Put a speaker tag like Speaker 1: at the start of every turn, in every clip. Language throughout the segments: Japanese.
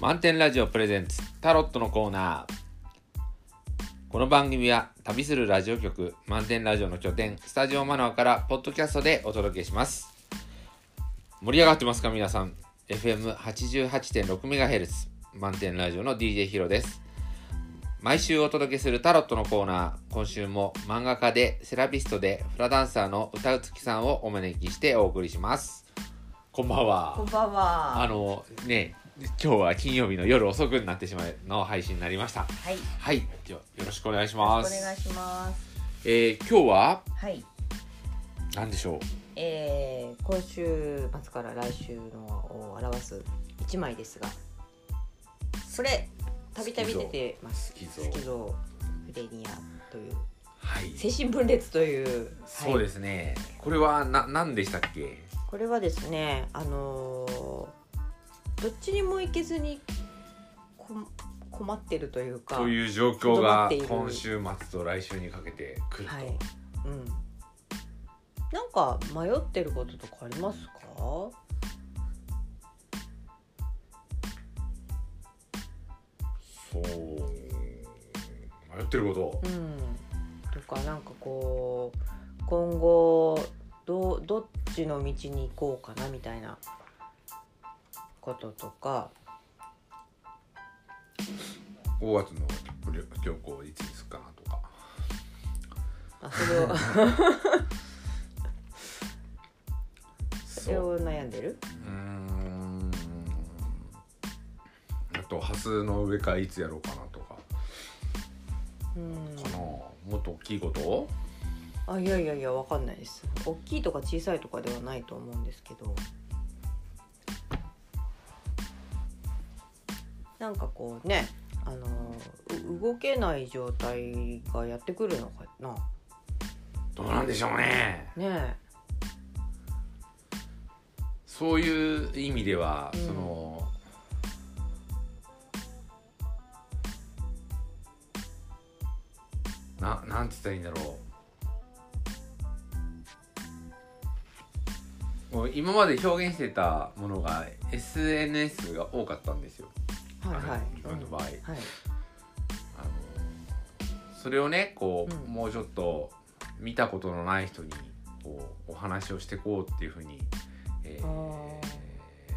Speaker 1: 満点ラジオプレゼンツタロットのコーナーこの番組は旅するラジオ局満点ラジオの拠点スタジオマナーからポッドキャストでお届けします盛り上がってますか皆さん FM88.6MHz 満点ラジオの DJ ヒロです毎週お届けするタロットのコーナー今週も漫画家でセラピストでフラダンサーの歌うつきさんをお招きしてお送りしますこんばんは
Speaker 2: こんばんは。
Speaker 1: あのね今日は金曜日の夜遅くになってしまうの配信になりました
Speaker 2: はい。よ
Speaker 1: はいではよろしくお願いしま
Speaker 2: ろ
Speaker 1: す
Speaker 2: しくお願いします。
Speaker 1: えー今日は
Speaker 2: はい。
Speaker 1: 何でしょ
Speaker 2: えー、今週末から来週のを表す一枚ですが、それたびたび出てます。
Speaker 1: スキゾ
Speaker 2: スキゾフレニアという
Speaker 1: うはい、
Speaker 2: 精神分裂という。。
Speaker 1: そうですすねこれはな何でしたっけ
Speaker 2: これはですね、あのーどっちにも行けずにこ困ってるというか。
Speaker 1: という状況が
Speaker 2: とど
Speaker 1: 今
Speaker 2: まってい
Speaker 1: 週末と来週にかけて来ると、
Speaker 2: はい。うん。なんか迷ってることとかありますか？
Speaker 1: そう迷ってること
Speaker 2: うん。とかなんかこう今後どうどっちの道に行こうかなみたいなこととか。
Speaker 1: 5月の旅行いつですかとか
Speaker 2: あ それをそれ
Speaker 1: そう
Speaker 2: を悩んでる
Speaker 1: うーんあとハスの植え替えいつやろうかなとか
Speaker 2: うん
Speaker 1: かな、もっと大きいこと
Speaker 2: あいやいやいやわかんないです大きいとか小さいとかではないと思うんですけどなんかこうねあのう動けない状態がやってくるのかな
Speaker 1: どうなんでしょうね
Speaker 2: ね
Speaker 1: そういう意味では、
Speaker 2: うん
Speaker 1: そのななんて言ったらいいんだろうもう今まで表現してたものが SNS が多かったんですよ
Speaker 2: えはいはい
Speaker 1: あの
Speaker 2: うん
Speaker 1: の場合
Speaker 2: はい
Speaker 1: あのそれをねこう、
Speaker 2: うん
Speaker 1: もうちょっと見たことのない人にこうお話をしていこうっていうふうに、えー
Speaker 2: あ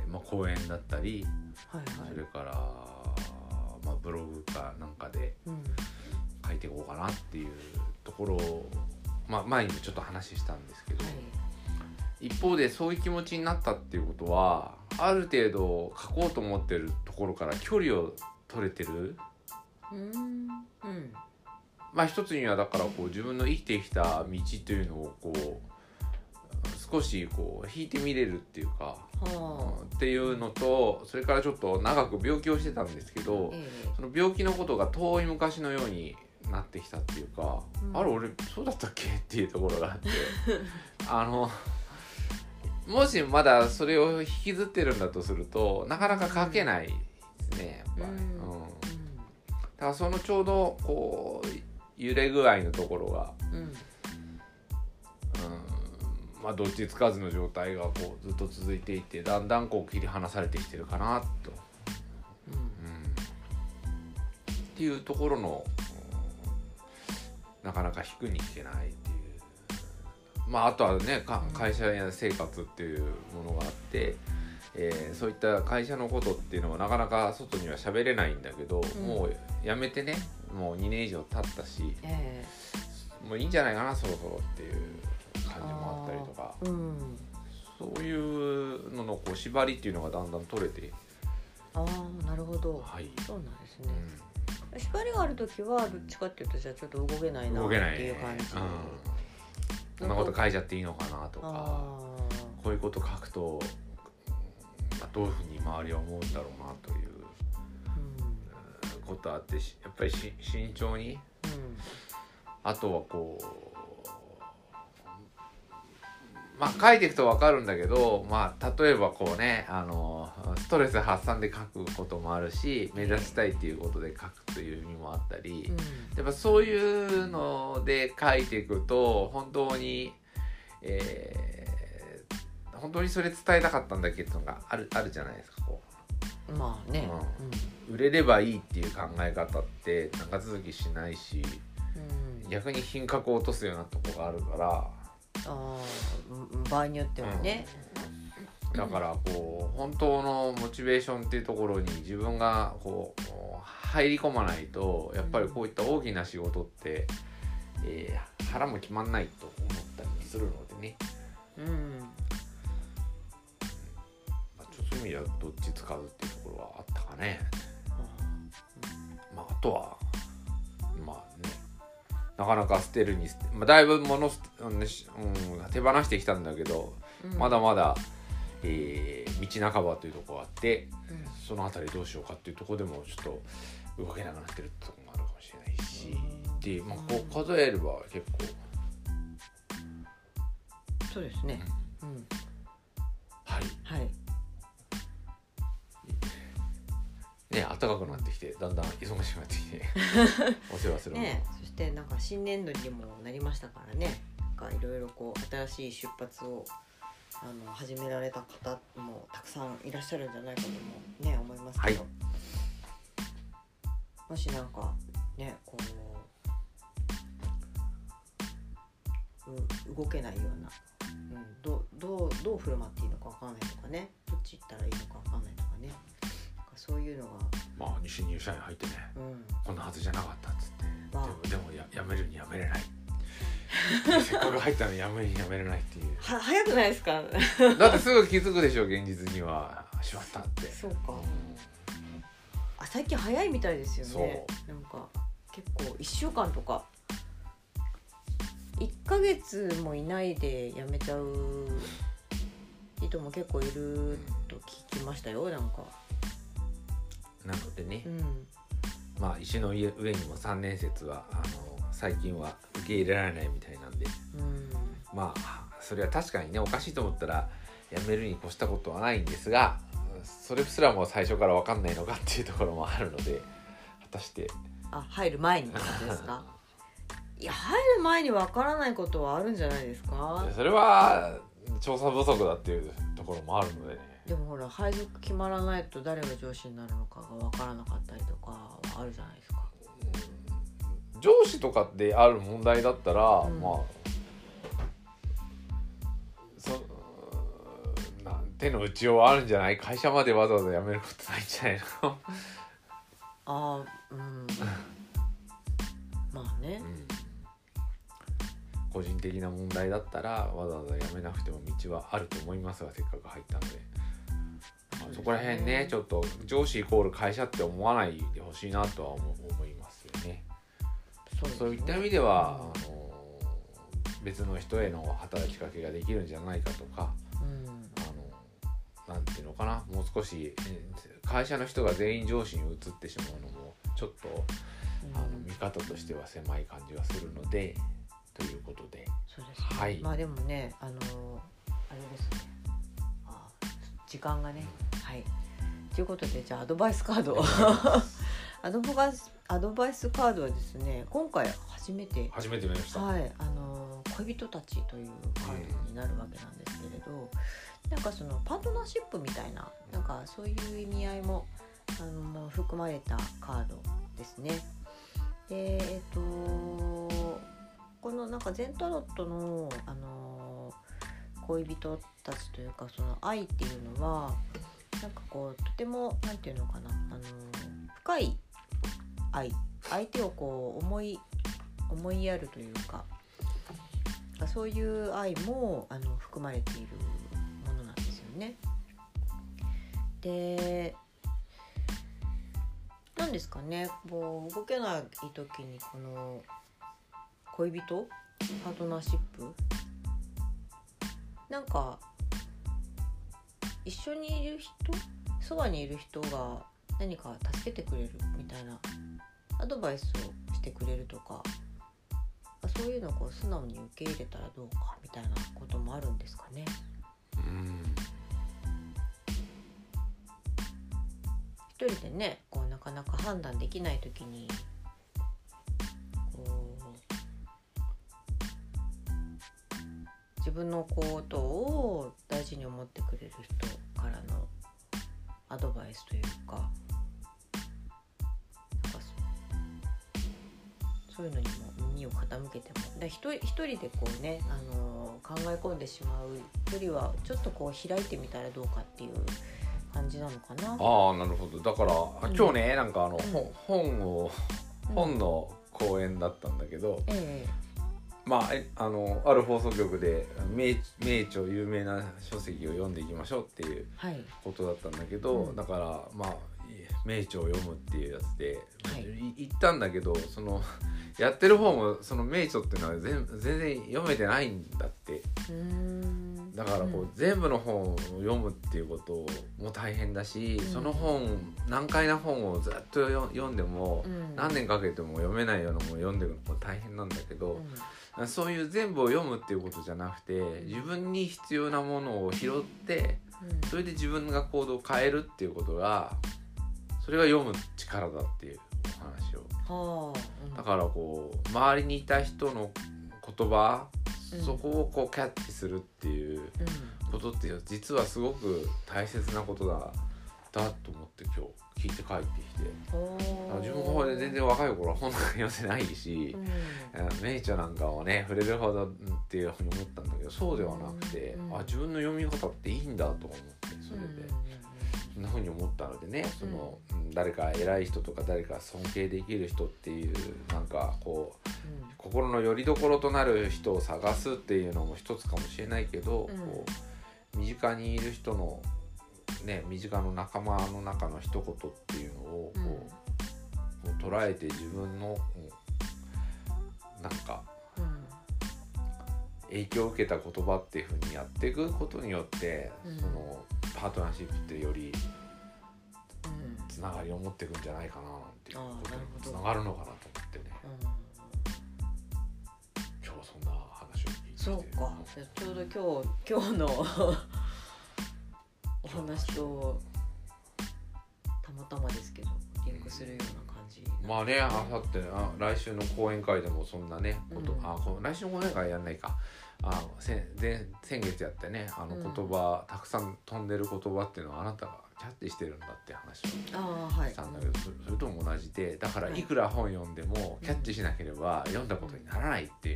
Speaker 2: ー
Speaker 1: まあ、講演だったり
Speaker 2: はいはい
Speaker 1: それから、まあ、ブログかなんかで
Speaker 2: うん
Speaker 1: 書いていこうかなっていうところを、まあ、前にもちょっと話したんですけど、一方でそういう気持ちになったっていうことはある程度書こうと思ってるところから距離を取れてる
Speaker 2: はいうんうん
Speaker 1: まあ一つにはだからこう自分の生きてきた道というのをこう少しこう引いてみれるっていうか、うん
Speaker 2: は
Speaker 1: っていうのとそれからちょっと長く病気をしてたんですけ
Speaker 2: あ
Speaker 1: ど
Speaker 2: え
Speaker 1: その病気のことが遠い昔のようになってきたっていうか、
Speaker 2: うん
Speaker 1: あれ俺そうだったっけっていうところがあ ってあのもしまだそれを引きずってるんだとするとなかなか書けないですねやっぱり。
Speaker 2: うん
Speaker 1: うんだからそのちょうどこう揺れ具合のところが、
Speaker 2: えうん
Speaker 1: うんまあ、どっちつかずの状態がこうずっと続いていてだんだんこう切り離されてきてるかなと、
Speaker 2: うん
Speaker 1: うんっていうところの、うんなかなか引くに引けないっていう、まあ、あとはねか会社や生活っていうものがあって。えーそういった会社のことっていうのはなかなか外には喋れないんだけど、
Speaker 2: うん
Speaker 1: もうやめてねもう2年以上経ったし
Speaker 2: え
Speaker 1: もういいんじゃないかなそろそろっていう感じもあったりとか
Speaker 2: えうん
Speaker 1: そういうののこう縛りっていうのがだんだん取れて
Speaker 2: ああなるほど
Speaker 1: い、
Speaker 2: そうなんです
Speaker 1: う
Speaker 2: ね、
Speaker 1: ん、
Speaker 2: 縛りがある時はどっちかっていうとじゃあちょっと動けないなっ
Speaker 1: 動
Speaker 2: て
Speaker 1: けない
Speaker 2: い
Speaker 1: ね
Speaker 2: う感じ、
Speaker 1: うん、そんなこと書いちゃっていいのかなとか
Speaker 2: あ
Speaker 1: こういうこと書くと、うんまあ、どういうふうに周りは思うんだろうなというう
Speaker 2: ーうん
Speaker 1: んことあってしやっぱりし慎重にあとはこうまあ書いていくと分かるんだけど、まあ、例えばこうねあのストレス発散で書くこともあるし目指したいっていうことで書くという意味もあったり、
Speaker 2: うん
Speaker 1: やっぱそういうので書いていくと本当に、えー本当にそれ伝えたかったんだっけっていうのがあるあるじゃないですかこう
Speaker 2: まあね、
Speaker 1: う売れればいいっていう考え方って長続きしないし
Speaker 2: うんうん、
Speaker 1: 逆に品格を落とすようなとこがあるか
Speaker 2: あーうん場合によってはね、
Speaker 1: らだからこう本当のモチベーションっていうところに自分がこう入り込まないとやっぱりこういった大きな仕事って、えー腹も決まんないと思ったりするのでね、
Speaker 2: うん
Speaker 1: まあ、ちょっとそういう意味ではどっち使うっていうところはあったかね。まあ、あとはまあねなかなか捨てるに捨て、まあ、だいぶ物捨て、うんしうん、手放してきたんだけど、
Speaker 2: うん
Speaker 1: まだまだ、えー道半ばというところがあって
Speaker 2: うん
Speaker 1: その辺りどうしようかっていうところでもちょっと動けなくなってるってところもあるかもしれないしで、まあ、こう数えれば結構
Speaker 2: そうですね、うん、
Speaker 1: はい
Speaker 2: はい
Speaker 1: ね暖かくなってきてだんだん忙しくなってき てお世話するのも
Speaker 2: ねそしてなんか新年度にもなりましたからねなんかいろいろこう新しい出発をあの始められた方もたくさんいらっしゃるんじゃないかともね思いますけど、
Speaker 1: は
Speaker 2: もしなんかねこうう動けないような、うん、どうどうどう振る舞っていいのかわかんないとかねどっち行ったらいいのかわかんないとかねなんかそういうのが、
Speaker 1: まあ新入社員入ってね
Speaker 2: うん、
Speaker 1: こんなはずじゃなかったっつって、
Speaker 2: まあ
Speaker 1: でもでもややめるにやめれない せっかく入ったのにやめるにやめれないっていう
Speaker 2: は早くないですか
Speaker 1: だってすぐ気づくでしょ現実にはしまったって
Speaker 2: そうか
Speaker 1: う
Speaker 2: あ最近早いみたいですよね
Speaker 1: そ
Speaker 2: なんか結構1週間とか1ヶ月もいないで辞めちゃう人も結構いると聞きましたよなんか
Speaker 1: んなのでね
Speaker 2: う、ん
Speaker 1: まあ石の上にも3年節はあの最近は受け入れられないみたいなんで
Speaker 2: うん
Speaker 1: まあそれは確かにねおかしいと思ったらやめるに越したことはないんですがそれすらも最初から分かんないのかっていうところもあるので果たして
Speaker 2: あ入る前にってことですかいや入る前にわからないことはあるんじゃないですか
Speaker 1: それは調査不足だっていうところもあるのでね
Speaker 2: でもほら配属決まらないと誰が上司になるのかがわからなかったりとかはあるじゃないですか
Speaker 1: 上司とかってある問題だったら、
Speaker 2: うん
Speaker 1: まあそなん手の打ちようはあるんじゃない会社までわざわざ辞めることないんじゃないの、
Speaker 2: ああうんまあね
Speaker 1: 個人的な問題だったらわざわざ辞めなくても道はあると思いますがせっかく入ったので、まあそこら辺ねち
Speaker 2: ょっ
Speaker 1: ょっと上司イコール会社って思わないでほしいなとは思思いますよね。
Speaker 2: と
Speaker 1: そういった意味では、あの別の人への働きかけができるんじゃないかとか、
Speaker 2: うん
Speaker 1: あのなんていうのかなもう少しえ会社の人が全員上司に移ってしまうのもちょっと
Speaker 2: うん
Speaker 1: あの見方としては狭い感じがするのでということで
Speaker 2: そうですね
Speaker 1: はい
Speaker 2: まあでもねあのあれですねあ時間がねはいということでじゃあアドバイスカード アドバイスアドバイスカードはですね今回初めて
Speaker 1: 初めて見ました。
Speaker 2: はい、あの恋人たちというカードになるわけなんですけれど、なんかそのパートナーシップみたいななんかそういう意味合いもあのまあ含まれたカードですね。でえっとこのなんか全タロットのあの恋人たちというかその愛っていうのはなんかこうとてもなんていうのかなあの深い愛相手をこう思い思いやるというかそういう愛もあの含まれているものなんですよね。でなんですかねこう動けない時にこの恋人パートナーシップなんか一緒にいる人そばにいる人が何か助けてくれるみたいなアドバイスをしてくれるとかそういうのをこう素直に受け入れたらどうかみたいなこともあるんですかね
Speaker 1: うん
Speaker 2: 一人でねこうなかなか判断できない時にこう自分のことを大事に思ってくれる人からのアドバイスというかなんかそそういうのにも耳を傾けてもだ一人一人でこうね、あの考え込んでしまうよりはちょっとこう開いてみたらどうかっていう感じなのかな。
Speaker 1: ああなるほどだからあ今日ねなんかあの、
Speaker 2: ん
Speaker 1: ほ本を
Speaker 2: うん
Speaker 1: 本の講演だったんだけど、
Speaker 2: え
Speaker 1: まあえあのある放送局で名名著有名な書籍を読んでいきましょうっていう
Speaker 2: えはい、
Speaker 1: ことだったんだけど、
Speaker 2: うん
Speaker 1: だからまあい名著を読むっていうやつで、
Speaker 2: はい
Speaker 1: い行ったんだけどそのやってる方もその名著っていうのは全全然読めてないんだって
Speaker 2: うーん
Speaker 1: だからこう、
Speaker 2: うん
Speaker 1: 全部の本を読むっていうことも大変だし、
Speaker 2: ん
Speaker 1: その本難解な本をずっと読読んでも、
Speaker 2: うん
Speaker 1: 何年かけても読めないようなものを読んでいくのも大変なんだけど、そういう全部を読むっていうことじゃなくて自分に必要なものを拾って
Speaker 2: うんうん
Speaker 1: それで自分が行動を変えるっていうことがそれが読む力だっていうお話を
Speaker 2: は
Speaker 1: だ
Speaker 2: あ
Speaker 1: からこう周りにいた人の言葉
Speaker 2: うん
Speaker 1: そこをこうキャッチするっていう
Speaker 2: うん
Speaker 1: ことって実はすごく大切なことだだと思って今日聞いて帰ってきて
Speaker 2: うん
Speaker 1: あ
Speaker 2: あー
Speaker 1: 自分も全然若い頃は本なんか読せないし
Speaker 2: うん
Speaker 1: 名著なんかをね触れるほどうんっていうふうに思ったんだけどそうではなくて、
Speaker 2: うん
Speaker 1: あ自分の読み方っていいんだと思ってそれで、そんなふうに思ったのでねその、うん誰か偉い人とか誰か尊敬できる人っていうなんかこう心の拠り所となる人を探すっていうのも一つかもしれないけど、
Speaker 2: うん
Speaker 1: こう身近にいる人の、ね、身近の仲間の中の一言っていうのをこう、
Speaker 2: うん
Speaker 1: こう捉えて自分の、うんなんか
Speaker 2: うんうん
Speaker 1: 影響を受けた言葉っていうふうにやっていくことによって、
Speaker 2: うん
Speaker 1: そのパートナーシップってより
Speaker 2: うん
Speaker 1: つながりを持っていくんじゃないかななんていう
Speaker 2: あー
Speaker 1: ことに
Speaker 2: なるほ
Speaker 1: つ
Speaker 2: ど
Speaker 1: ながるのかなと思ってね
Speaker 2: うん
Speaker 1: 今日はそんな話を聞いてきて
Speaker 2: そうかじゃあちょうど今日今日のお話とたまたまですけどリンクするような感じ
Speaker 1: うんまあねあさってあ来週の講演会でもそんなねこと、
Speaker 2: うん
Speaker 1: あこ来週の講演会やんないかあ先前先月やってねあの
Speaker 2: うん
Speaker 1: 言葉、たくさん飛んでる言葉っていうのはあなたがキャッチしてるんだって話を
Speaker 2: あーはい
Speaker 1: したんだけど、そそれとも同じでだから
Speaker 2: はい
Speaker 1: いくら本読んでも
Speaker 2: うん
Speaker 1: キャッチしなければ読んだことにならないっていう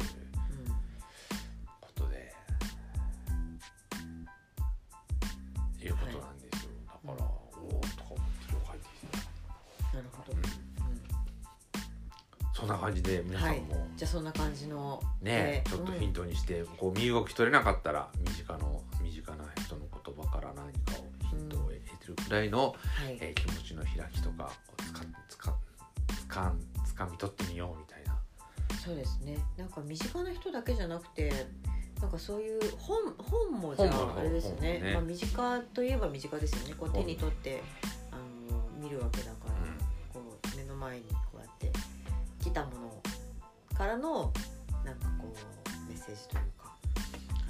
Speaker 1: ことで、いうことなんですよ、だから、おおーとか思って今日帰ってきて
Speaker 2: うんなるほど、
Speaker 1: う
Speaker 2: うんん、
Speaker 1: そんな感じで皆さんも、
Speaker 2: じゃあそんな感じの
Speaker 1: ね、
Speaker 2: で
Speaker 1: ちょっと
Speaker 2: うん
Speaker 1: ヒントにして、こう身動き取れなかったら身近の身近な人の言葉から何かをヒントを得てるくらいの、
Speaker 2: はい
Speaker 1: えー気持ちの開きとかをつかつかつかんつかみ取ってみようみたいな。
Speaker 2: そうですねなんか身近な人だけじゃなくてなんかそういう本本もじゃ
Speaker 1: 本も
Speaker 2: ああれですよね
Speaker 1: 本もね
Speaker 2: まあ、身近といえば身近ですよねこう
Speaker 1: 本
Speaker 2: 手に取ってあの見るわけだから、こう目の前にこうやって来たものからのなんかこうメッセージというか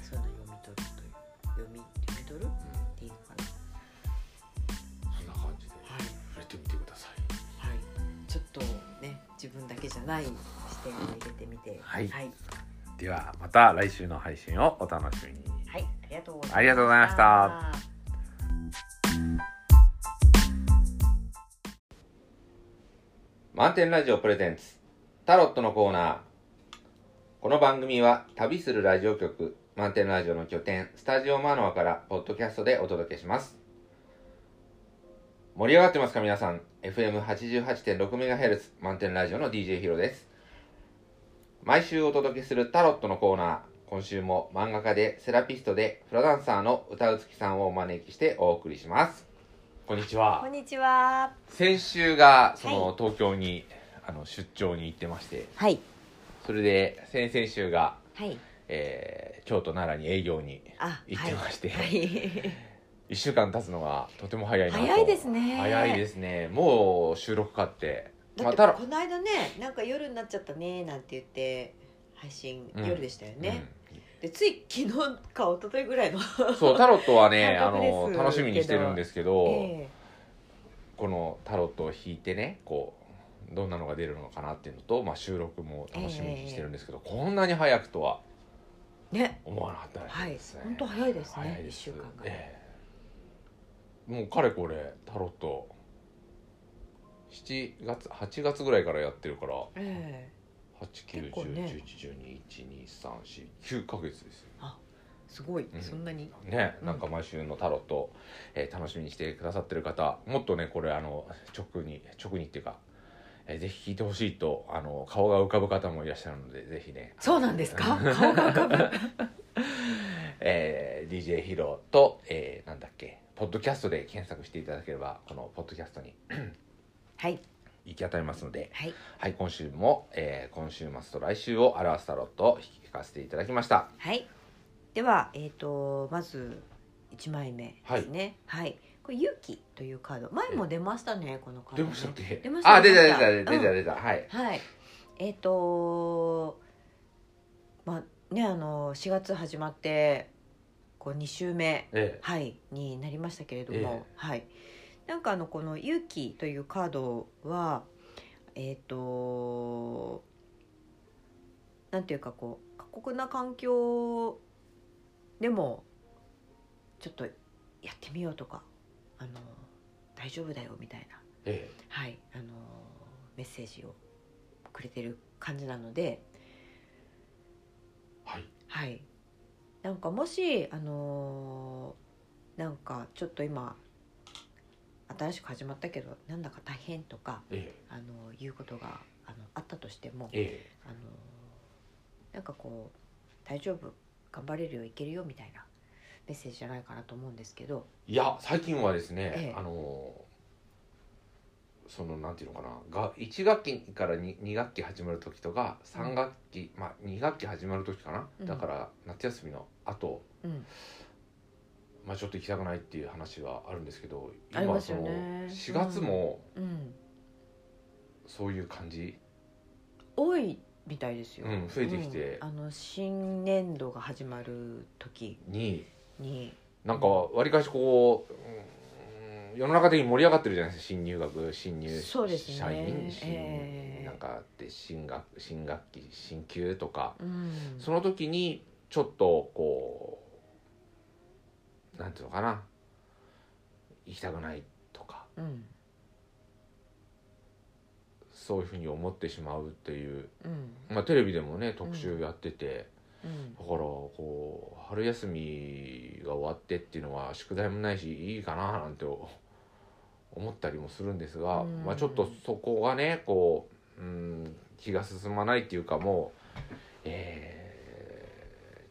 Speaker 2: そういうのを読み取るという読み読み取るっ
Speaker 1: うんうん
Speaker 2: ていうのかな
Speaker 1: そんな感じで
Speaker 2: はい、
Speaker 1: 触れてみてください。
Speaker 2: はい、ちょっとね自分だけじゃない視点を入れてみて
Speaker 1: はい
Speaker 2: はい
Speaker 1: ではまた来週の配信をお楽しみに。
Speaker 2: はい、ありがとうございました。
Speaker 1: ありがとうございました満点ラジオプレゼンツタロットのコーナーこの番組は旅するラジオ局満点ラジオの拠点スタジオマノアからポッドキャストでお届けします盛り上がってますか皆さん FM88.6MHz 満点ラジオの DJ ヒロです毎週お届けするタロットのコーナー今週も漫画家でセラピストでフラダンサーの歌うつきさんをお招きしてお送りしますこんにちは
Speaker 2: こんにちは。
Speaker 1: 先週がそ
Speaker 2: は
Speaker 1: の東京に、あの出張に行ってまして
Speaker 2: はい。
Speaker 1: それで先々週が、
Speaker 2: はい。
Speaker 1: えー京都奈良に営業に
Speaker 2: あ、
Speaker 1: 行ってまして、
Speaker 2: は い。はい。
Speaker 1: 1週間経つのがとても早いなと
Speaker 2: 早いですね
Speaker 1: 早いですねもう収録かって
Speaker 2: だって
Speaker 1: たら
Speaker 2: この間ね、なんか夜になっちゃったねなんて言って配信、
Speaker 1: うん
Speaker 2: 夜でしたよね。、でつい昨日か一昨日ぐらいの。
Speaker 1: うんそうタロットはねあ
Speaker 2: 感覚です
Speaker 1: の楽しみにしてるんですけど、
Speaker 2: え
Speaker 1: このタロットを引いてねこうどんなのが出るのかなっていうのと、まあ、収録も楽しみにしてるんですけど、こんなに早くとは
Speaker 2: えね。
Speaker 1: 思わなかったですね。
Speaker 2: はい本当早いですね
Speaker 1: 早い
Speaker 2: 一週間が
Speaker 1: えもうかれこれタロット7月8月ぐらいからやってるから
Speaker 2: ええ
Speaker 1: 8 9 1 0
Speaker 2: 結構ね
Speaker 1: 1 1 1 2 1 2 3 4 9ヶ月ですよ
Speaker 2: すごい、
Speaker 1: うん
Speaker 2: そんなに
Speaker 1: ね、
Speaker 2: うん
Speaker 1: なんか毎週のタロット、えー楽しみにしてくださってる方もっとねこれあの直に直にっていうか、えーぜひ聞いてほしいとあの顔が浮かぶ方もいらっしゃるのでぜひね
Speaker 2: そうなんですか顔が 浮かぶ
Speaker 1: えー DJ ヒロと、えーなんだっけポッドキャストで検索していただければこのポッドキャストに
Speaker 2: はい
Speaker 1: 行き当たりますので
Speaker 2: はい
Speaker 1: はい今週も、えー今週末と来週を表すタロットを引かせていただきました
Speaker 2: はいではえっ、とまず一枚目ですねはい、これ「勇気」というカード前も出ましたねこのカード、
Speaker 1: 出
Speaker 2: ね、
Speaker 1: ましたっけ
Speaker 2: 出ました
Speaker 1: あ出た
Speaker 2: 出
Speaker 1: 出
Speaker 2: ました
Speaker 1: た出た出た出た、はい
Speaker 2: はい。えっ、とまあねあの4月始まってこう2週目
Speaker 1: え
Speaker 2: はいになりましたけれども、
Speaker 1: ええ
Speaker 2: はい。なんかあのこの勇気というカードはえっ、となんていうかこう過酷な環境でもちょっとやってみようとかあの大丈夫だよみたいな
Speaker 1: ええ
Speaker 2: はい、あのーメッセージをくれてる感じなので、
Speaker 1: えはい
Speaker 2: はい、なんかもし、あのーなんかちょっと今新しく始まったけどなんだか大変とか、
Speaker 1: ええ
Speaker 2: あのーいうことがあのあったとしても、
Speaker 1: ええ
Speaker 2: あのーなんかこう大丈夫頑張れるよいけるよみたいなメッセージじゃないかなと思うんですけど、
Speaker 1: いや最近はですね、
Speaker 2: ええ
Speaker 1: あのそのなんていうのかなが1学期から 2, 2学期始まる時とか3学期、まあ2学期始まる時かな、
Speaker 2: うん
Speaker 1: だから夏休みの後、
Speaker 2: うん
Speaker 1: まあちょっと行きたくないっていう話はあるんですけど
Speaker 2: ありま
Speaker 1: 今
Speaker 2: す
Speaker 1: そ
Speaker 2: よ
Speaker 1: の
Speaker 2: ね
Speaker 1: 4月も
Speaker 2: うん、
Speaker 1: そういう感じ、
Speaker 2: 多いみたいですよ。
Speaker 1: うん、増えてきて
Speaker 2: うんあの新年度が始まる時
Speaker 1: に、
Speaker 2: に
Speaker 1: なんかわりかしこう、うん世の中的に盛り上がってるじゃないですか新入学新入
Speaker 2: そうですね
Speaker 1: 社員新、
Speaker 2: ええ
Speaker 1: なんかあって新学新学期新級とか。
Speaker 2: うん
Speaker 1: その時にちょっとこうなんていうのかな行きたくないとか
Speaker 2: うん
Speaker 1: そういうふうに思ってしまうっていう、
Speaker 2: うん
Speaker 1: まあ、テレビでもね特集やってて、
Speaker 2: うん
Speaker 1: だからこう春休みが終わってっていうのは宿題もないしいいかななんて思ったりもするんですが、
Speaker 2: うん
Speaker 1: まあ、ちょっとそこがねこう、うん、気が進まないっていうかもう、えー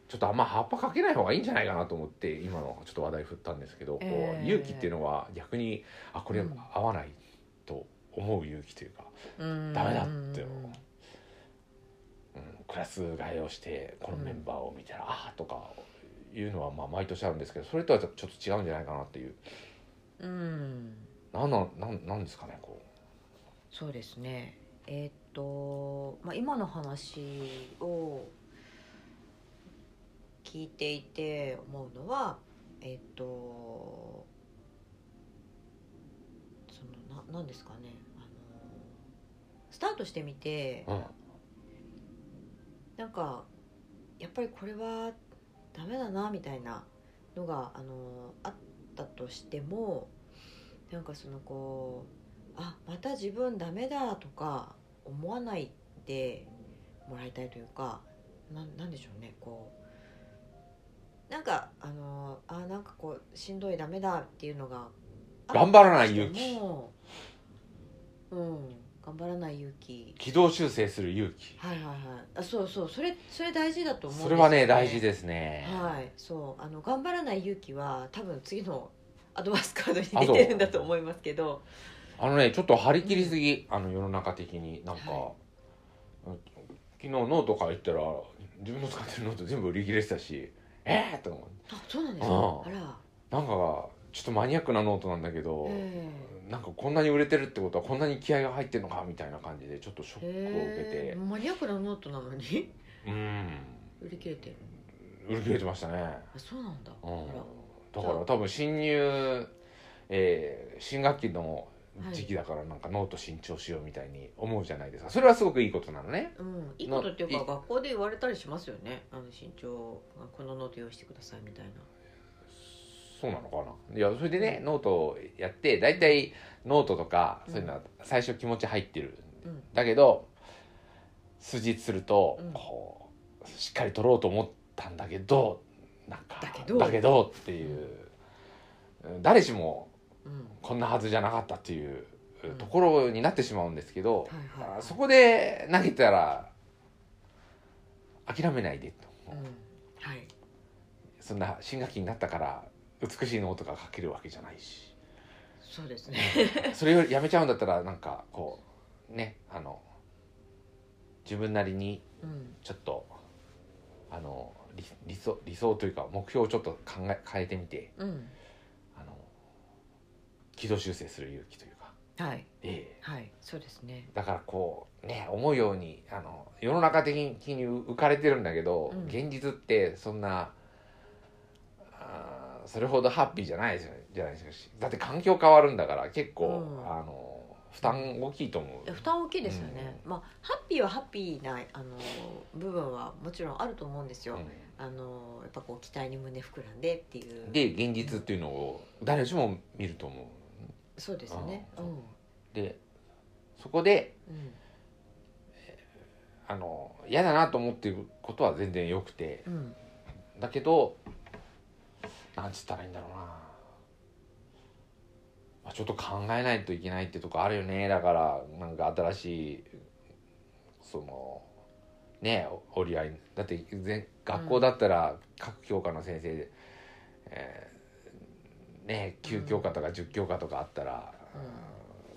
Speaker 1: ちょっとあんま葉っぱかけない方がいいんじゃないかなと思って今のちょっと話題振ったんですけど、こう
Speaker 2: えー
Speaker 1: 勇気っていうのは逆にあこれ
Speaker 2: うん
Speaker 1: 合わないと思う勇気というか、
Speaker 2: うん
Speaker 1: ダメだって
Speaker 2: うん
Speaker 1: うん、クラス替えをしてこのメンバーを見たら、ああとかいうのはまあ毎年あるんですけどそれとはちょっと違うんじゃないかなっていう
Speaker 2: うん
Speaker 1: なんなんなんなんですかねこ
Speaker 2: そうですねえーっと、まあ、今の話を聞いていて思うのはえーっとそのななんですかねあのスタートしてみて
Speaker 1: う、うん、
Speaker 2: なんかやっぱりこれはダメだなみたいなのがあのあったとしてもなんかそのこうあまた自分ダメだとか思わないでもらいたいというかなんなんでしょうねこうなんかあのあなんかこうしんどいダメだっていうのがあった
Speaker 1: 頑張らない勇気
Speaker 2: としてもうん頑張らない勇気
Speaker 1: 軌道修正する勇気
Speaker 2: はいはいはいあそうそうそれそれ大事だと思うん
Speaker 1: それはね大事
Speaker 2: で
Speaker 1: ですね
Speaker 2: すよねはいそうあの頑張らない勇気は多分次のアドバイスカードに
Speaker 1: あそう
Speaker 2: 出てるんだと思いますけど
Speaker 1: あのねちょっと張り切りすぎ、あの世の中的になんか、
Speaker 2: は
Speaker 1: うん昨日ノートから言ったら自分の使ってるノート全部売り切れてたしええー、と思って
Speaker 2: あそうなんです
Speaker 1: あ
Speaker 2: か
Speaker 1: あ
Speaker 2: あら
Speaker 1: なんかちょっとマニアックなノートなんだけど、
Speaker 2: え
Speaker 1: なんかこんなに売れてるってことはこんなに気合が入ってるのかみたいな感じでちょっとショッ
Speaker 2: え
Speaker 1: クを受けて、
Speaker 2: ええマニアックなノートなのに
Speaker 1: うん
Speaker 2: 売り切れてる
Speaker 1: 売り切れてましたね、
Speaker 2: あそうなんだ
Speaker 1: う
Speaker 2: あ
Speaker 1: ん
Speaker 2: ら、
Speaker 1: だから多分新入、えー新学期の時期だからなんかノート新調しようみたいに思うじゃないですかそれはすごくいいことなのね
Speaker 2: うん、いいことっていう
Speaker 1: ない
Speaker 2: か学校で言われたりしますよねあの身長このノート用意してくださいみたいな
Speaker 1: そうなのかないやそれでねノートをやって大体ノートとかそういうのは最初気持ち入ってる、
Speaker 2: うん
Speaker 1: だけど数日すると、
Speaker 2: うん
Speaker 1: こうしっかり取ろうと思ったんだけどなんか
Speaker 2: だけど
Speaker 1: っていう、誰しも
Speaker 2: うん
Speaker 1: こんなはずじゃなかったっていう
Speaker 2: うん
Speaker 1: ところになってしまうんですけど、
Speaker 2: はいはいはい
Speaker 1: あそこで投げたら諦めないでと、
Speaker 2: うんはい
Speaker 1: そんな新学期になったから美しいノートが書けるわけじゃないし。
Speaker 2: そうですね
Speaker 1: それをやめちゃうんだったらなんかこうねあの自分なりに
Speaker 2: うん
Speaker 1: ちょっとあの理理想理想というか目標をちょっと考え変えてみて
Speaker 2: うん
Speaker 1: あの軌道修正する勇気というか、
Speaker 2: はい
Speaker 1: ええ
Speaker 2: はいそうですね
Speaker 1: だからこうね思うようにあの世の中的に浮かれてるんだけど、
Speaker 2: うん
Speaker 1: 現実ってそんなあーそれほどハッピーじゃないですよじゃないですしだって環境変わるんだから結構、
Speaker 2: うん
Speaker 1: あの負担大きいと思
Speaker 2: いや
Speaker 1: う
Speaker 2: 負担大きいですよね、まあハッピーはハッピーなあの部分はもちろんあると思うんですよ、
Speaker 1: う
Speaker 2: あのやっぱこう期待に胸膨らんでっていうん
Speaker 1: で現実っていうのを誰しも見ると思
Speaker 2: そうですね
Speaker 1: あ
Speaker 2: う
Speaker 1: ー
Speaker 2: ん
Speaker 1: うでそこであの嫌だなと思っていることは全然よくて
Speaker 2: うんうん
Speaker 1: だけどなんつったらいいんだろうな、まあ、ちょっと考えないといけないってとこあるよねだからなんか新しいそのねお折り合いだって全学校だったら各教科の先生で、えーね9教科とか10教科とかあったら、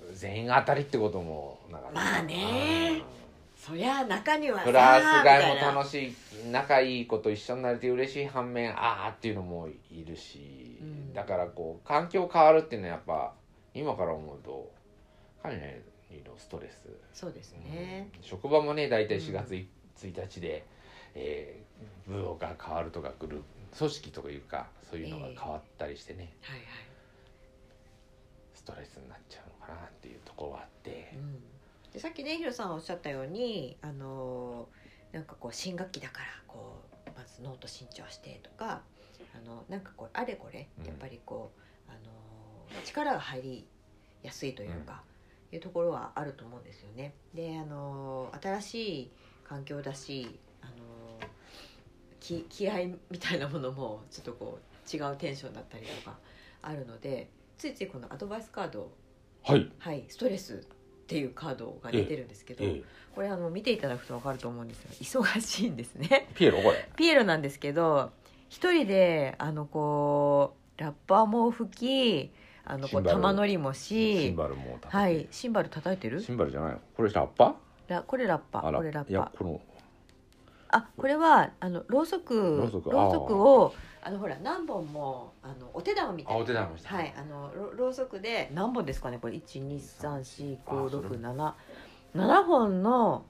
Speaker 1: うん全員が当たりってこともなかなか
Speaker 2: まあね
Speaker 1: うん
Speaker 2: そりゃあ中にはさ
Speaker 1: プラス
Speaker 2: み
Speaker 1: 外
Speaker 2: た
Speaker 1: も
Speaker 2: いな
Speaker 1: 楽しい仲いい子と一緒になれて嬉しい反面ああっていうのもいるし、
Speaker 2: うん
Speaker 1: だからこう環境変わるっていうのはやっぱ今から思うとかなりのストレス、
Speaker 2: そうですね、
Speaker 1: うん職場もね大体
Speaker 2: うん
Speaker 1: 4月1日で、えー部が変わるとかグループ組織とかいうかそういうのが変わったりしてね、
Speaker 2: はい
Speaker 1: ストレスになっちゃうのかなっていうところはあって
Speaker 2: はい、う、ん、でさっきねヒロさんおっしゃったようにあのーなんかこう新学期だからこうまずノート新調してとかあのなんかこうあれこれ
Speaker 1: うん
Speaker 2: やっぱりこう、あのー力が入りやすいというか、いうところはあると思うんですよね。であのー新しい環境だしあのーき気合みたいなものもちょっとこう違うテンションだったりとかあるのでついついこのアドバイスカードを
Speaker 1: はい、
Speaker 2: はい、ストレスっていうカードが出てるんですけど、これあの見ていただくと分かると思うんですが忙しいんですね
Speaker 1: ピエロこれ
Speaker 2: ピエロなんですけど一人であのこうラッパーも吹きあのこ
Speaker 1: シン
Speaker 2: う
Speaker 1: バル
Speaker 2: 玉乗りもし
Speaker 1: バルも叩
Speaker 2: はい、シンバル叩いてる
Speaker 1: ンバルじゃないのこれラッパ
Speaker 2: ラこれラッパ
Speaker 1: あら
Speaker 2: これラ
Speaker 1: い
Speaker 2: ッ
Speaker 1: や
Speaker 2: パ
Speaker 1: この
Speaker 2: あこれはあのろうそく
Speaker 1: ろうそく
Speaker 2: うそくをあのほら何本もあのお手玉みたいな
Speaker 1: あお手玉みたいな
Speaker 2: はいあのろろうそくで何本ですかねこれ一二三四五
Speaker 1: あそれ
Speaker 2: 六七七本の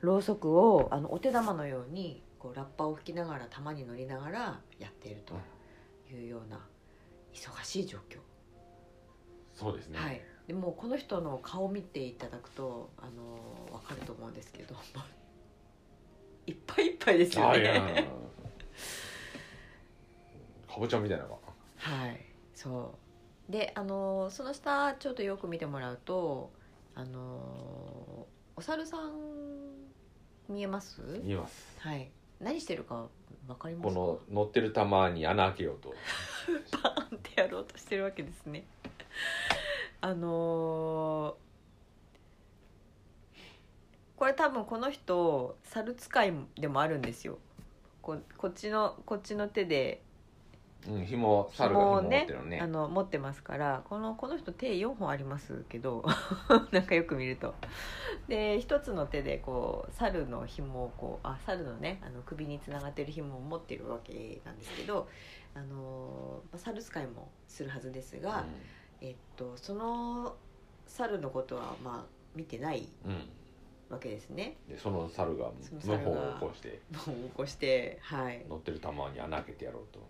Speaker 2: ろうそくをあのお手玉のようにこうラッパを吹きながら玉に乗りながらやっているというような忙しい状況
Speaker 1: そうですね
Speaker 2: はい、でもうこの人の顔を見ていただくとあのわかると思うんですけど いっぱいいっぱいですよ
Speaker 1: あいや
Speaker 2: ね。
Speaker 1: かぼちゃみたいなのが
Speaker 2: はい、そうであのその下ちょっとよく見てもらうとあのお猿さん見えます
Speaker 1: 見えます
Speaker 2: はい何してるかわかります
Speaker 1: こ
Speaker 2: か
Speaker 1: の乗ってる玉に穴開けようと
Speaker 2: バ ーンってやろうとしてるわけですね。 あのーこれ多分この人猿使いでもあるんですよ。ここっちのこっちの手で
Speaker 1: うん紐猿が紐
Speaker 2: 紐を
Speaker 1: を持っ
Speaker 2: ね
Speaker 1: てるの
Speaker 2: あ
Speaker 1: ね
Speaker 2: の持ってますからこのこの人手4本ありますけど なんかよく見ると。で一つの手でこう猿の紐をこうあ猿のねあの首につながってる紐を持ってるわけなんですけど、あのーまあ猿使いもするはずですが。えっと、その猿のことはまあ見てない
Speaker 1: うん、
Speaker 2: わけですね
Speaker 1: うんでその猿が
Speaker 2: そ
Speaker 1: 無
Speaker 2: の猿が
Speaker 1: 法を起こして
Speaker 2: もう起こしてはい
Speaker 1: 乗ってる玉に穴開けてやろうと
Speaker 2: っ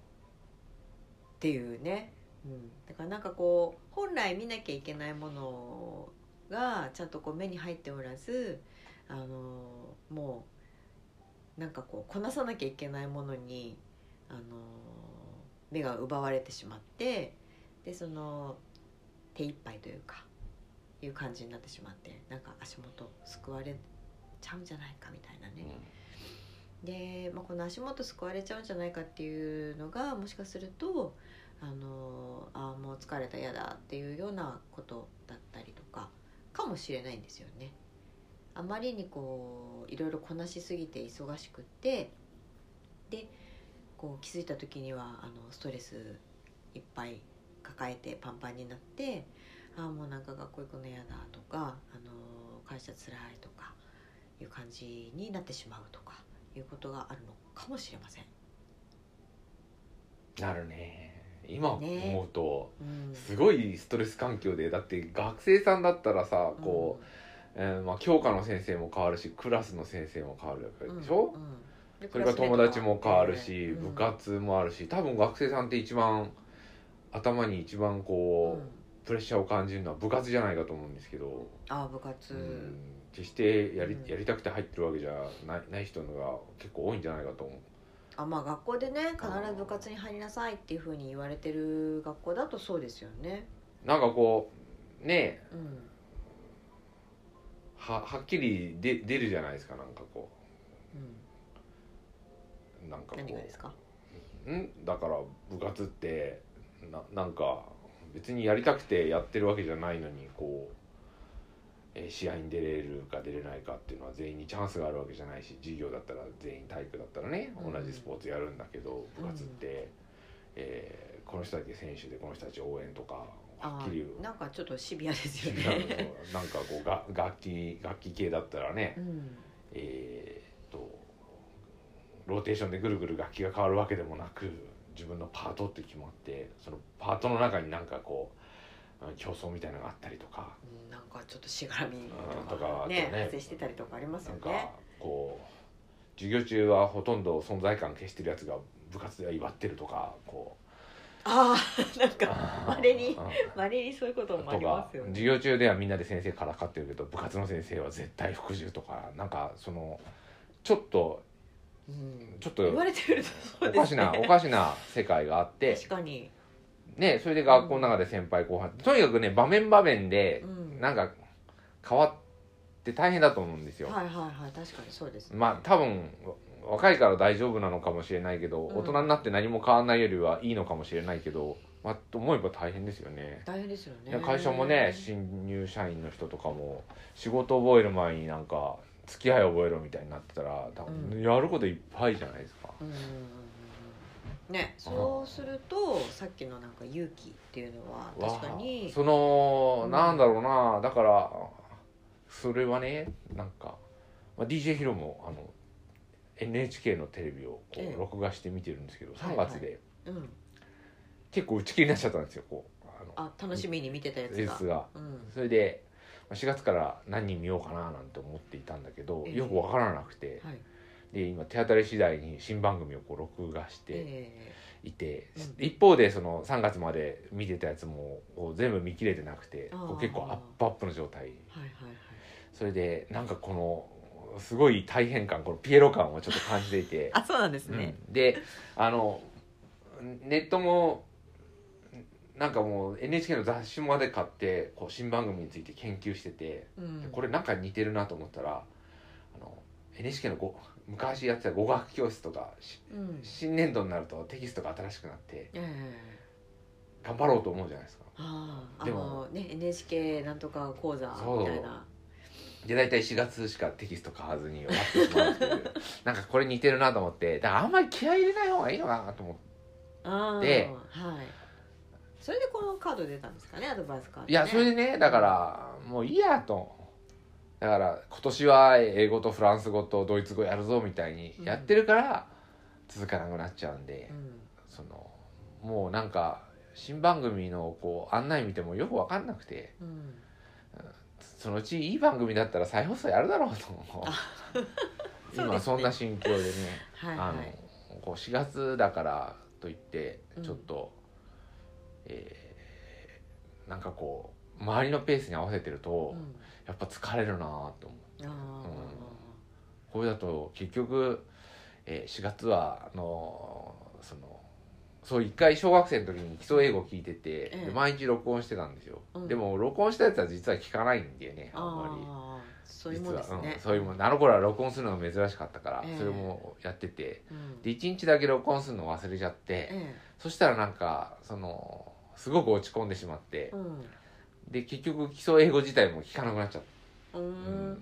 Speaker 2: ていうね、うん、だからなんかこう本来見なきゃいけないものがちゃんとこう目に入っておらずあのもうなんかこうこなさなきゃいけないものにあの目が奪われてしまってでその手一杯というかいう感じになってしまってなんか足元救われちゃうんじゃないかみたいなね。で、まあ、この足元救われちゃうんじゃないかっていうのがもしかするとあのあーもう疲れた嫌だっていうようなことだったりとかかもしれないんですよね。あまりにこういろいろこなしすぎて忙しくってでこう気づいた時にはあのストレスいっぱい抱えてパンパンになってああもうなんか学校行くの嫌だとかあの会社つらいとかいう感じになってしまうとかいうことがあるのかもしれません。
Speaker 1: なるね今思うと、
Speaker 2: うん、
Speaker 1: すごいストレス環境でだって学生さんだったらさこう、えーまあ、教科の先生も変わるしクラスの先生も変わるわけ
Speaker 2: うん、
Speaker 1: でしょ、
Speaker 2: うんうんで
Speaker 1: それから友達も変わるし、
Speaker 2: クラスメート
Speaker 1: 部活もあるし多分学生さんって一番頭に一番
Speaker 2: も
Speaker 1: こ
Speaker 2: う
Speaker 1: う、
Speaker 2: んうん
Speaker 1: プレッシャーを感じるのは部活じゃないかと思うんですけど、
Speaker 2: ああ部
Speaker 1: う
Speaker 2: 活、
Speaker 1: ん決してやり
Speaker 2: うん
Speaker 1: やりたくて入ってるわけじゃないない人のが結構多いんじゃないかと思う。
Speaker 2: あまあ学校でね必ず部活に入りなさいっていうふうに言われてる学校だとそうですよね。
Speaker 1: なんかこうね
Speaker 2: うん
Speaker 1: ははっきりで出るじゃないですかなんかこ
Speaker 2: うん、
Speaker 1: うなんかこ
Speaker 2: 何がですか
Speaker 1: ううんだから部活ってななんか別にやりたくてやってるわけじゃないのにこう、えー試合に出れるか出れないかっていうのは全員にチャンスがあるわけじゃないし授業だったら全員体育だったらね
Speaker 2: うん
Speaker 1: 同じスポーツやるんだけど、
Speaker 2: うん
Speaker 1: 部活って、えーこの人だけ選手でこの人たち応援とかは
Speaker 2: あ
Speaker 1: っきり
Speaker 2: ーなんかちょっとシビアですよ
Speaker 1: 違う
Speaker 2: ね。
Speaker 1: のなんかこうが楽器楽器系だったらね、
Speaker 2: うん
Speaker 1: えーっとローテーションでぐるぐる楽器が変わるわけでもなく自分のパートって決まってそのパートの中になんかこううん競争みたいなのがあったりとか
Speaker 2: うんなんかちょっとしがらみ
Speaker 1: うんとか
Speaker 2: とか
Speaker 1: あと
Speaker 2: ね
Speaker 1: ね
Speaker 2: 発生してたりとかあります
Speaker 1: な
Speaker 2: よ
Speaker 1: ん
Speaker 2: ね
Speaker 1: か。こう授業中はほとんど存在感消してるやつが部活では威張ってるとかこ
Speaker 2: ああなん
Speaker 1: う
Speaker 2: か稀に
Speaker 1: うん
Speaker 2: まれにそういうこともあ
Speaker 1: と
Speaker 2: りま
Speaker 1: か
Speaker 2: すよね。
Speaker 1: 授業中ではみんなで先生からかってるけど部活の先生は絶対服従とかなんかそのちょっと
Speaker 2: うん
Speaker 1: ちょっと
Speaker 2: 言われてみるとそう
Speaker 1: お
Speaker 2: で
Speaker 1: か
Speaker 2: す
Speaker 1: し
Speaker 2: ね
Speaker 1: な、。おかしな世界があって
Speaker 2: 確かに。
Speaker 1: ね、それで学校の中で先輩後輩、とにかくね場面場面で
Speaker 2: うん
Speaker 1: なんか変わって大変だと思うんですよ、
Speaker 2: はいはいはい確かにそうですね。
Speaker 1: まあ多分わ若いから大丈夫なのかもしれないけど、
Speaker 2: うん
Speaker 1: 大人になって何も変わらないよりはいいのかもしれないけど、まあ、と思えば大変ですよね
Speaker 2: 大変ですよ
Speaker 1: ね
Speaker 2: ね。
Speaker 1: 会社もね新入社員の人とかも仕事覚える前になんか付き合い覚えろみたいになってたら多
Speaker 2: う
Speaker 1: 分やることいっぱいじゃないですか、
Speaker 2: うんうんうんうんねそうするとさっきのなんか勇気っていうのは
Speaker 1: わあ
Speaker 2: 確かに
Speaker 1: その、
Speaker 2: うん
Speaker 1: なんだろうなだからそれはねなんか、まあ、DJ ヒロもあの NHK のテレビをこ
Speaker 2: ええ
Speaker 1: う録画して見てるんですけど、
Speaker 2: は
Speaker 1: 3
Speaker 2: いはい
Speaker 1: 月で
Speaker 2: うん
Speaker 1: 結構打ち切りになっちゃったんですよこうあの
Speaker 2: あ楽しみに見てたやつ
Speaker 1: レ
Speaker 2: が
Speaker 1: ース。が。
Speaker 2: うん
Speaker 1: それでまあ4月から何人見ようかななんて思っていたんだけど、
Speaker 2: ええ
Speaker 1: よくわからなくて
Speaker 2: はい。
Speaker 1: で今手当たり次第に新番組をこう録画して
Speaker 2: え
Speaker 1: いて、
Speaker 2: うん
Speaker 1: 一方でその3月まで見てたやつもこう全部見切れてなくて
Speaker 2: あー
Speaker 1: こう結構アップアップの状態
Speaker 2: えはいはいはい。、
Speaker 1: それでなんかこのすごい大変感このピエロ感をちょっと感じていて
Speaker 2: あそうなんですね。
Speaker 1: うん、であのネットもなんかもう NHK の雑誌まで買ってこう新番組について研究してて、
Speaker 2: うん
Speaker 1: でこれなんか似てるなと思ったらあの NHK のご昔やってた語学教室とかし
Speaker 2: うん。
Speaker 1: 新年度になるとテキストが新しくなって
Speaker 2: ええ
Speaker 1: 頑張ろうと思うじゃないですか。
Speaker 2: あああ
Speaker 1: でも
Speaker 2: のね NHK なんとか講座みたいな
Speaker 1: で大体4月しかテキスト買わずに終わってしまうっていう なんかこれ似てるなと思ってだからあんまり気合い入れない方がいいのかなと思って
Speaker 2: ああ
Speaker 1: で
Speaker 2: はいそれでこのカード出たんですかねアドバイスカード、ね、
Speaker 1: いやそれでねだからもういいやとだから今年は英語とフランス語とドイツ語やるぞみたいにやってるから続かなくなっちゃうんで
Speaker 2: う、ん
Speaker 1: そのもうなんか新番組のこう案内見てもよく分かんなくて
Speaker 2: うん
Speaker 1: そのうちいい番組だったら再放送やるだろうと思
Speaker 2: あ
Speaker 1: う
Speaker 2: そうですね
Speaker 1: 今そんな心境でね
Speaker 2: はいは
Speaker 1: あ
Speaker 2: い
Speaker 1: のこう4月だからといって
Speaker 2: うん
Speaker 1: ちょっと、えーなんかこう周りのペースに合わせてると、
Speaker 2: うん
Speaker 1: やっぱ疲れるなぁと思う
Speaker 2: ああ、
Speaker 1: これだと結局、えー4月はあのーそのそう一回小学生の時に基礎英語聞いてて、
Speaker 2: ええ
Speaker 1: で毎日録音してたんですよ、
Speaker 2: うん
Speaker 1: でも録音したやつは実は聞かないんだよねあんまり
Speaker 2: ああそういうもんです
Speaker 1: 実は
Speaker 2: ね
Speaker 1: うん、そういうもんあの頃は録音するのが珍しかったから、
Speaker 2: ええ
Speaker 1: それもやってて
Speaker 2: うん
Speaker 1: で1日だけ録音するの忘れちゃって、
Speaker 2: え
Speaker 1: そしたらなんかそのすごく落ち込んでしまって
Speaker 2: え、うん
Speaker 1: で結局基礎英語自体も聞かなくなっちゃっ
Speaker 2: うーん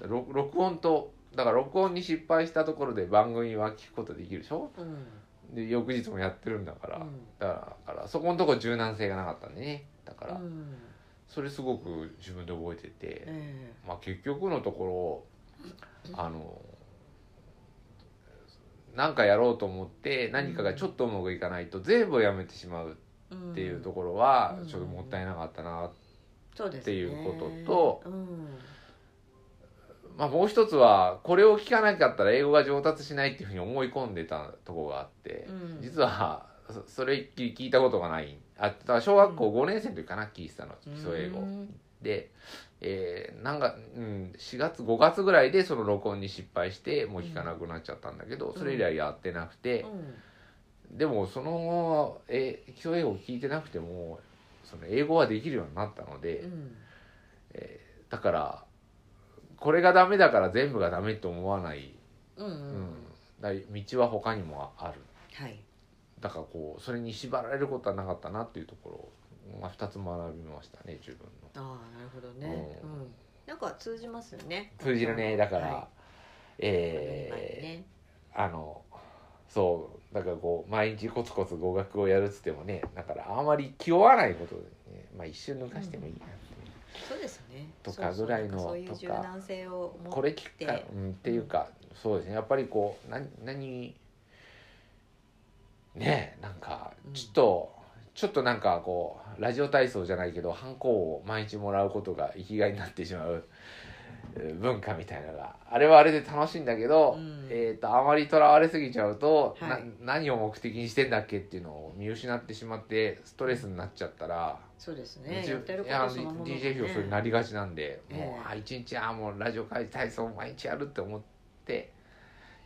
Speaker 1: た録録音とだから録音に失敗したところで番組は聞くことできるでしょ
Speaker 2: うんうん
Speaker 1: で翌日もやってるんだから、
Speaker 2: うん
Speaker 1: だからそこのとこ柔軟性がなかったんでねだから、
Speaker 2: うん
Speaker 1: それすごく自分で覚えてて、
Speaker 2: え
Speaker 1: まあ結局のところあの何かやろうと思って何かがちょっとうまくいかないと全部やめてしまう
Speaker 2: え
Speaker 1: っていうと
Speaker 2: ん
Speaker 1: ころは
Speaker 2: うん
Speaker 1: ちょっともったいなかったな、
Speaker 2: そうですね
Speaker 1: っていうこと
Speaker 2: うん
Speaker 1: まあもう一つはこれを聞かなかったら英語が上達しないっていうふうに思い込んでたところがあって、
Speaker 2: うん
Speaker 1: 実はそそれっきり聞いたことがないあだから小学校5年生の時かな聞いてたの基礎英語。
Speaker 2: うん
Speaker 1: で、えーなんか、うん、4月5月ぐらいでその録音に失敗してもう聞かなくなっちゃったんだけど、それ以来やってなくて
Speaker 2: う、ん
Speaker 1: でもその後、えー基礎英語を聞いてなくてもその英語はできるようになったので、
Speaker 2: うん
Speaker 1: だからこれがダメだから全部がダメと思わない、
Speaker 2: うんう
Speaker 1: うん
Speaker 2: ん
Speaker 1: だ道は他にもある
Speaker 2: はい
Speaker 1: だからこうそれに縛られることはなかったなっていうところを、まあ、2つ学びましたね自分の。
Speaker 2: ああなるほどね
Speaker 1: う
Speaker 2: うんんなんか通じますよね
Speaker 1: 通じるねだから、
Speaker 2: は
Speaker 1: え
Speaker 2: はい
Speaker 1: ー
Speaker 2: ね
Speaker 1: あのそうだからこう毎日コツコツ語学をやるっつってもねだからあんまり気負わないことでねまあ一瞬抜かしてもいいなって、
Speaker 2: そうですよね
Speaker 1: とかぐらいの
Speaker 2: そうそうなんかそういう
Speaker 1: と
Speaker 2: 柔
Speaker 1: か
Speaker 2: 軟性を持
Speaker 1: こ
Speaker 2: って
Speaker 1: れ聞くか、うん、っていうかそうですねやっぱりこうな何ねえなんか
Speaker 2: うん
Speaker 1: ちょっと、ちょっとなんかこうラジオ体操じゃないけどハンコを毎日もらうことが生きがいになってしまうえー文化みたいなのがあれはあれで楽しいんだけど、
Speaker 2: うん
Speaker 1: えー、とあまりとらわれすぎちゃうと、
Speaker 2: はい
Speaker 1: な何を目的にしてんだっけっていうのを見失ってしまってストレスになっちゃったら。
Speaker 2: そうですね
Speaker 1: 一応
Speaker 2: やってるこ
Speaker 1: いや
Speaker 2: とそのものがね
Speaker 1: DJ 表それになりがちなんで、
Speaker 2: ええ
Speaker 1: もうあ一日あもうラジオ会体操毎日やるって思って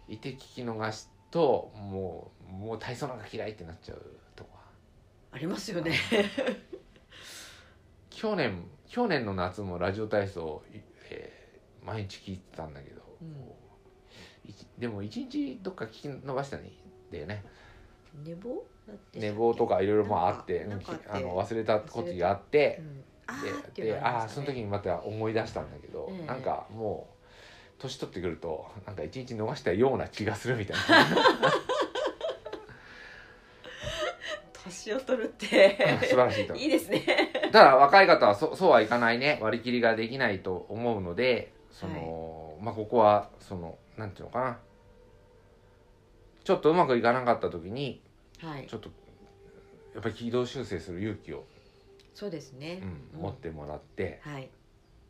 Speaker 1: いて聞き逃しともうもう体操なんか嫌いってなっちゃうとか
Speaker 2: ありますよね
Speaker 1: 去年去年の夏もラジオ体操、えー毎日聞いてたんだけど、
Speaker 2: うん
Speaker 1: いちでも一日どっか聞き逃したんだよね
Speaker 2: 寝坊だって
Speaker 1: 寝坊とかいろいろまあ
Speaker 2: なん
Speaker 1: あ
Speaker 2: か
Speaker 1: ってうん
Speaker 2: なん
Speaker 1: き
Speaker 2: かあって
Speaker 1: あの忘れたことがあって
Speaker 2: う。んあーって
Speaker 1: で
Speaker 2: いう
Speaker 1: で
Speaker 2: の
Speaker 1: あ
Speaker 2: あ
Speaker 1: あ
Speaker 2: りま
Speaker 1: そ
Speaker 2: した
Speaker 1: の
Speaker 2: ね
Speaker 1: 時にまた思い出したんだけど、
Speaker 2: ええ
Speaker 1: なんかもう年取ってくるとなんか一日逃したような気がするみたい な
Speaker 2: 年を取るって
Speaker 1: 素晴らしいと
Speaker 2: いいですね
Speaker 1: ただ若い方はそそうはいかないね割り切りができないと思うのでその、まあここはそのなんていうのかなちょっとうまくいかなかった時に
Speaker 2: はい
Speaker 1: ちょっとやっぱり軌道修正する勇気を、
Speaker 2: そうですね
Speaker 1: うん
Speaker 2: うん
Speaker 1: 持ってもらって、
Speaker 2: はい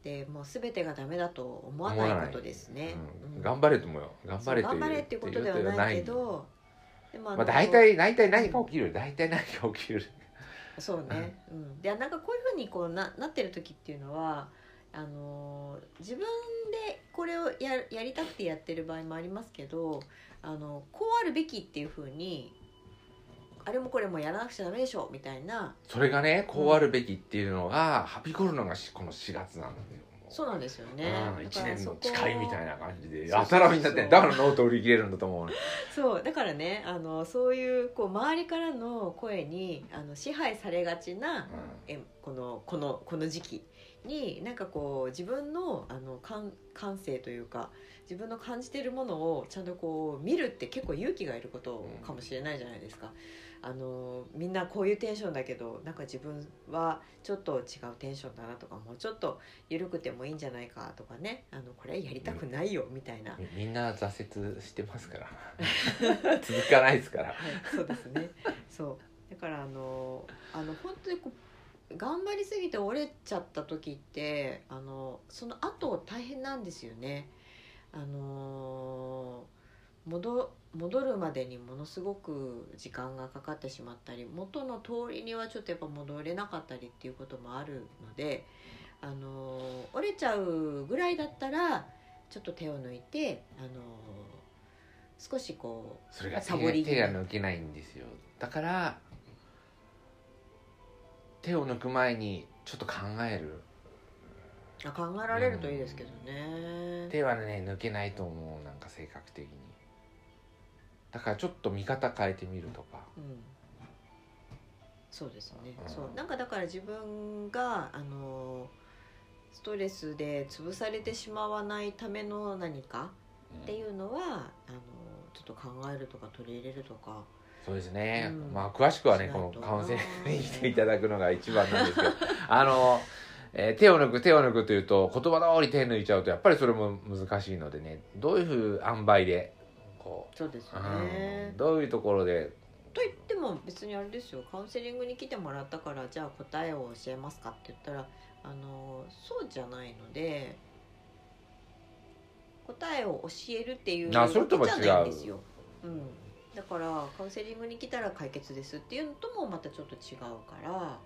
Speaker 2: でもう全てがダメだと思わないことですね
Speaker 1: うん
Speaker 2: うん
Speaker 1: 頑張れと思うよ頑張れと
Speaker 2: そう
Speaker 1: いう
Speaker 2: 頑張れっていうことではないけどでもあの
Speaker 1: まあ、大体大体何か起きる大体何か起きる
Speaker 2: そうね、うん、でなんかこういうふうにこうななってる時っていうのはあのー自分でこれをややりたくてやってる場合もありますけどあのこうあるべきっていうふうにあれもこれもやらなくちゃダメでしょみたいな
Speaker 1: それがねこうあるべきっていうのが、はびこるのがしこの4月なんだよもう
Speaker 2: そうなんですよね
Speaker 1: うん、
Speaker 2: だか
Speaker 1: 1
Speaker 2: ら
Speaker 1: 年
Speaker 2: そ
Speaker 1: の
Speaker 2: こ
Speaker 1: 誓いみたいな感じで
Speaker 2: そうそ
Speaker 1: や
Speaker 2: うそ
Speaker 1: た
Speaker 2: う
Speaker 1: らみんなってだからノート売り切れるんだと思うね
Speaker 2: そうだからねあのそういうこう周りからの声にあの支配されがちな、えこのこのこの時期になんかこう自分のあの感感性というか自分の感じてるものをちゃんとこう見るって結構勇気がいることかもしれないじゃないですか。あのみんなこういうテンションだけどなんか自分はちょっと違うテンションだなとかもうちょっと緩くてもいいんじゃないかとかねあのこれやりたくないよみたいな、
Speaker 1: うんみみんな挫折してます から続かないですから
Speaker 2: はい、そうですね。そう。だからあのあの本当にこう頑張りすぎて折れちゃった時ってあのその後大変なんですよね。あの戻戻るまでにものすごく時間がかかってしまったり元の通りにはちょっとやっぱ戻れなかったりっていうこともあるのであの折れちゃうぐらいだったらちょっと手を抜いてあの少しこ
Speaker 1: それが
Speaker 2: サボり
Speaker 1: 手手が抜けないんですよだから手を抜く前にちょっと考える
Speaker 2: うあ考えられるといいですけどね。
Speaker 1: 手はね抜けないと思うなんか性格的にだからちょっと見方変えてみるとか
Speaker 2: うんそうですね、
Speaker 1: うん
Speaker 2: そうなんかだから自分があのストレスで潰されてしまわないための何かっていうのはあのちょっと考えるとか取り入れるとか
Speaker 1: そうですね、
Speaker 2: うん
Speaker 1: まあ詳しくはね
Speaker 2: し
Speaker 1: こ
Speaker 2: ない
Speaker 1: の
Speaker 2: と
Speaker 1: カウンセリングに来ていただくのが一番なんですけど あの、えー手を抜く手を抜くというと言葉通り手抜いちゃうとやっぱりそれも難しいのでねどういうふう塩梅でこ
Speaker 2: そうです
Speaker 1: う、
Speaker 2: よね
Speaker 1: うん、。どういうところで
Speaker 2: と言っても別にあれですよカウンセリングに来てもらったからじゃあ答えを教えますかって言ったらあのそうじゃないので答えを教えるっていう
Speaker 1: あそれとも
Speaker 2: じゃな
Speaker 1: 違
Speaker 2: いん
Speaker 1: う
Speaker 2: ですよ。うん、だからカウンセリングに来たら解決ですっていうのともまたちょっと違うから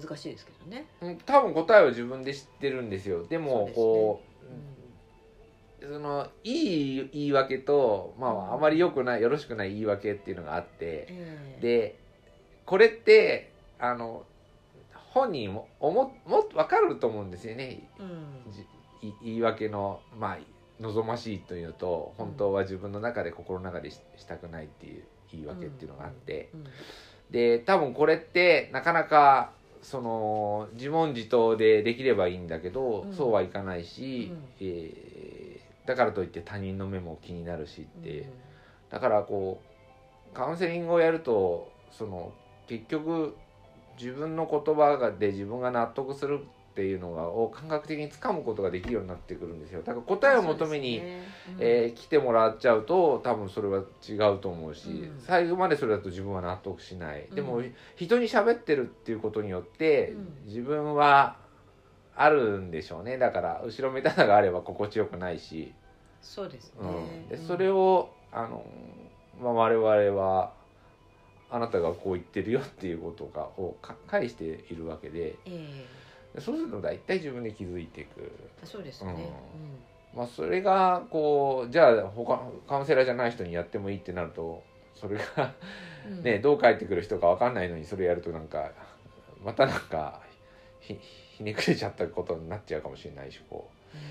Speaker 2: 難しいですけどね。
Speaker 1: うん多分答えを自分で知ってるんですよで
Speaker 2: そう
Speaker 1: も
Speaker 2: ですね
Speaker 1: こう
Speaker 2: う
Speaker 1: そのいい言い訳と、まあ、あまり良くないよろしくない言い訳っていうのがあって
Speaker 2: ん、ええ
Speaker 1: でこれってあの本人も思もっと分かると思うんですよね
Speaker 2: うん
Speaker 1: じい言い訳の、まあ、望ましいというのと本当は自分の中で心の中でししたくないっていう言い訳っていうのがあって。
Speaker 2: うん
Speaker 1: で多分これってなかなかその自問自答でできればいいんだけど、
Speaker 2: うん
Speaker 1: そうはいかないし、
Speaker 2: うん
Speaker 1: えーだからといって他人の目も気になるしって、
Speaker 2: うん
Speaker 1: だからこうカウンセリングをやるとその結局自分の言葉がで自分が納得するっていうのがを感覚的につかむことができるようになってくるんですよだから答えを求めに、
Speaker 2: そうですねうん
Speaker 1: えー来てもらっちゃうと多分それは違うと思うし、
Speaker 2: うん
Speaker 1: 最後までそれだと自分は納得しない、
Speaker 2: うん
Speaker 1: でも人に喋ってるっていうことによって、
Speaker 2: うん
Speaker 1: 自分はあるんでしょうねだから後ろめたさがあれば心地よくないし、
Speaker 2: そうですね
Speaker 1: うん。で
Speaker 2: うん
Speaker 1: それをあの、まあ、我々はあなたがこう言ってるよっていうことがをか返しているわけで
Speaker 2: ええ
Speaker 1: そうすると大体自分で気づいていく。
Speaker 2: そうですね、
Speaker 1: うん
Speaker 2: うん
Speaker 1: まあ、それがこうじゃあ他カウンセラーじゃない人にやってもいいってなるとそれが
Speaker 2: うん
Speaker 1: ね、どう返ってくる人か分かんないのにそれやるとなんかまたなんかひひねくれちゃったことになっちゃうかもしれないしこ
Speaker 2: うん
Speaker 1: う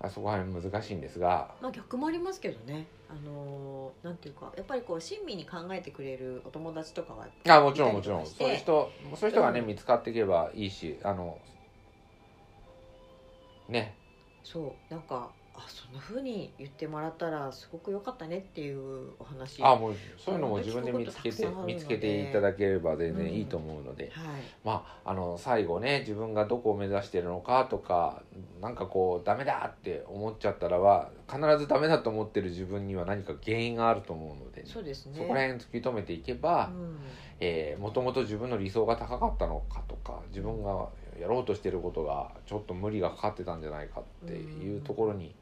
Speaker 1: あそこは難しいんですが、
Speaker 2: まあ逆もありますけどねあのーなんていうかやっぱりこう親身に考えてくれるお友達とかは
Speaker 1: あもちろんもちろん
Speaker 2: いたりと
Speaker 1: そ
Speaker 2: かして
Speaker 1: ういう人そういう人がね
Speaker 2: うん
Speaker 1: 見つかっていけばいいしあのね
Speaker 2: そうなんかあそんな風に言ってもらったらすごく良かったねっていうお話
Speaker 1: あ
Speaker 2: は
Speaker 1: もうそういうのも自分で見つけて
Speaker 2: 本当聞くことたくさんあるので
Speaker 1: 見つけていただければ全然いいと思うので
Speaker 2: い。
Speaker 1: まあ、あの最後ね自分がどこを目指してるのかとかなんかこうダメだって思っちゃったらは必ずダメだと思ってる自分には何か原因があると思うのでね、
Speaker 2: そうですね
Speaker 1: そこら辺突き止めていけば
Speaker 2: うん
Speaker 1: えーもともと自分の理想が高かったのかとか自分がやろうとしてることがちょっと無理がかかってたんじゃないかっていうところに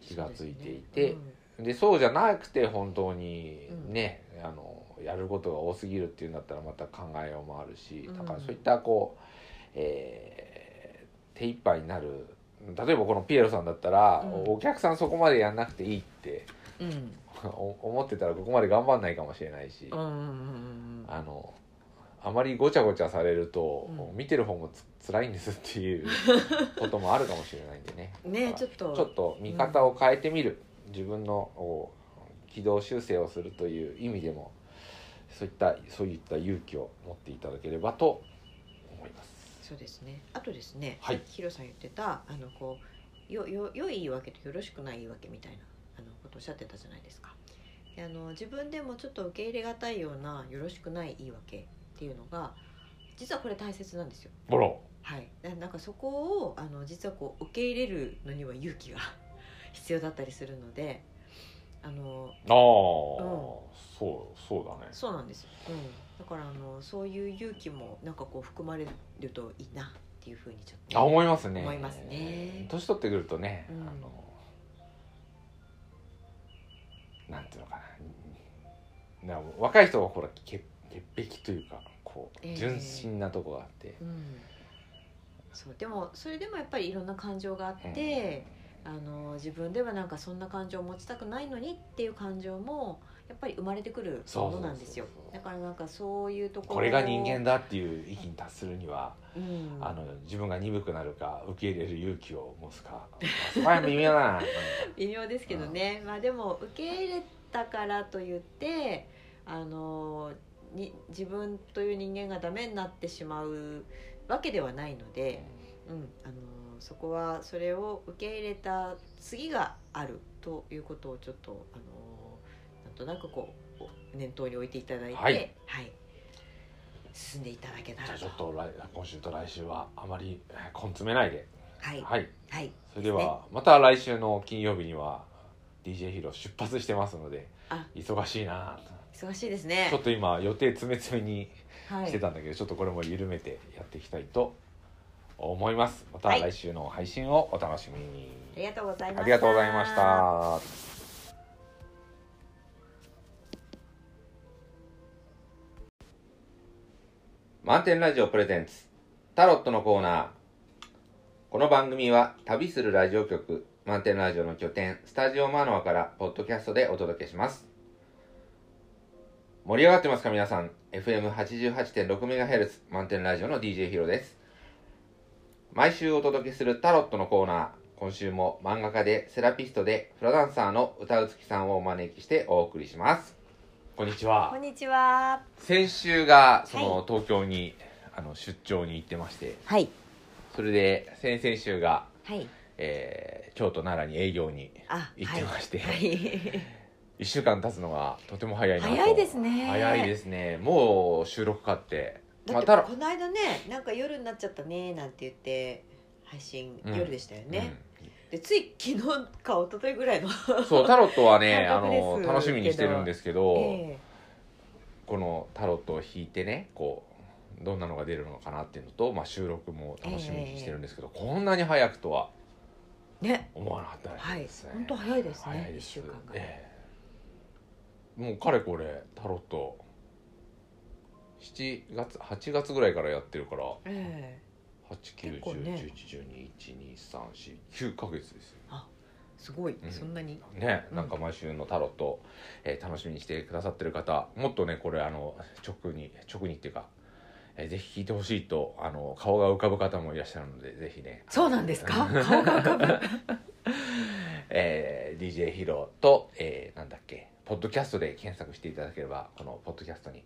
Speaker 1: 気がついていて。
Speaker 2: そうですね
Speaker 1: でそうじゃなくて本当にね、あのやることが多すぎるっていうんだったらまた考えようもあるし
Speaker 2: うん
Speaker 1: だからそういったこう、えー手一杯になる例えばこのピエロさんだったら、
Speaker 2: うん
Speaker 1: お客さんそこまでやんなくていいって
Speaker 2: うんうん
Speaker 1: お思ってたらここまで頑張んないかもしれないし、
Speaker 2: うんうんうんうん
Speaker 1: あのあまりごちゃごちゃされると、
Speaker 2: うん
Speaker 1: 見てる方もつ辛いんですっていうこともあるかもしれないんでね。
Speaker 2: ねちょっと
Speaker 1: ちょっと見方を変えてみる、自分のお軌道修正をするという意味でもそういったそういった勇気を持っていただければと思います。
Speaker 2: そうですねあとですね、
Speaker 1: はい
Speaker 2: ヒロさん言ってたあのこうよよ良い言い訳とよろしくない言い訳みたいなあのことをおっしゃってたじゃないですかであの自分でもちょっと受け入れがたいようなよろしくない言い訳っていうのが実はこれ大切なんですよ
Speaker 1: ボロ
Speaker 2: はいななんかそこをあの実はこう受け入れるのには勇気が 必要だったりするのであの
Speaker 1: ああ、そうそうだね
Speaker 2: そうなんですよ、うん、だからあのそういう勇気もなんかこう含まれるといいなっていうふうにちょっと
Speaker 1: あ思いますね
Speaker 2: 思いますね
Speaker 1: 年取ってくるとね、
Speaker 2: うん
Speaker 1: あのなんていうのかなな若い人はほら潔潔癖というかこ
Speaker 2: ええ
Speaker 1: う純真なとこがあって、
Speaker 2: うんそうでもそれでもやっぱりいろんな感情があって、あの自分ではなんかそんな感情を持ちたくないのにっていう感情もやっぱり生まれてくるものなんですよ
Speaker 1: そうそうそうそう
Speaker 2: だからなんかそういうところ
Speaker 1: これが人間だっていう域に達するには、
Speaker 2: うん、
Speaker 1: あの自分が鈍くなるか受け入れる勇気を持つか、そこは微妙だな。
Speaker 2: 微妙ですけどね、まあでも受け入れたからといってあのに自分という人間がダメになってしまうわけではないので、うん、あのそこはそれを受け入れた次があるということをちょっとあのなんとなくこう念頭に置いていただいて、
Speaker 1: はい
Speaker 2: はい進んでいただけた
Speaker 1: じゃあ
Speaker 2: ら
Speaker 1: ち
Speaker 2: と
Speaker 1: ょっと来今週と来週はあまりえー根詰めないで、
Speaker 2: はい
Speaker 1: はい。
Speaker 2: はい
Speaker 1: それで
Speaker 2: ですね
Speaker 1: はまた来週の金曜日には DJ ヒロ出発してますので
Speaker 2: あ、
Speaker 1: 忙しいなぁと。
Speaker 2: 忙しいですね
Speaker 1: ちょっと今予定詰め詰めに
Speaker 2: は
Speaker 1: し
Speaker 2: い
Speaker 1: てたんだけど、ちょっとこれも緩めてやっていきたいと思います。また
Speaker 2: はい
Speaker 1: 来週の配信をお楽しみに。
Speaker 2: ありがとうございました
Speaker 1: ありがとうございました。満点ラジオプレゼンツタロットのコーナーこの番組は旅するラジオ局満点ラジオの拠点スタジオマノアからポッドキャストでお届けします盛り上がってますか皆さん FM88.6MHz 満点ラジオの DJ ヒロです毎週お届けするタロットのコーナー今週も漫画家でセラピストでフラダンサーの歌うつきさんをお招きしてお送りしますこんにちは
Speaker 2: こんにちは
Speaker 1: 先週がそ
Speaker 2: は
Speaker 1: の東京に、あの出張に行ってまして
Speaker 2: はい
Speaker 1: それで先々週が、
Speaker 2: はい
Speaker 1: えー京都奈良に営業に
Speaker 2: あ
Speaker 1: 行ってまして、
Speaker 2: はい、
Speaker 1: 1週間経つのがとても早いなと
Speaker 2: 早いですね
Speaker 1: 早いですねもう収録かって
Speaker 2: だっ
Speaker 1: まあ
Speaker 2: て
Speaker 1: 太郎
Speaker 2: この間ねなんか夜になっちゃったねなんて言って配信、
Speaker 1: うん
Speaker 2: 夜でしたよね、でつい昨日か一昨日ぐらいの
Speaker 1: うんそうタロットは ねあ
Speaker 2: 感覚です
Speaker 1: の楽しみにしてるんですけど、
Speaker 2: え
Speaker 1: このタロットを引いてねこうどんなのが出るのかなっていうのと、まあ、収録も楽しみにしてるんですけど、こんなに早くとは
Speaker 2: えね
Speaker 1: 思わなかった
Speaker 2: はい
Speaker 1: ですね
Speaker 2: 本当早いです
Speaker 1: 早い
Speaker 2: ね
Speaker 1: で
Speaker 2: 一
Speaker 1: す
Speaker 2: 週間が、
Speaker 1: ええもうかれこれタロット7月8月ぐらいからやってるから
Speaker 2: ええ結構ね
Speaker 1: 89101121234ヶ月ですよ
Speaker 2: すごい、
Speaker 1: うん
Speaker 2: そんなに
Speaker 1: ね
Speaker 2: うん
Speaker 1: なんか毎週のタロット、えー楽しみにしてくださってる方もっとねこれあの直に直にっていうか、えーぜひ聞いてほしいとあの顔が浮かぶ方もいらっしゃるのでぜひね
Speaker 2: そうなんですか顔が浮かぶ
Speaker 1: えー DJ ヒロと、えーなんだっけポッドキャストで検索していただければこのポッドキャストに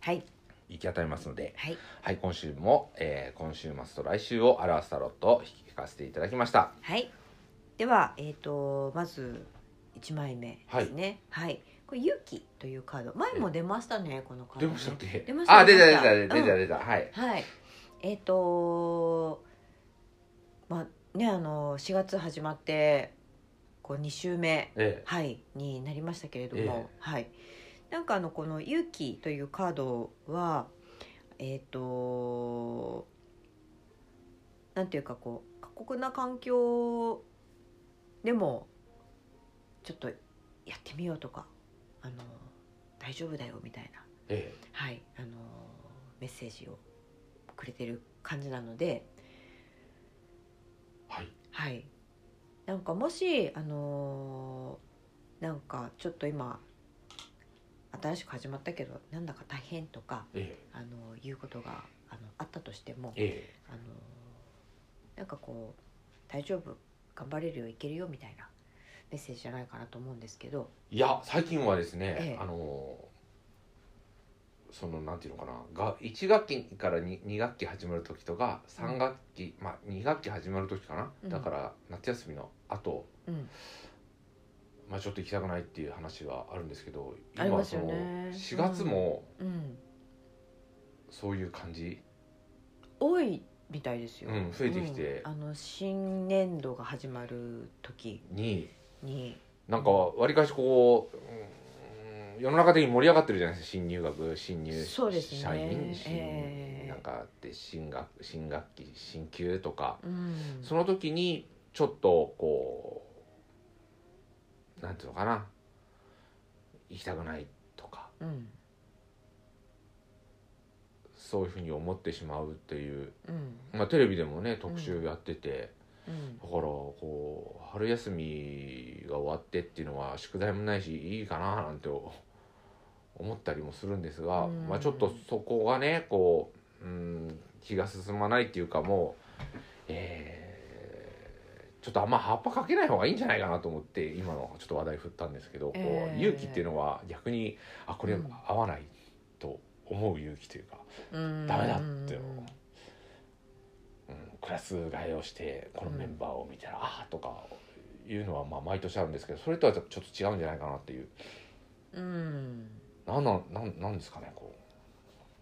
Speaker 2: はい
Speaker 1: 行き当たりますので、
Speaker 2: はい
Speaker 1: はい、今週も、えー今週末と来週を表すタロットを引かせていただきました
Speaker 2: はいではえっ、とまず一枚目ですねはい、これ勇気というカード前も出ましたねこのカード
Speaker 1: 出
Speaker 2: ね、
Speaker 1: ましたっけ
Speaker 2: 出ました
Speaker 1: あ出た
Speaker 2: 出
Speaker 1: 出
Speaker 2: ました
Speaker 1: 出た出
Speaker 2: うん
Speaker 1: た出た、はい
Speaker 2: はい。えっ、とまあねあの4月始まってこう2週目
Speaker 1: え
Speaker 2: はいになりましたけれど
Speaker 1: え
Speaker 2: も、はい。なんかあのこの勇気というカードはえっ、となんていうかこう過酷な環境でもちょっとやってみようとかあの大丈夫だよみたいな
Speaker 1: ええ
Speaker 2: はい、あのーメッセージをくれてる感じなので、
Speaker 1: えはい
Speaker 2: はい、なんかもし、あのーなんかちょっと今新しく始まったけどなんだか大変とか、
Speaker 1: え
Speaker 2: あのーいうことがあのあったとしても
Speaker 1: え、え
Speaker 2: あのーなんかこう大丈夫頑張れるよいけるよみたいなメッセージじゃないかなと思うんですけど、
Speaker 1: えいや最近はですね、
Speaker 2: ええ
Speaker 1: あのーそのなんていうのかなが1学期から 2, 二学期始まる時とか3学期、まあ2学期始まる時かな、
Speaker 2: うん
Speaker 1: だから夏休みの後
Speaker 2: うん、
Speaker 1: まあちょっと行きたくないっていう話はあるんですけど
Speaker 2: ありま
Speaker 1: 今
Speaker 2: す
Speaker 1: そ
Speaker 2: よ
Speaker 1: の
Speaker 2: ね
Speaker 1: 4月も
Speaker 2: うん、
Speaker 1: そういう感じ、
Speaker 2: 多いみたいですよ。
Speaker 1: うん、増えてきて
Speaker 2: うんあの新年度が始まる時
Speaker 1: に
Speaker 2: に
Speaker 1: なんかわりかしこう、うん世の中的に盛り上がってるじゃないですか新入学新入
Speaker 2: そうですね
Speaker 1: 社員新、
Speaker 2: ええ
Speaker 1: なんかあって新学新学期新級とか、
Speaker 2: うん
Speaker 1: その時にちょっとこうなんていうのかな行きたくないとか
Speaker 2: うん
Speaker 1: そういうふうに思ってしまうっていう、
Speaker 2: うん
Speaker 1: まあ、テレビでもね特集やってて、
Speaker 2: うん
Speaker 1: だからこう春休みが終わってっていうのは宿題もないしいいかななんて思ったりもするんですが、
Speaker 2: うん
Speaker 1: まあ、ちょっとそこがねこう、うん、気が進まないっていうかもう、えーちょっとあんま葉っぱかけない方がいいんじゃないかなと思って今のちょっと話題振ったんですけど、こう
Speaker 2: えー
Speaker 1: 勇気っていうのは逆にあこれ
Speaker 2: うん
Speaker 1: 合わないと思う勇気というか。
Speaker 2: うん
Speaker 1: ダメだって
Speaker 2: うん
Speaker 1: うんクラス替えをしてこのメンバーを見たら、ああとかいうのはまあ毎年あるんですけどそれとはちょっと違うんじゃないかなっていう
Speaker 2: うん
Speaker 1: なんなんなんなんですかねこ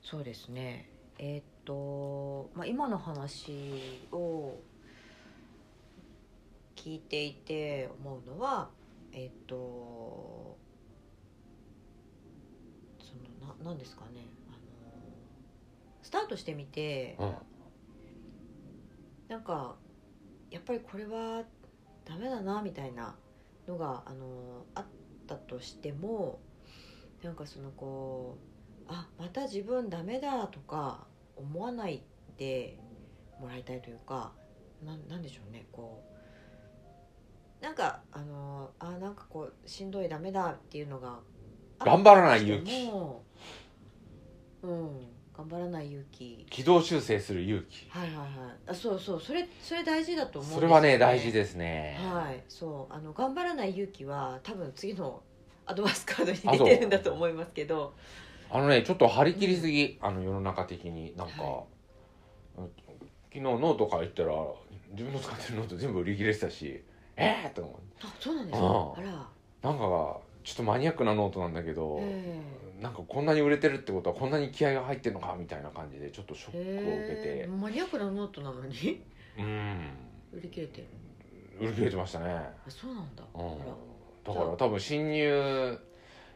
Speaker 2: そうですねえーっと、まあ、今の話を聞いていて思うのはえーっとそのななんですかねあのスタートしてみて
Speaker 1: う、うん、
Speaker 2: なんかやっぱりこれはダメだなみたいなのがあのあったとしてもなんかそのこうあまた自分ダメだとか思わないでもらいたいというかなんなんでしょうねこうなんかあのあなんかこうしんどいダメだっていうのがあった
Speaker 1: 頑張らない勇気
Speaker 2: としてもうん頑張らない勇気
Speaker 1: 軌道修正する勇気
Speaker 2: はいはいはいあそうそうそれそれ大事だと思うん
Speaker 1: それはね
Speaker 2: よ
Speaker 1: 大事ですね、
Speaker 2: はいそうあの頑張らない勇気は多分次のアドバンスカードに出てるんだと思いますけど
Speaker 1: あのねちょっと張り切りすぎ、あの世の中的になんか、
Speaker 2: は
Speaker 1: うん昨日ノートから行ったら自分の使ってるノート全部売り切れてたしえっ、と思う
Speaker 2: あそうなんですか
Speaker 1: う
Speaker 2: あ
Speaker 1: ん
Speaker 2: ら
Speaker 1: なんかちょっとマニアックなノートなんだけど、
Speaker 2: え
Speaker 1: なんかこんなに売れてるってことはこんなに気合が入ってるのかみたいな感じでちょっとショッ
Speaker 2: え
Speaker 1: クを受け
Speaker 2: え
Speaker 1: て
Speaker 2: えマニアックなノートなのに
Speaker 1: うん
Speaker 2: 売り切れてる
Speaker 1: 売り切れてましたね、
Speaker 2: あそうなんだ、
Speaker 1: うん
Speaker 2: あら、
Speaker 1: だから多分新入、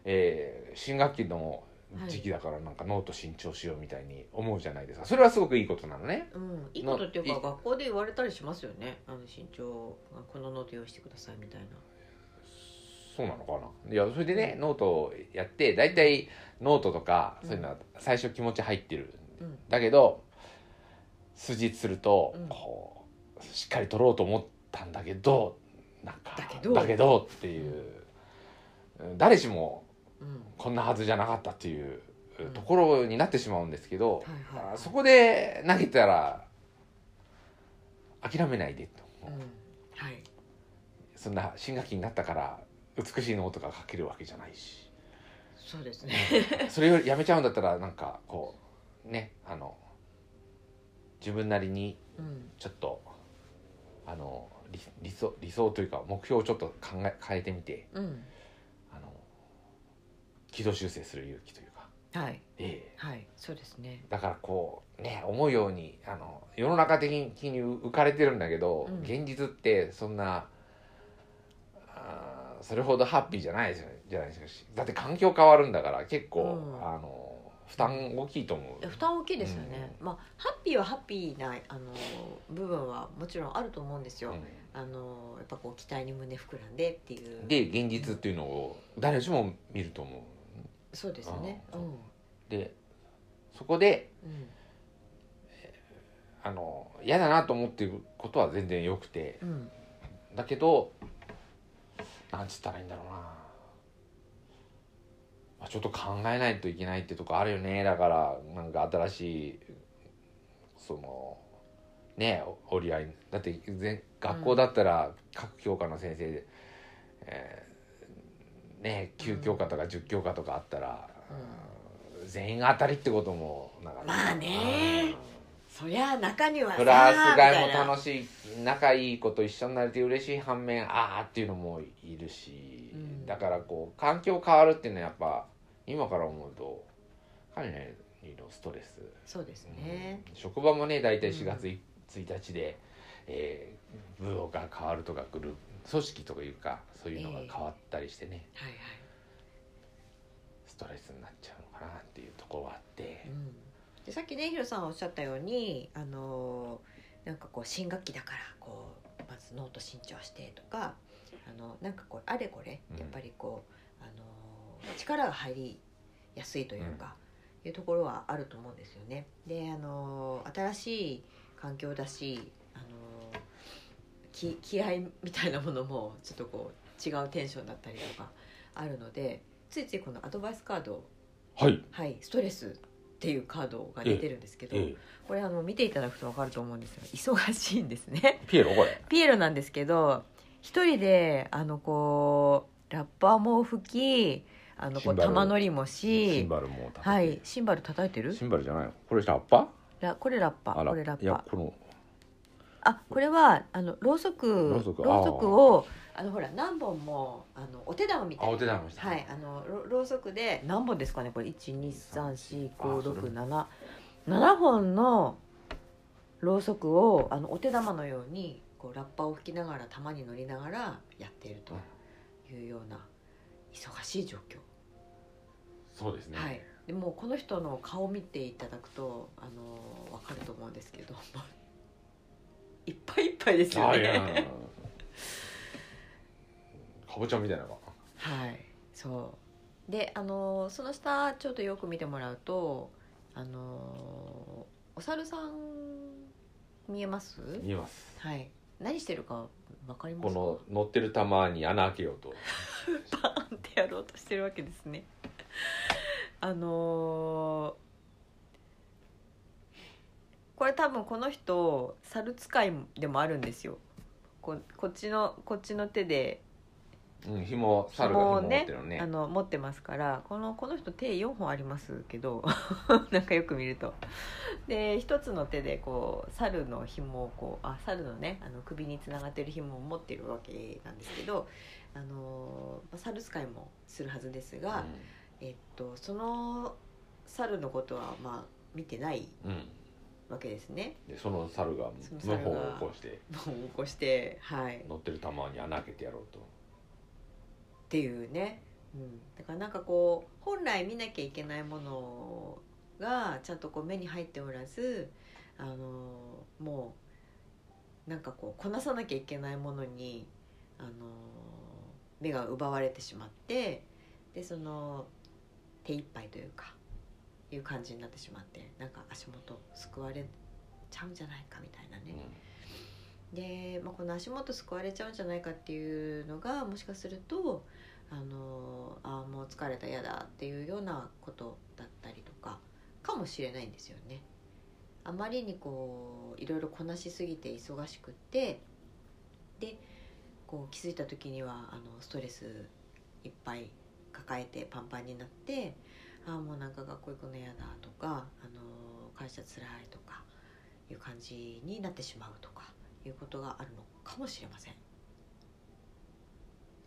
Speaker 1: えー新学期の時期だからなんかノート新調しようみたいに思うじゃないですかそれはすごくいいことなのね
Speaker 2: うん、いいことっていう
Speaker 1: ない
Speaker 2: か学校で言われたりしますよねあの身長あこのノート用意してくださいみたいな
Speaker 1: そうなのかないやそれでねノートをやって大体ノートとかそういうのは最初気持ち入ってる
Speaker 2: うん
Speaker 1: だけど筋すると、
Speaker 2: うん
Speaker 1: こうしっかり取ろうと思ったんだけどなんか
Speaker 2: だけど
Speaker 1: どっていう、誰しも
Speaker 2: うん
Speaker 1: こんなはずじゃなかったっていう
Speaker 2: うん
Speaker 1: ところになってしまうんですけど、
Speaker 2: はいはい
Speaker 1: あそこで投げたら諦めないでと、
Speaker 2: うんはい
Speaker 1: そんな新学期になったから美しいノートが書けるわけじゃないし。
Speaker 2: そうですね
Speaker 1: それをやめちゃうんだったらなんかこうねあの自分なりに
Speaker 2: うん
Speaker 1: ちょっとあの理理想理想というか目標をちょっと考え変えてみて
Speaker 2: うん
Speaker 1: あの軌道修正する勇気というか、
Speaker 2: はい
Speaker 1: ええ
Speaker 2: はいそうですね
Speaker 1: だからこうね思うようにあの世の中的に浮かれてるんだけど、
Speaker 2: うん
Speaker 1: 現実ってそんなあーそれほどハッピーじゃないですよじゃないですかだって環境変わるんだから結構、
Speaker 2: うん
Speaker 1: あの負担大きいと思
Speaker 2: いうや負担大きいですよね、まあハッピーはハッピーなあの部分はもちろんあると思うんですよ、
Speaker 1: う
Speaker 2: あのやっぱこう期待に胸膨らんでっていうん
Speaker 1: で現実っていうのを誰しも見ると思う
Speaker 2: そうですよね
Speaker 1: あ
Speaker 2: う
Speaker 1: ー
Speaker 2: ん
Speaker 1: でそこであの嫌だなと思っていることは全然よくて
Speaker 2: うんうん
Speaker 1: だけどなんつったらいいんだろうな、まあ、ちょっと考えないといけないってとこあるよねだからなんか新しいそのねお折り合いだって全学校だったら各教科の先生で、えーね9教科とか10教科とかあったら、うん全員が当たりってこともなんか
Speaker 2: まあね
Speaker 1: うん
Speaker 2: そりゃあ中にはさ
Speaker 1: プラス
Speaker 2: み
Speaker 1: 外
Speaker 2: たい
Speaker 1: も
Speaker 2: な
Speaker 1: 楽しい仲いい子と一緒になれて嬉しい反面ああっていうのもいるし、
Speaker 2: うん
Speaker 1: だからこう環境変わるっていうのはやっぱ今から思うとかなりのストレス、
Speaker 2: そうです
Speaker 1: うん
Speaker 2: ね、
Speaker 1: 職場もね大体
Speaker 2: うん
Speaker 1: 4月い1日で、えー部が変わるとかグループ組織とかいうかそういうのが変わったりしてね、
Speaker 2: はいは
Speaker 1: ストレスになっちゃうのかなっていうところはあって
Speaker 2: い、う、ん、でさっきねヒロさんおっしゃったようにあのなんかこう新学期だからこうまずノート新調してとかあのなんかこうあれこれ
Speaker 1: うん
Speaker 2: やっぱりこう、あの力が入りやすいというか、いうところはあると思うんですよね。であの新しい環境だしあのき気合いみたいなものもちょっとこう違うテンションだったりとかあるのでついついこのアドバイスカード
Speaker 1: はい
Speaker 2: はい、ストレスっていうカードが出てるんですけど、
Speaker 1: ええ
Speaker 2: これあの見ていただくと分かると思うんですが忙しいんですね
Speaker 1: ピエロこれ
Speaker 2: ピエロなんですけど一人であのこうラッパーも吹きあのこ
Speaker 1: シン
Speaker 2: う
Speaker 1: バル
Speaker 2: 玉乗りも
Speaker 1: シ
Speaker 2: し
Speaker 1: ンバルも叩いて
Speaker 2: はい、シンバル叩いてる
Speaker 1: シンバルじゃないのこれラッパ
Speaker 2: ラこれラッパ
Speaker 1: あ
Speaker 2: これラ
Speaker 1: い
Speaker 2: ッ
Speaker 1: や
Speaker 2: パ
Speaker 1: この
Speaker 2: あこれはあのろうそく
Speaker 1: ろうそく
Speaker 2: ろうそくをあのほら何本もあのお手玉みたいな
Speaker 1: あお手玉もした
Speaker 2: はいあのろろうそくで何本ですかねこれ1 2 3 4 5 6 7 7本のろうそくをあのお手玉のようにこうラッパを吹きながら玉に乗りながらやっているというような忙しい状況
Speaker 1: そうですね
Speaker 2: はい、でもうこの人の顔を見ていただくとあの分かると思うんですけど いっぱいいっぱいですよ
Speaker 1: あいや
Speaker 2: ね。
Speaker 1: かぼちゃみたいなのが
Speaker 2: はい、そうであのその下ちょっとよく見てもらうとあのお猿さん見えます
Speaker 1: 見えます
Speaker 2: はい何してるか分かりま
Speaker 1: こ
Speaker 2: すか
Speaker 1: の乗ってる玉に穴開けようと
Speaker 2: パーンってやろうとしてるわけですね。 あのーこれ多分この人猿使いでもあるんですよ。ここっちのこっちの手で
Speaker 1: うん紐猿が紐
Speaker 2: 紐を
Speaker 1: 持っ
Speaker 2: ね
Speaker 1: てるの
Speaker 2: あ
Speaker 1: ね
Speaker 2: の持ってますからこのこの人手4本ありますけど なんかよく見ると。で一つの手でこう猿の紐をこうあ猿のねあの首につながってる紐を持ってるわけなんですけど、あのーまあ猿使いもするはずですが、えっと、その猿のことはまあ見てない
Speaker 1: うんうん
Speaker 2: わけですね。
Speaker 1: でその猿が
Speaker 2: その
Speaker 1: 謀
Speaker 2: 猿が
Speaker 1: 反を起こして
Speaker 2: もう起こしてはい
Speaker 1: 乗ってる玉に穴開けてやろうと
Speaker 2: っていうね、うん、だからなんかこう本来見なきゃいけないものがちゃんとこう目に入っておらずあのもうなんかこうこなさなきゃいけないものにあの目が奪われてしまってでその手一杯というかいう感じになってしまってなんか足元すくわれちゃうんじゃないかみたいなね。で、まあ、この足元救われちゃうんじゃないかっていうのがもしかするとあのあーもう疲れた嫌だっていうようなことだったりとかかもしれないんですよね。あまりにこういろいろこなしすぎて忙しくってでこう気づいた時にはあのストレスいっぱい抱えてパンパンになってああもうなんか学校行くの嫌だとかあの会社つらいとかいう感じになってしまうとかいうことがあるのかもしれません。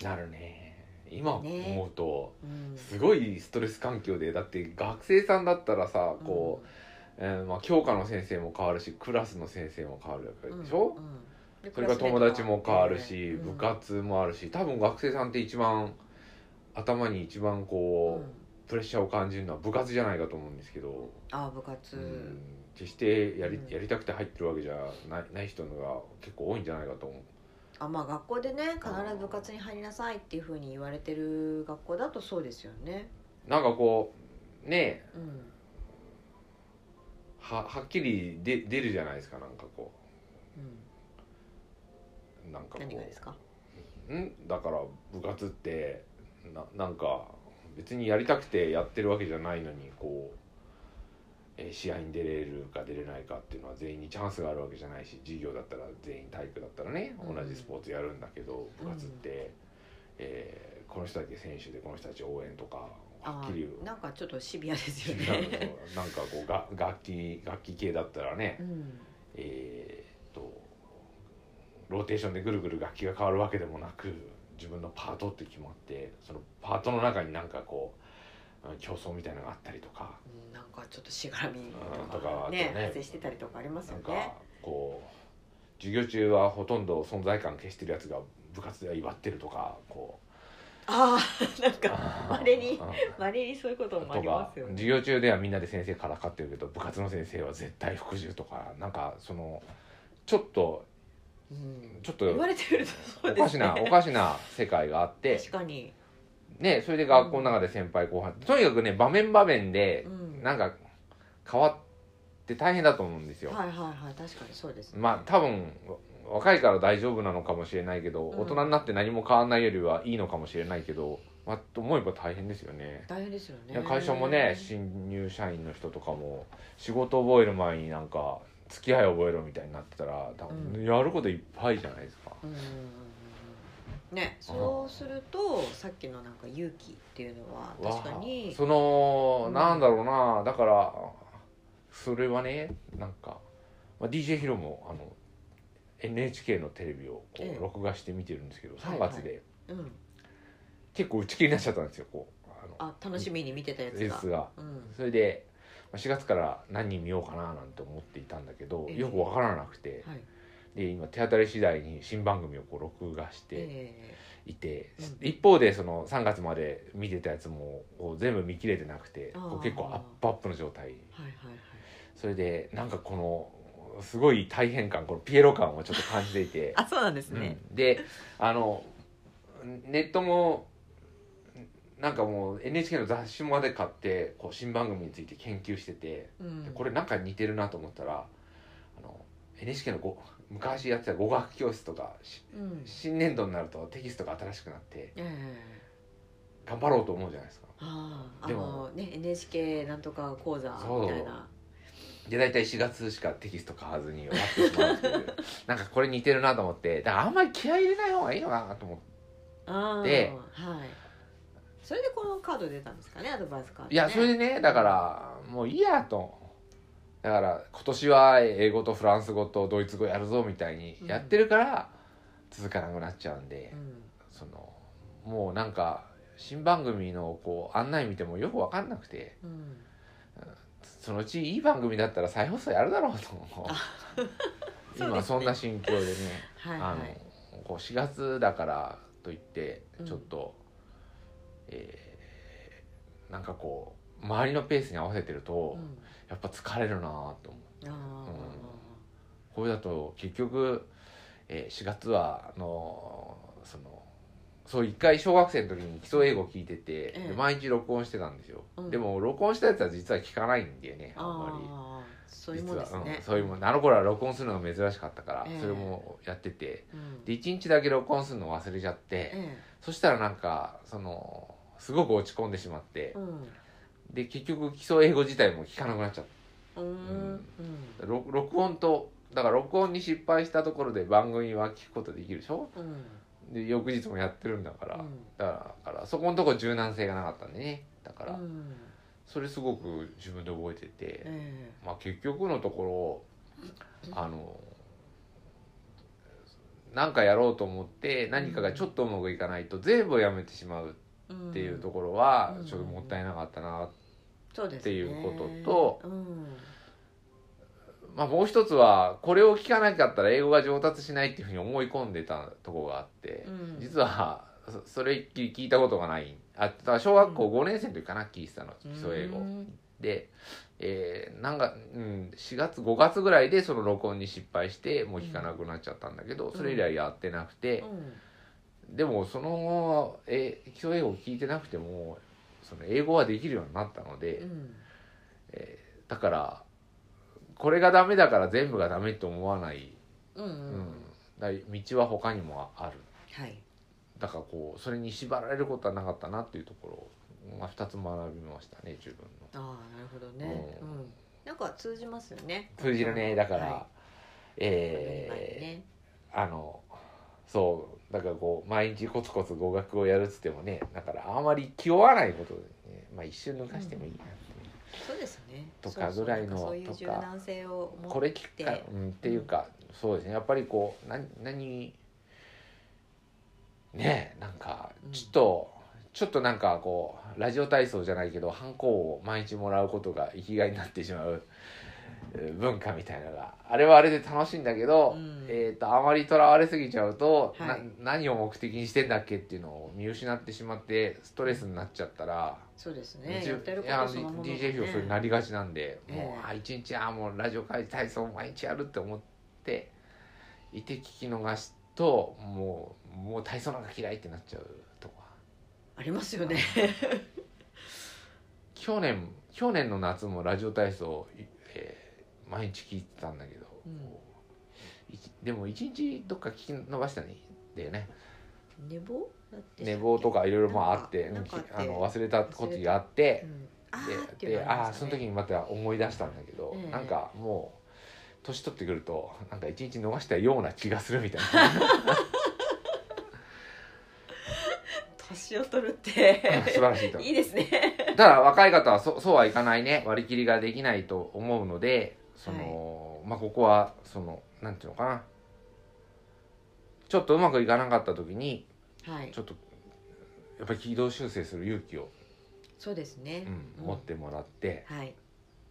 Speaker 1: なるね今
Speaker 2: ね
Speaker 1: 思うと
Speaker 2: うん、
Speaker 1: すごいストレス環境でだって学生さんだったらさこう、えーまあ、教科の先生も変わるしクラスの先生も変わるわけ
Speaker 2: うん
Speaker 1: でしょ、
Speaker 2: うんうんで
Speaker 1: それから友達も変わるし、
Speaker 2: うん
Speaker 1: 部活もあるし多分学生さんって一番頭に一番
Speaker 2: うん
Speaker 1: こう、プレッシャーを感じるのは部活じゃないかと思うんですけど、
Speaker 2: ああ部
Speaker 1: う
Speaker 2: 活、
Speaker 1: ん、決してやり
Speaker 2: うん
Speaker 1: やりたくて入ってるわけじゃないない人のが結構多いんじゃないかと思う。
Speaker 2: あまあ学校でね必ず部活に入りなさいっていうふうに言われてる学校だとそうですよね。
Speaker 1: なんかこうねえ
Speaker 2: うん
Speaker 1: ははっきりで出るじゃないですかなんかこ
Speaker 2: うん、
Speaker 1: うなんかこ
Speaker 2: 何が
Speaker 1: う
Speaker 2: ですか
Speaker 1: んだから部活ってななんか別にやりたくてやってるわけじゃないのにこう、えー試合に出れるか出れないかっていうのは全員にチャンスがあるわけじゃないし授業だったら全員体育だったらね
Speaker 2: うん
Speaker 1: 同じスポーツやるんだけど、部活って、えーこの人だけ選手でこの人たち応援とかは
Speaker 2: あ
Speaker 1: っきり
Speaker 2: あなんかちょっとシビアで
Speaker 1: 違
Speaker 2: すよ
Speaker 1: う
Speaker 2: ね。
Speaker 1: の なんかこうが楽器楽器系だったらね、
Speaker 2: うん
Speaker 1: えーっとローテーションでぐるぐる楽器が変わるわけでもなく自分のパートって決まってそのパートの中になんかこううん競争みたいなのがあったりとか、
Speaker 2: うんなんかちょっとしがらみ
Speaker 1: うん
Speaker 2: と
Speaker 1: とか
Speaker 2: か
Speaker 1: あと
Speaker 2: ね
Speaker 1: ね
Speaker 2: 発生してたりとかあります
Speaker 1: な
Speaker 2: よ
Speaker 1: ん
Speaker 2: ね
Speaker 1: か。こう授業中はほとんど存在感消してるやつが部活では威張ってるとかこ
Speaker 2: ああなん
Speaker 1: う
Speaker 2: か稀に
Speaker 1: うん
Speaker 2: 稀にそういうこともあ
Speaker 1: と
Speaker 2: りま
Speaker 1: か
Speaker 2: すよね。
Speaker 1: 授業中ではみんなで先生からかってるけど部活の先生は絶対服従とかなんかそのちょっと
Speaker 2: うん
Speaker 1: ちょっと
Speaker 2: 言われてみるとそう
Speaker 1: お
Speaker 2: ですね。
Speaker 1: かしなおかしな世界があって
Speaker 2: 確かに。
Speaker 1: ね、それで学校の中で先輩後輩、とにかくね場面場面で
Speaker 2: うん
Speaker 1: なんか変わって大変だと思うんですよ、
Speaker 2: はいはいはい確かにそうですね
Speaker 1: まあ多分若いから大丈夫なのかもしれないけど、
Speaker 2: うん
Speaker 1: 大人になって何も変わらないよりはいいのかもしれないけど、まあ、と思えば大変ですよね。
Speaker 2: 大変ですよ
Speaker 1: い
Speaker 2: ね
Speaker 1: や会社もね新入社員の人とかも仕事覚える前になんか付き合い覚えろみたいになってたら多
Speaker 2: う
Speaker 1: 分やることいっぱいじゃないですか。
Speaker 2: うんうんうんうんねそうするとさっきのなんか勇気っていうのは
Speaker 1: わあ
Speaker 2: 確かに
Speaker 1: その、
Speaker 2: うん
Speaker 1: なんだろうなだからそれはねなんか、まあ、DJ ヒロもあの NHK のテレビをこ
Speaker 2: ええ
Speaker 1: う録画して見てるんですけど、
Speaker 2: は
Speaker 1: 3
Speaker 2: いはい
Speaker 1: 月で
Speaker 2: うん
Speaker 1: 結構打ち切りになっちゃったんですよこうあの
Speaker 2: あ楽しみに見てたやつ
Speaker 1: レー
Speaker 2: が
Speaker 1: スが。
Speaker 2: うん
Speaker 1: それでまあ4月から何人見ようかななんて思っていたんだけど
Speaker 2: ええ
Speaker 1: よく分からなくて
Speaker 2: はい
Speaker 1: で今手当たり次第に新番組をこう録画して
Speaker 2: え
Speaker 1: いて、
Speaker 2: うん
Speaker 1: 一方でその3月まで見てたやつもこう全部見切れてなくて
Speaker 2: あー
Speaker 1: こう結構アップアップの状態
Speaker 2: えはいはいはい、
Speaker 1: それでなんかこのすごい大変感このピエロ感をちょっと感じていて
Speaker 2: あそうなんです
Speaker 1: うん
Speaker 2: ね
Speaker 1: であのネットもなんかもう NHK の雑誌まで買ってこう新番組について研究してて。
Speaker 2: うん
Speaker 1: これなんか似てるなと思ったらあの NHK のご昔やってた語学教室とかし
Speaker 2: うん
Speaker 1: 新年度になるとテキストが新しくなって
Speaker 2: ええ
Speaker 1: 頑張ろうと思うじゃないですか
Speaker 2: あああ
Speaker 1: でも
Speaker 2: のね NHK なんとか講座みたいな
Speaker 1: で大体4月しかテキスト買わずに終わってしまうっていう なんかこれ似てるなと思ってだからあんまり気合い入れない方がいいのかなと思って
Speaker 2: ああ
Speaker 1: で
Speaker 2: はいそれでこのカード出たんですかねアドバイスカードね
Speaker 1: いやそれでねだからもういいやとだから今年は英語とフランス語とドイツ語やるぞみたいにやってるから続かなくなっちゃうんで、
Speaker 2: うん
Speaker 1: そのもうなんか新番組のこう案内見てもよく分かんなくて
Speaker 2: うん
Speaker 1: そのうちいい番組だったら再放送やるだろうと思う
Speaker 2: そうですね
Speaker 1: 今そんな心境でね
Speaker 2: はい
Speaker 1: あ
Speaker 2: はい
Speaker 1: のこう4月だからといって
Speaker 2: うん
Speaker 1: ちょっと、えーなんかこう周りのペースに合わせてると、
Speaker 2: うん
Speaker 1: やっぱ疲れるなと思う。
Speaker 2: あ
Speaker 1: これだと結局、えー4月はあのーそのそう一回小学生の時に基礎英語聞いてて、
Speaker 2: ええ
Speaker 1: で毎日録音してたんですよ、
Speaker 2: うん
Speaker 1: でも録音したやつは実は聞かないんでね
Speaker 2: あ
Speaker 1: あんまり
Speaker 2: ああそういう
Speaker 1: 実
Speaker 2: もん
Speaker 1: は
Speaker 2: ですね、
Speaker 1: うんそういうもんあの頃は録音するのが珍しかったから、
Speaker 2: ええ
Speaker 1: それもやってて
Speaker 2: うん
Speaker 1: で1日だけ録音するの忘れちゃって、
Speaker 2: え
Speaker 1: そしたらなんかそのすごく落ち込んでしまって
Speaker 2: えうん
Speaker 1: で結局基礎英語自体も聞かなくなっちゃった
Speaker 2: うーん
Speaker 1: ろ録音とだから録音に失敗したところで番組は聞くことできるでしょ
Speaker 2: うんうん
Speaker 1: で翌日もやってるんだから、
Speaker 2: うん
Speaker 1: だからだからそこのとこ柔軟性がなかったんでねだから、
Speaker 2: うん
Speaker 1: それすごく自分で覚えてて、
Speaker 2: え
Speaker 1: まあ、結局のところあの何かやろうと思って何かがちょっとうまくいかないと全部をやめてしまう
Speaker 2: え
Speaker 1: っていうところは
Speaker 2: うん
Speaker 1: ちょっともったいなかったな、
Speaker 2: そうですね
Speaker 1: っていうこと
Speaker 2: と、うん、
Speaker 1: まあ、もう一つはこれを聞かなかったら英語が上達しないっていうふうに思い込んでたとこがあって、
Speaker 2: うん
Speaker 1: 実はそそれっきり聞いたことがないあだから小学校5年生の時かな聞いてたの基礎英語、
Speaker 2: うん
Speaker 1: で、えーなんか、うん、4月5月ぐらいでその録音に失敗してもう聞かなくなっちゃったんだけど、
Speaker 2: ん
Speaker 1: それ以来やってなくて
Speaker 2: う、ん
Speaker 1: でもその後、えー基礎英語聞いてなくてもその英語はできるようになったので、
Speaker 2: うん
Speaker 1: だからこれがダメだから全部がダメと思わない、
Speaker 2: うんう
Speaker 1: うんん、だ道は他にもある
Speaker 2: はい
Speaker 1: だからこうそれに縛られることはなかったなっていうところが2つ学びましたね自分の。
Speaker 2: ああなるほどね、う
Speaker 1: うんん
Speaker 2: なんか通じますよね
Speaker 1: 通じるねだから、
Speaker 2: は
Speaker 1: えー
Speaker 2: ね
Speaker 1: あのそうだからこう毎日コツコツ語学をやるっつってもねだからあまり気負わないことで、ね、まあ一瞬抜かしてもいいなって、
Speaker 2: そうですね
Speaker 1: とかぐらいの
Speaker 2: そうそうなんかそういう柔
Speaker 1: とか
Speaker 2: 軟性を持っ
Speaker 1: これ聞くか
Speaker 2: て、
Speaker 1: うん、っていうか、そうですねやっぱりこうな何ねえなんか
Speaker 2: うん
Speaker 1: ちょっと、ちょっとなんかこうラジオ体操じゃないけどハンコを毎日もらうことが生きがいになってしまうえー文化みたいなのがあれはあれで楽しいんだけど、
Speaker 2: うん
Speaker 1: えー、とあまりとらわれすぎちゃうと、
Speaker 2: はい
Speaker 1: な何を目的にしてんだっけっていうのを見失ってしまってストレスになっちゃったら。
Speaker 2: そうですね
Speaker 1: 自
Speaker 2: や
Speaker 1: 分
Speaker 2: ってるこ
Speaker 1: いや
Speaker 2: とそのものがね
Speaker 1: DJ 表それなりがちなんで、
Speaker 2: ええ
Speaker 1: もうあ一日あもうラジオ会体操毎日やるって思っていて聞き逃しともうもう体操なんか嫌いってなっちゃうとか
Speaker 2: ありますよね
Speaker 1: 去年去年の夏もラジオ体操、いえー毎日聞いてたんだけど、
Speaker 2: うん
Speaker 1: いちでも一日どっか聞き伸ばしたんだよね
Speaker 2: 寝坊だって
Speaker 1: 寝坊とかいろいろまああ
Speaker 2: なんか
Speaker 1: って
Speaker 2: なんかあって
Speaker 1: あの忘れたことがあって
Speaker 2: うんあーって
Speaker 1: で
Speaker 2: いう
Speaker 1: で
Speaker 2: の
Speaker 1: あ
Speaker 2: あ
Speaker 1: あ
Speaker 2: りまし
Speaker 1: そ
Speaker 2: た
Speaker 1: の
Speaker 2: ね
Speaker 1: 時にまた思い出したんだけど、
Speaker 2: ええ
Speaker 1: なんかもう年取ってくるとなんか一日逃したような気がするみたい な
Speaker 2: 年を取るって
Speaker 1: 素晴らしいと思う
Speaker 2: いいですね
Speaker 1: ただ若い方はそそうはいかないね割り切りができないと思うのでその、まあここはそのなんていうのかなちょっとうまくいかなかった時に
Speaker 2: はい
Speaker 1: ちょっとやっぱり軌道修正する勇気を、
Speaker 2: そうですね
Speaker 1: うん
Speaker 2: うん
Speaker 1: 持ってもらって、
Speaker 2: はい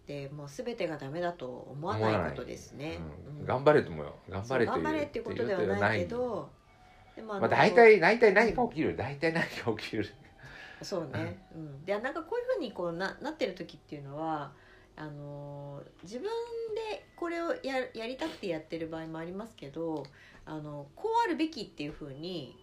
Speaker 2: でもう全てがダメだと思わ
Speaker 1: 思わ
Speaker 2: な
Speaker 1: ない
Speaker 2: いことですね
Speaker 1: うん
Speaker 2: うん
Speaker 1: 頑張れともよ頑
Speaker 2: そ
Speaker 1: 張
Speaker 2: う
Speaker 1: れとい
Speaker 2: 頑
Speaker 1: う
Speaker 2: 張れっていうことではないけどでもあ
Speaker 1: ま
Speaker 2: の
Speaker 1: あ、大体大体何か起きる大体何か起きる
Speaker 2: そうね、うん、でなんかこういうふうにこうななってる時っていうのはあのー自分でこれをややりたくてやってる場合もありますけどあのこうあるべきっていうふうに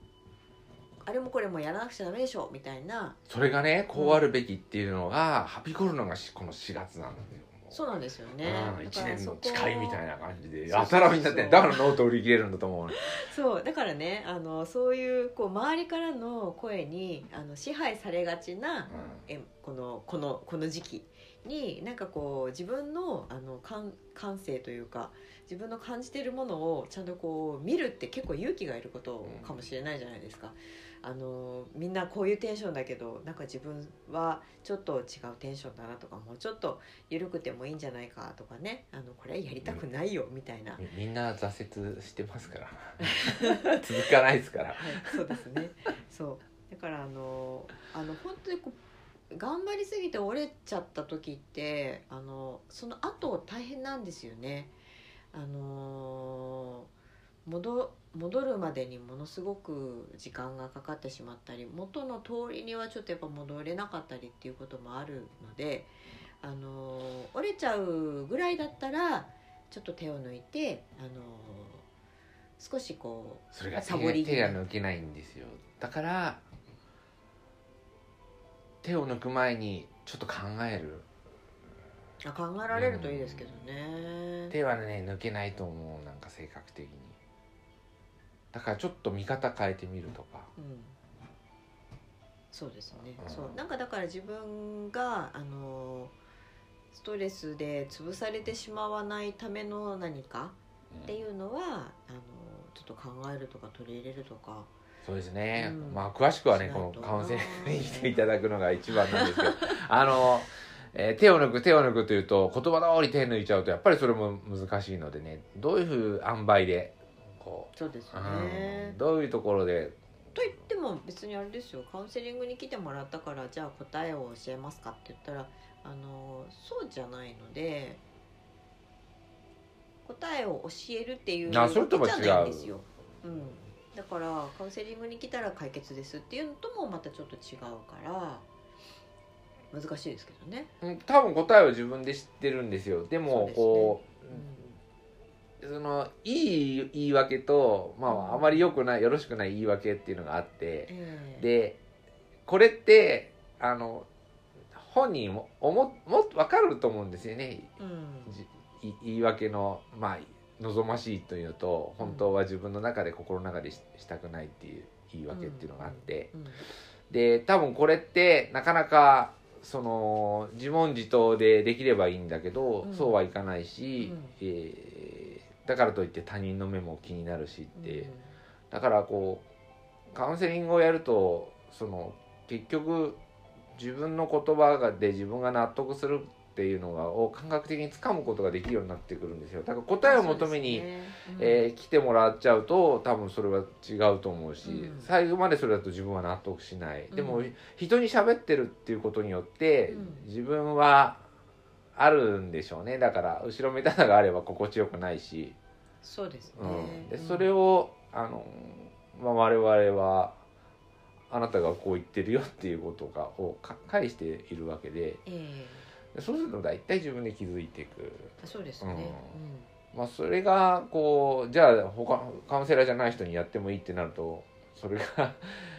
Speaker 2: あれもこれもやらなくちゃダメでしょみたいな
Speaker 1: それがねこうあるべきっていうのが、はびこるのがしこの4月なんですよもう
Speaker 2: そうなんですよね
Speaker 1: うん、1年の誓いみたい
Speaker 2: な
Speaker 1: な感じで
Speaker 2: そうそう
Speaker 1: や
Speaker 2: そ
Speaker 1: た
Speaker 2: う
Speaker 1: らみんなってだからノート売り切れるんだと思うの
Speaker 2: そうだからねあのそういうこう周りからの声にあの支配されがちなえこのこのこの時期になんかこう自分のあの感感性というか自分の感じてるものをちゃんとこう見るって結構勇気がいることかもしれないじゃないですか。あのみんなこういうテンションだけどなんか自分はちょっと違うテンションだなとかもうちょっと緩くてもいいんじゃないかとかねあのこれやりたくないよみたいな、
Speaker 1: うんみみんな挫折してますから 続かないですから
Speaker 2: はい、そうですね。そう。だからあのあの本当にこう頑張りすぎて折れちゃった時ってあのその後大変なんですよね。あの戻戻るまでにものすごく時間がかかってしまったり元の通りにはちょっとやっぱ戻れなかったりっていうこともあるのであの折れちゃうぐらいだったらちょっと手を抜いてあの少しこう
Speaker 1: それが手
Speaker 2: サボり
Speaker 1: 手が抜けないんですよだから手を抜く前にちょっと考える
Speaker 2: あ考えられるといいですけどね。
Speaker 1: 手はね抜けないと思うなんか性格的にだからちょっと見方変えてみるとか
Speaker 2: うん、そうですね。
Speaker 1: うん
Speaker 2: そうなんかだから自分があのストレスで潰されてしまわないための何かっていうのはあのちょっと考えるとか取り入れるとか。
Speaker 1: そうですね、
Speaker 2: うん
Speaker 1: まあ詳しくはね
Speaker 2: しない
Speaker 1: ことのカウンセリングに来ていただくのが一番なんですけど あの、えー手を抜く手を抜くというと言葉通り手抜いちゃうとやっぱりそれも難しいのでねどういうふう塩梅でこ
Speaker 2: そうです
Speaker 1: う、う
Speaker 2: ね
Speaker 1: ん、。どういうところで
Speaker 2: と言っても別にあれですよカウンセリングに来てもらったからじゃあ答えを教えますかって言ったらあのそうじゃないので答えを教えるっていう
Speaker 1: あそれとも
Speaker 2: じゃない
Speaker 1: 違う
Speaker 2: んですよ、うん、だからカウンセリングに来たら解決ですっていうのともまたちょっと違うから難しいですけどね、
Speaker 1: うん多分答えを自分で知ってるんですよでも
Speaker 2: そうですね
Speaker 1: こう
Speaker 2: う
Speaker 1: そのいい言い訳と、まあ、あまり良くないよろしくない言い訳っていうのがあって
Speaker 2: んええ
Speaker 1: でこれってあの本人も思もっと分かると思うんですよね
Speaker 2: うん
Speaker 1: じい言い訳の、まあ、望ましいというのと
Speaker 2: うん
Speaker 1: 本当は自分の中で心の中でししたくないっていう言い訳っていうのがあって、
Speaker 2: うん
Speaker 1: で多分これってなかなかその自問自答でできればいいんだけど、
Speaker 2: うん
Speaker 1: そうはいかないし、
Speaker 2: うん
Speaker 1: えーだからといって他人の目も気になるしって、
Speaker 2: うん
Speaker 1: だからこうカウンセリングをやるとその結局自分の言葉がで自分が納得するっていうのがを感覚的につかむことができるようになってくるんですよだから答えを求めに、
Speaker 2: そうですねうん
Speaker 1: えー来てもらっちゃうと多分それは違うと思うし、
Speaker 2: うん
Speaker 1: 最後までそれだと自分は納得しない、でも
Speaker 2: うん
Speaker 1: 人に喋ってるっていうことによって、
Speaker 2: うん
Speaker 1: 自分はあるんでしょうねだから後ろめたさがあれば心地よくないし、
Speaker 2: そうですね、
Speaker 1: うん、で
Speaker 2: うん
Speaker 1: それを、あの、まあ、我々はあなたがこう言ってるよっていうことがをか返しているわけで
Speaker 2: ええ
Speaker 1: でそうすると大体自分で気づいていく。
Speaker 2: あそうですね、
Speaker 1: うん
Speaker 2: うん
Speaker 1: まあ、それがこうじゃあ他カウンセラーじゃない人にやってもいいってなるとそれが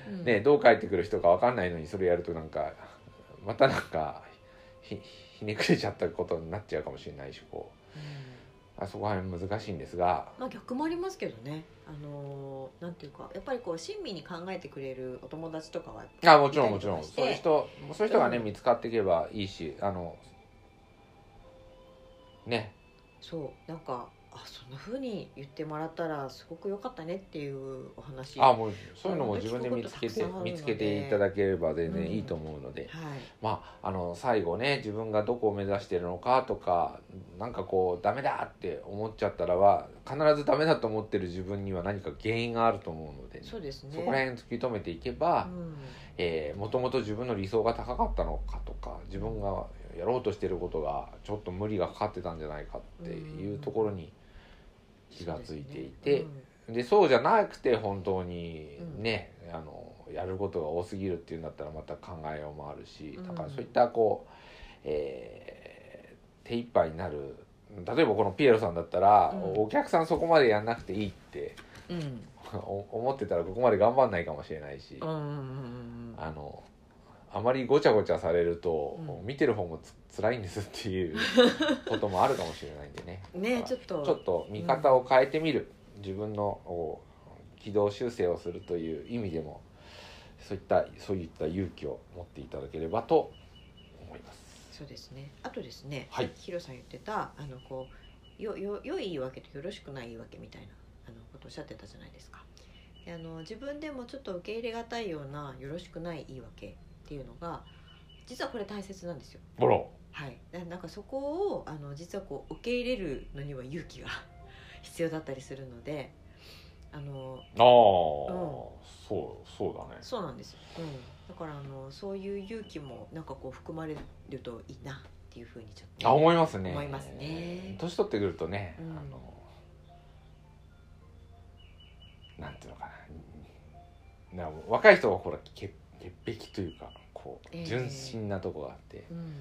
Speaker 2: うん
Speaker 1: ね、どう返ってくる人か分かんないのにそれやるとなんかまたなんかひひひねくれちゃったことになっちゃうかもしれないしこ
Speaker 2: うん
Speaker 1: あそこは難しいんですが
Speaker 2: まあ逆もありますけどねあのーなんていうかやっぱりこう親身に考えてくれるお友達とかは
Speaker 1: あもちろんもちろん
Speaker 2: して
Speaker 1: そういう人そういう人がね
Speaker 2: うん
Speaker 1: 見つかっていけばいいしあのね
Speaker 2: そうなんかあそんな風に言ってもらったらすごく良かったねっていうお話
Speaker 1: あもうそういうのも自分で
Speaker 2: 本
Speaker 1: 見
Speaker 2: 当聞
Speaker 1: つけて
Speaker 2: くことたくさんあるので
Speaker 1: 見つけていただければ全然いいと思うので、
Speaker 2: はい
Speaker 1: まああの最後ね自分がどこを目指してるのかとかなんかこうダメだって思っちゃったらは必ずダメだと思ってる自分には何か原因があると思うのでね、
Speaker 2: そうですね
Speaker 1: そこら辺突き止めていけば、
Speaker 2: うん
Speaker 1: えーもともと自分の理想が高かったのかとか自分がやろうとしてることがちょっと無理がかかってたんじゃないかっていうところに気がついていて、
Speaker 2: そうですね
Speaker 1: でそうじゃなくて本当にね、あのやることが多すぎるっていうんだったらまた考えようもあるし
Speaker 2: うん
Speaker 1: だからそういったこう、えー手一杯になる例えばこのピエロさんだったら、
Speaker 2: うん
Speaker 1: お客さんそこまでやんなくていいって
Speaker 2: うんうん
Speaker 1: お思ってたらここまで頑張んないかもしれないし、
Speaker 2: うんうんうん
Speaker 1: あのあまりごちゃごちゃされると、
Speaker 2: うん
Speaker 1: 見てる方もつ辛いんですっていうこともあるかもしれないんでね。
Speaker 2: うんねちょっと
Speaker 1: ちょっと見方を変えてみる、自分のお軌道修正をするという意味でもそういったそういった勇気を持っていただければと思います。
Speaker 2: そうですねあとですね
Speaker 1: はい、
Speaker 2: ヒロさん言ってたあのこうよよ良い言い訳とよろしくない言い訳みたいなあのことをおっしゃってたじゃないですかであの自分でもちょっと受け入れがたいようなよろしくない言い訳っていうのが実はこれ大切なんですよ
Speaker 1: ボロ
Speaker 2: はいななんかそこをあの実はこう受け入れるのには勇気が 必要だったりするのであの
Speaker 1: ああ、そうそうだね
Speaker 2: そうなんですよ、うん、だからあのそういう勇気もなんかこう含まれるといいなっていうふうにちょっと
Speaker 1: あ思いますね
Speaker 2: 思いますね
Speaker 1: 年取ってくるとね、
Speaker 2: うん
Speaker 1: あのなんていうのかなな若い人はほら潔潔癖というかこ
Speaker 2: ええ
Speaker 1: う純真なとこがあって、
Speaker 2: うん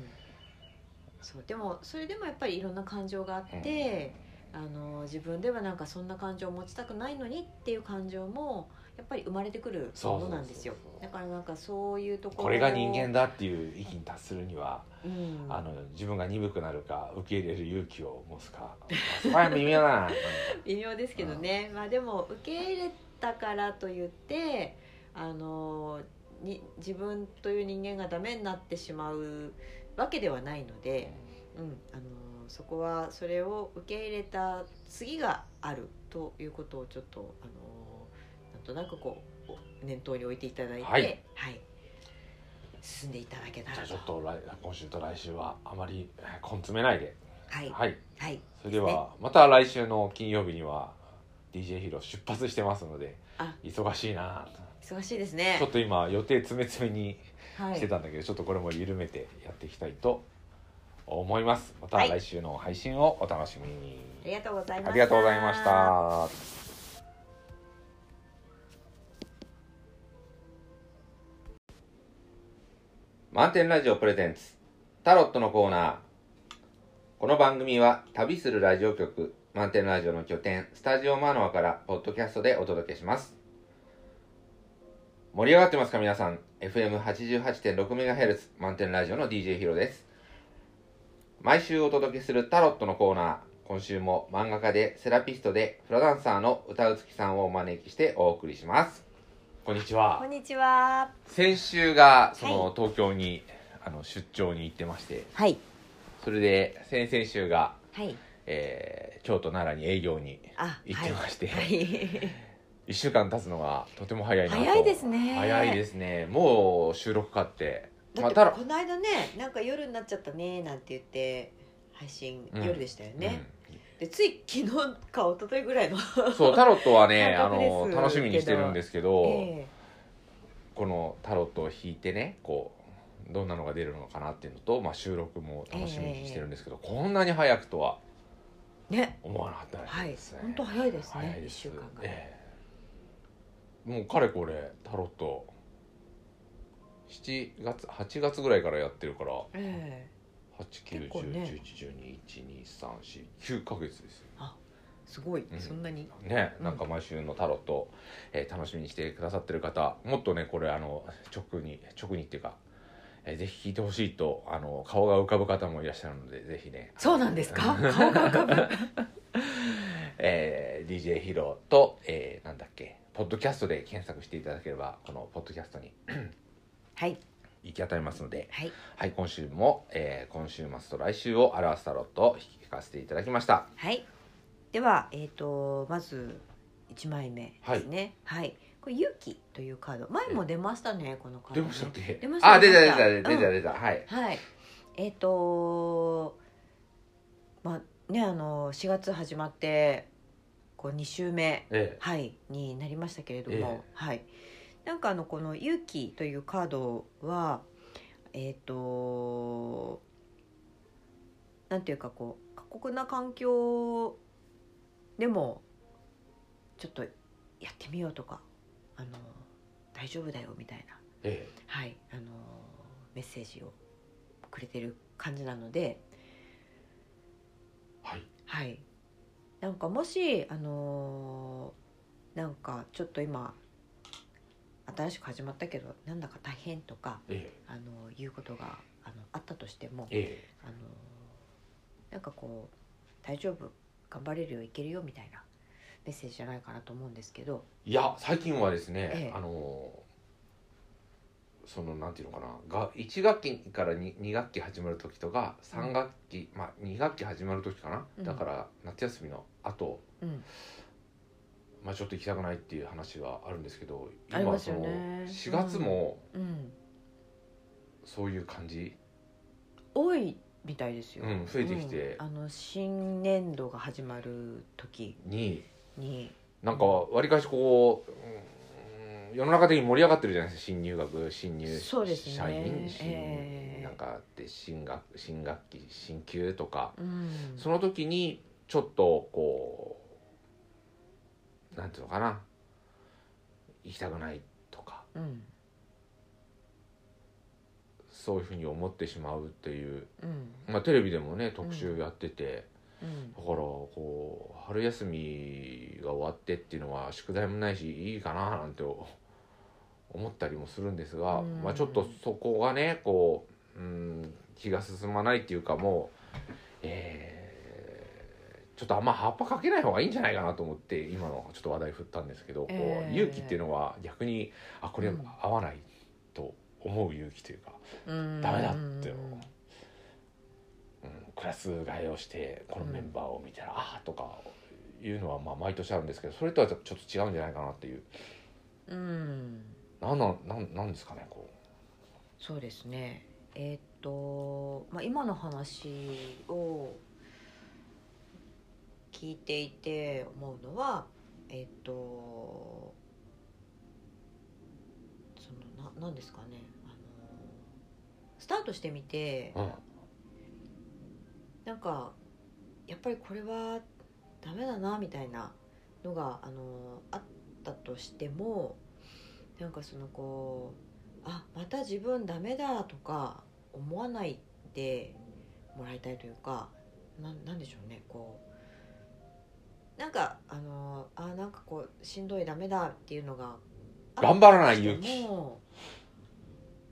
Speaker 2: そうでもそれでもやっぱりいろんな感情があって、あの自分ではなんかそんな感情を持ちたくないのにっていう感情もやっぱり生まれてくるものなんですよ
Speaker 1: そうそうそうそう
Speaker 2: だからなんかそういうところ
Speaker 1: これが人間、だっていう域に達するには、
Speaker 2: うん、
Speaker 1: あの自分が鈍くなるか受け入れる勇気を持つかそこは微妙だ な
Speaker 2: 微妙ですけどね、まあでも受け入れたからといってあのに自分という人間がダメになってしまうわけではないので、うん、あのそこはそれを受け入れた次があるということをちょっとあのなんとなくこうお念頭に置いていただいて、
Speaker 1: は
Speaker 2: はいい進んでいただけた
Speaker 1: じゃ
Speaker 2: ら
Speaker 1: あちょっと来今週と来週はあまりえー根詰めないで
Speaker 2: はい
Speaker 1: はい
Speaker 2: はい
Speaker 1: それで
Speaker 2: ですね
Speaker 1: はまた来週の金曜日には DJ ヒロ出発してますので
Speaker 2: あ
Speaker 1: 忙しいなぁ
Speaker 2: 忙しいですね
Speaker 1: ちょっと今予定詰め詰めに
Speaker 2: は
Speaker 1: して
Speaker 2: い、
Speaker 1: たんだけど、ちょっとこれも緩めてやっていきたいと思いますまた
Speaker 2: はい
Speaker 1: 来週の配信をお楽しみに、
Speaker 2: ありがとうございました
Speaker 1: ありがとうございました。満点ラジオプレゼンツタロットのコーナーこの番組は旅するラジオ局満点ラジオの拠点スタジオマノアからポッドキャストでお届けします盛り上がってますか皆さん FM88.6MHz 満点ラジオの DJ ヒロです毎週お届けするタロットのコーナー今週も漫画家でセラピストでフラダンサーの歌うつきさんをお招きしてお送りしますこんにち
Speaker 2: こ
Speaker 1: は
Speaker 2: んにちは
Speaker 1: 先週がそ
Speaker 2: は
Speaker 1: の東京に、あの出張に行ってまして
Speaker 2: はい
Speaker 1: それで先々週が、
Speaker 2: はい
Speaker 1: えー京都奈良に営業に
Speaker 2: あ
Speaker 1: 行ってまして、
Speaker 2: はい
Speaker 1: 1週間経つのがとても早いなと
Speaker 2: 早いですね
Speaker 1: 早いですねもう収録かって
Speaker 2: だっ
Speaker 1: ま
Speaker 2: て
Speaker 1: た
Speaker 2: この間ねなんか夜になっちゃったねなんて言って配信、
Speaker 1: うん
Speaker 2: 夜でしたよね、でつい昨日か一昨日ぐらいの
Speaker 1: うんそうタロットは ねあ
Speaker 2: 感覚です
Speaker 1: の楽しみにしてるんですけど、
Speaker 2: え
Speaker 1: このタロットを引いてねこうどんなのが出るのかなっていうのと、まあ、収録も楽しみにしてるんですけど、こんなに早くとは
Speaker 2: えね
Speaker 1: 思わなかったですね。
Speaker 2: はい本当早いですね
Speaker 1: 早いで
Speaker 2: 一
Speaker 1: す
Speaker 2: 週間が
Speaker 1: ええもうかれこれタロット7月8月ぐらいからやってるから
Speaker 2: ええ結構ね
Speaker 1: 89101121234ヶ月ですよ
Speaker 2: すごい、
Speaker 1: うん
Speaker 2: そんなに
Speaker 1: ね、
Speaker 2: うん
Speaker 1: なんか毎週のタロット、えー楽しみにしてくださってる方もっとねこれあの直に直にっていうか、えーぜひ聞いてほしいとあの顔が浮かぶ方もいらっしゃるのでぜひね
Speaker 2: そうなんですか顔が浮かぶ
Speaker 1: えー DJ ヒロと、えーなんだっけポッドキャストで検索していただければこのポッドキャストに
Speaker 2: はい
Speaker 1: 行き当たりますので、
Speaker 2: はい
Speaker 1: はい、今週も、えー今週末と来週を表すタロットを引かせていただきました。
Speaker 2: はいではえっ、とまず一枚目ですねはい、これ勇気というカード前も出ましたねこのカー
Speaker 1: 出
Speaker 2: ドね、
Speaker 1: ましたっけ
Speaker 2: 出ました
Speaker 1: あ出た出た
Speaker 2: 出
Speaker 1: 出
Speaker 2: ま
Speaker 1: た
Speaker 2: した
Speaker 1: 出た出た、はい
Speaker 2: はい。えっ、とまあねあの4月始まってこう2週目
Speaker 1: え
Speaker 2: はいになりましたけれども、
Speaker 1: ええ
Speaker 2: はい。なんかあのこの勇気というカードはえっ、となんていうかこう過酷な環境でもちょっとやってみようとかあの大丈夫だよみたいな
Speaker 1: ええ
Speaker 2: はい、あのーメッセージをくれてる感じなので、
Speaker 1: えはい
Speaker 2: はい、なんかもし、あのーなんかちょっと今新しく始まったけどなんだか大変とか、
Speaker 1: え
Speaker 2: あのーいうことがあのあったとしても
Speaker 1: え、え
Speaker 2: あのーなんかこう大丈夫頑張れるよいけるよみたいなメッセージじゃないかなと思うんですけど、
Speaker 1: えいや最近はですね、
Speaker 2: ええ
Speaker 1: あのーそのなんていうのかなが1学期から 2, 学期始まる時とか3学期、まあ2学期始まる時かな、
Speaker 2: うん
Speaker 1: だから夏休みの後
Speaker 2: うん、
Speaker 1: まあちょっと行きたくないっていう話はあるんですけど
Speaker 2: ありま
Speaker 1: 今
Speaker 2: す
Speaker 1: そ
Speaker 2: よ
Speaker 1: の
Speaker 2: ね
Speaker 1: 4月も
Speaker 2: うん、
Speaker 1: そういう感じ、
Speaker 2: 多いみたいですよ。
Speaker 1: うん、増えてきて
Speaker 2: うんあの新年度が始まる時
Speaker 1: に
Speaker 2: に
Speaker 1: なんかわりかしこう、うん世の中的に盛り上がってるじゃないですか新入学新入
Speaker 2: そうですね
Speaker 1: 社員新、
Speaker 2: ええ
Speaker 1: なんかで新学新学期新級とか、
Speaker 2: うん
Speaker 1: その時にちょっとこうなんていうのかな行きたくないとか
Speaker 2: うん
Speaker 1: そういうふうに思ってしまうっていう、
Speaker 2: うん
Speaker 1: まあ、テレビでもね特集やってて。
Speaker 2: うん
Speaker 1: だからこう春休みが終わってっていうのは宿題もないしいいかななんてお思ったりもするんですが、
Speaker 2: うん
Speaker 1: まあ、ちょっとそこがねこう、うん、気が進まないっていうかもう、えーちょっとあんま葉っぱかけない方がいいんじゃないかなと思って今のちょっと話題振ったんですけど、こ
Speaker 2: え
Speaker 1: う
Speaker 2: ー
Speaker 1: 勇気っていうのは逆にあこれ
Speaker 2: うん
Speaker 1: 合わないと思う勇気というか、
Speaker 2: うん
Speaker 1: ダメだって
Speaker 2: うん
Speaker 1: うん、クラス替えをしてこのメンバーを見たら、ああとかいうのはまあ毎年あるんですけどそれとはちょっと違うんじゃないかなっていう
Speaker 2: うん
Speaker 1: なんなんなんなんですかねこ
Speaker 2: そうですねえーっと、まあ、今の話を聞いていて思うのはえーっとそのななんですかねあのスタートしてみて
Speaker 1: う、うん、
Speaker 2: なんかやっぱりこれはダメだなみたいなのがあのあったとしてもなんかそのこうあまた自分ダメだとか思わないでもらいたいというかなんなんでしょうねこうなんかあのあなんかこうしんどいダメだっていうのがあった
Speaker 1: 頑張らない勇
Speaker 2: として
Speaker 1: 気
Speaker 2: も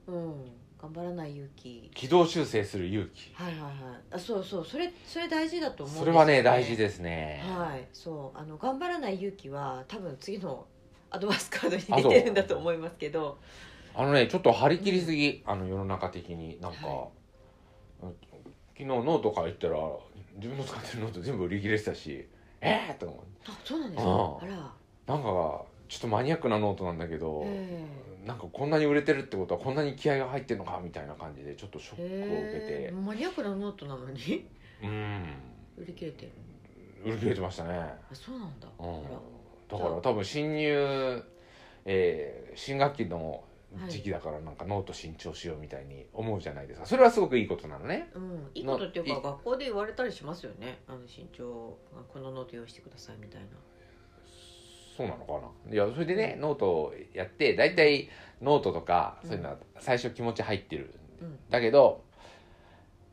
Speaker 2: うん頑張らない勇気
Speaker 1: 軌道修正する勇気
Speaker 2: はいはいはいあそうそうそれそれ大事だと思うん
Speaker 1: それはね大事
Speaker 2: で
Speaker 1: ですね、
Speaker 2: すよねはいそうあの頑張らない勇気は多分次のアドバンスカード
Speaker 1: あ
Speaker 2: に
Speaker 1: そう
Speaker 2: 出てるんだと思いますけど
Speaker 1: あのねちょっと張り切りすぎ、あの世の中的になんか、
Speaker 2: は
Speaker 1: うん昨日ノートから言ったら自分の使ってるノート全部売り切れてたしえっ、ー、と思って
Speaker 2: あそうなんです
Speaker 1: う
Speaker 2: か
Speaker 1: ん
Speaker 2: あら
Speaker 1: なんかちょっとマニアックなノートなんだけど、
Speaker 2: え
Speaker 1: なんかこんなに売れてるってことはこんなに気合が入ってるのかみたいな感じでちょっとショッ
Speaker 2: え
Speaker 1: クを受け
Speaker 2: へえ
Speaker 1: て
Speaker 2: マニアックなノートなのに
Speaker 1: うん
Speaker 2: 売り切れてる
Speaker 1: 売り切れてましたね、
Speaker 2: あそうなんだ
Speaker 1: う
Speaker 2: あ
Speaker 1: ん
Speaker 2: ら、
Speaker 1: だから多分新入、えー新学期の時期だからなんかノート新調しようみたいに思うじゃないですかそれはすごくいいことなのね
Speaker 2: うん、いいことっていう
Speaker 1: ない
Speaker 2: か学校で言われたりしますよねあの身長がこのノート用意してくださいみたいな
Speaker 1: そうなのかないやそれでねノートをやって大体ノートとかそういうのは最初気持ち入ってる
Speaker 2: うん
Speaker 1: だけど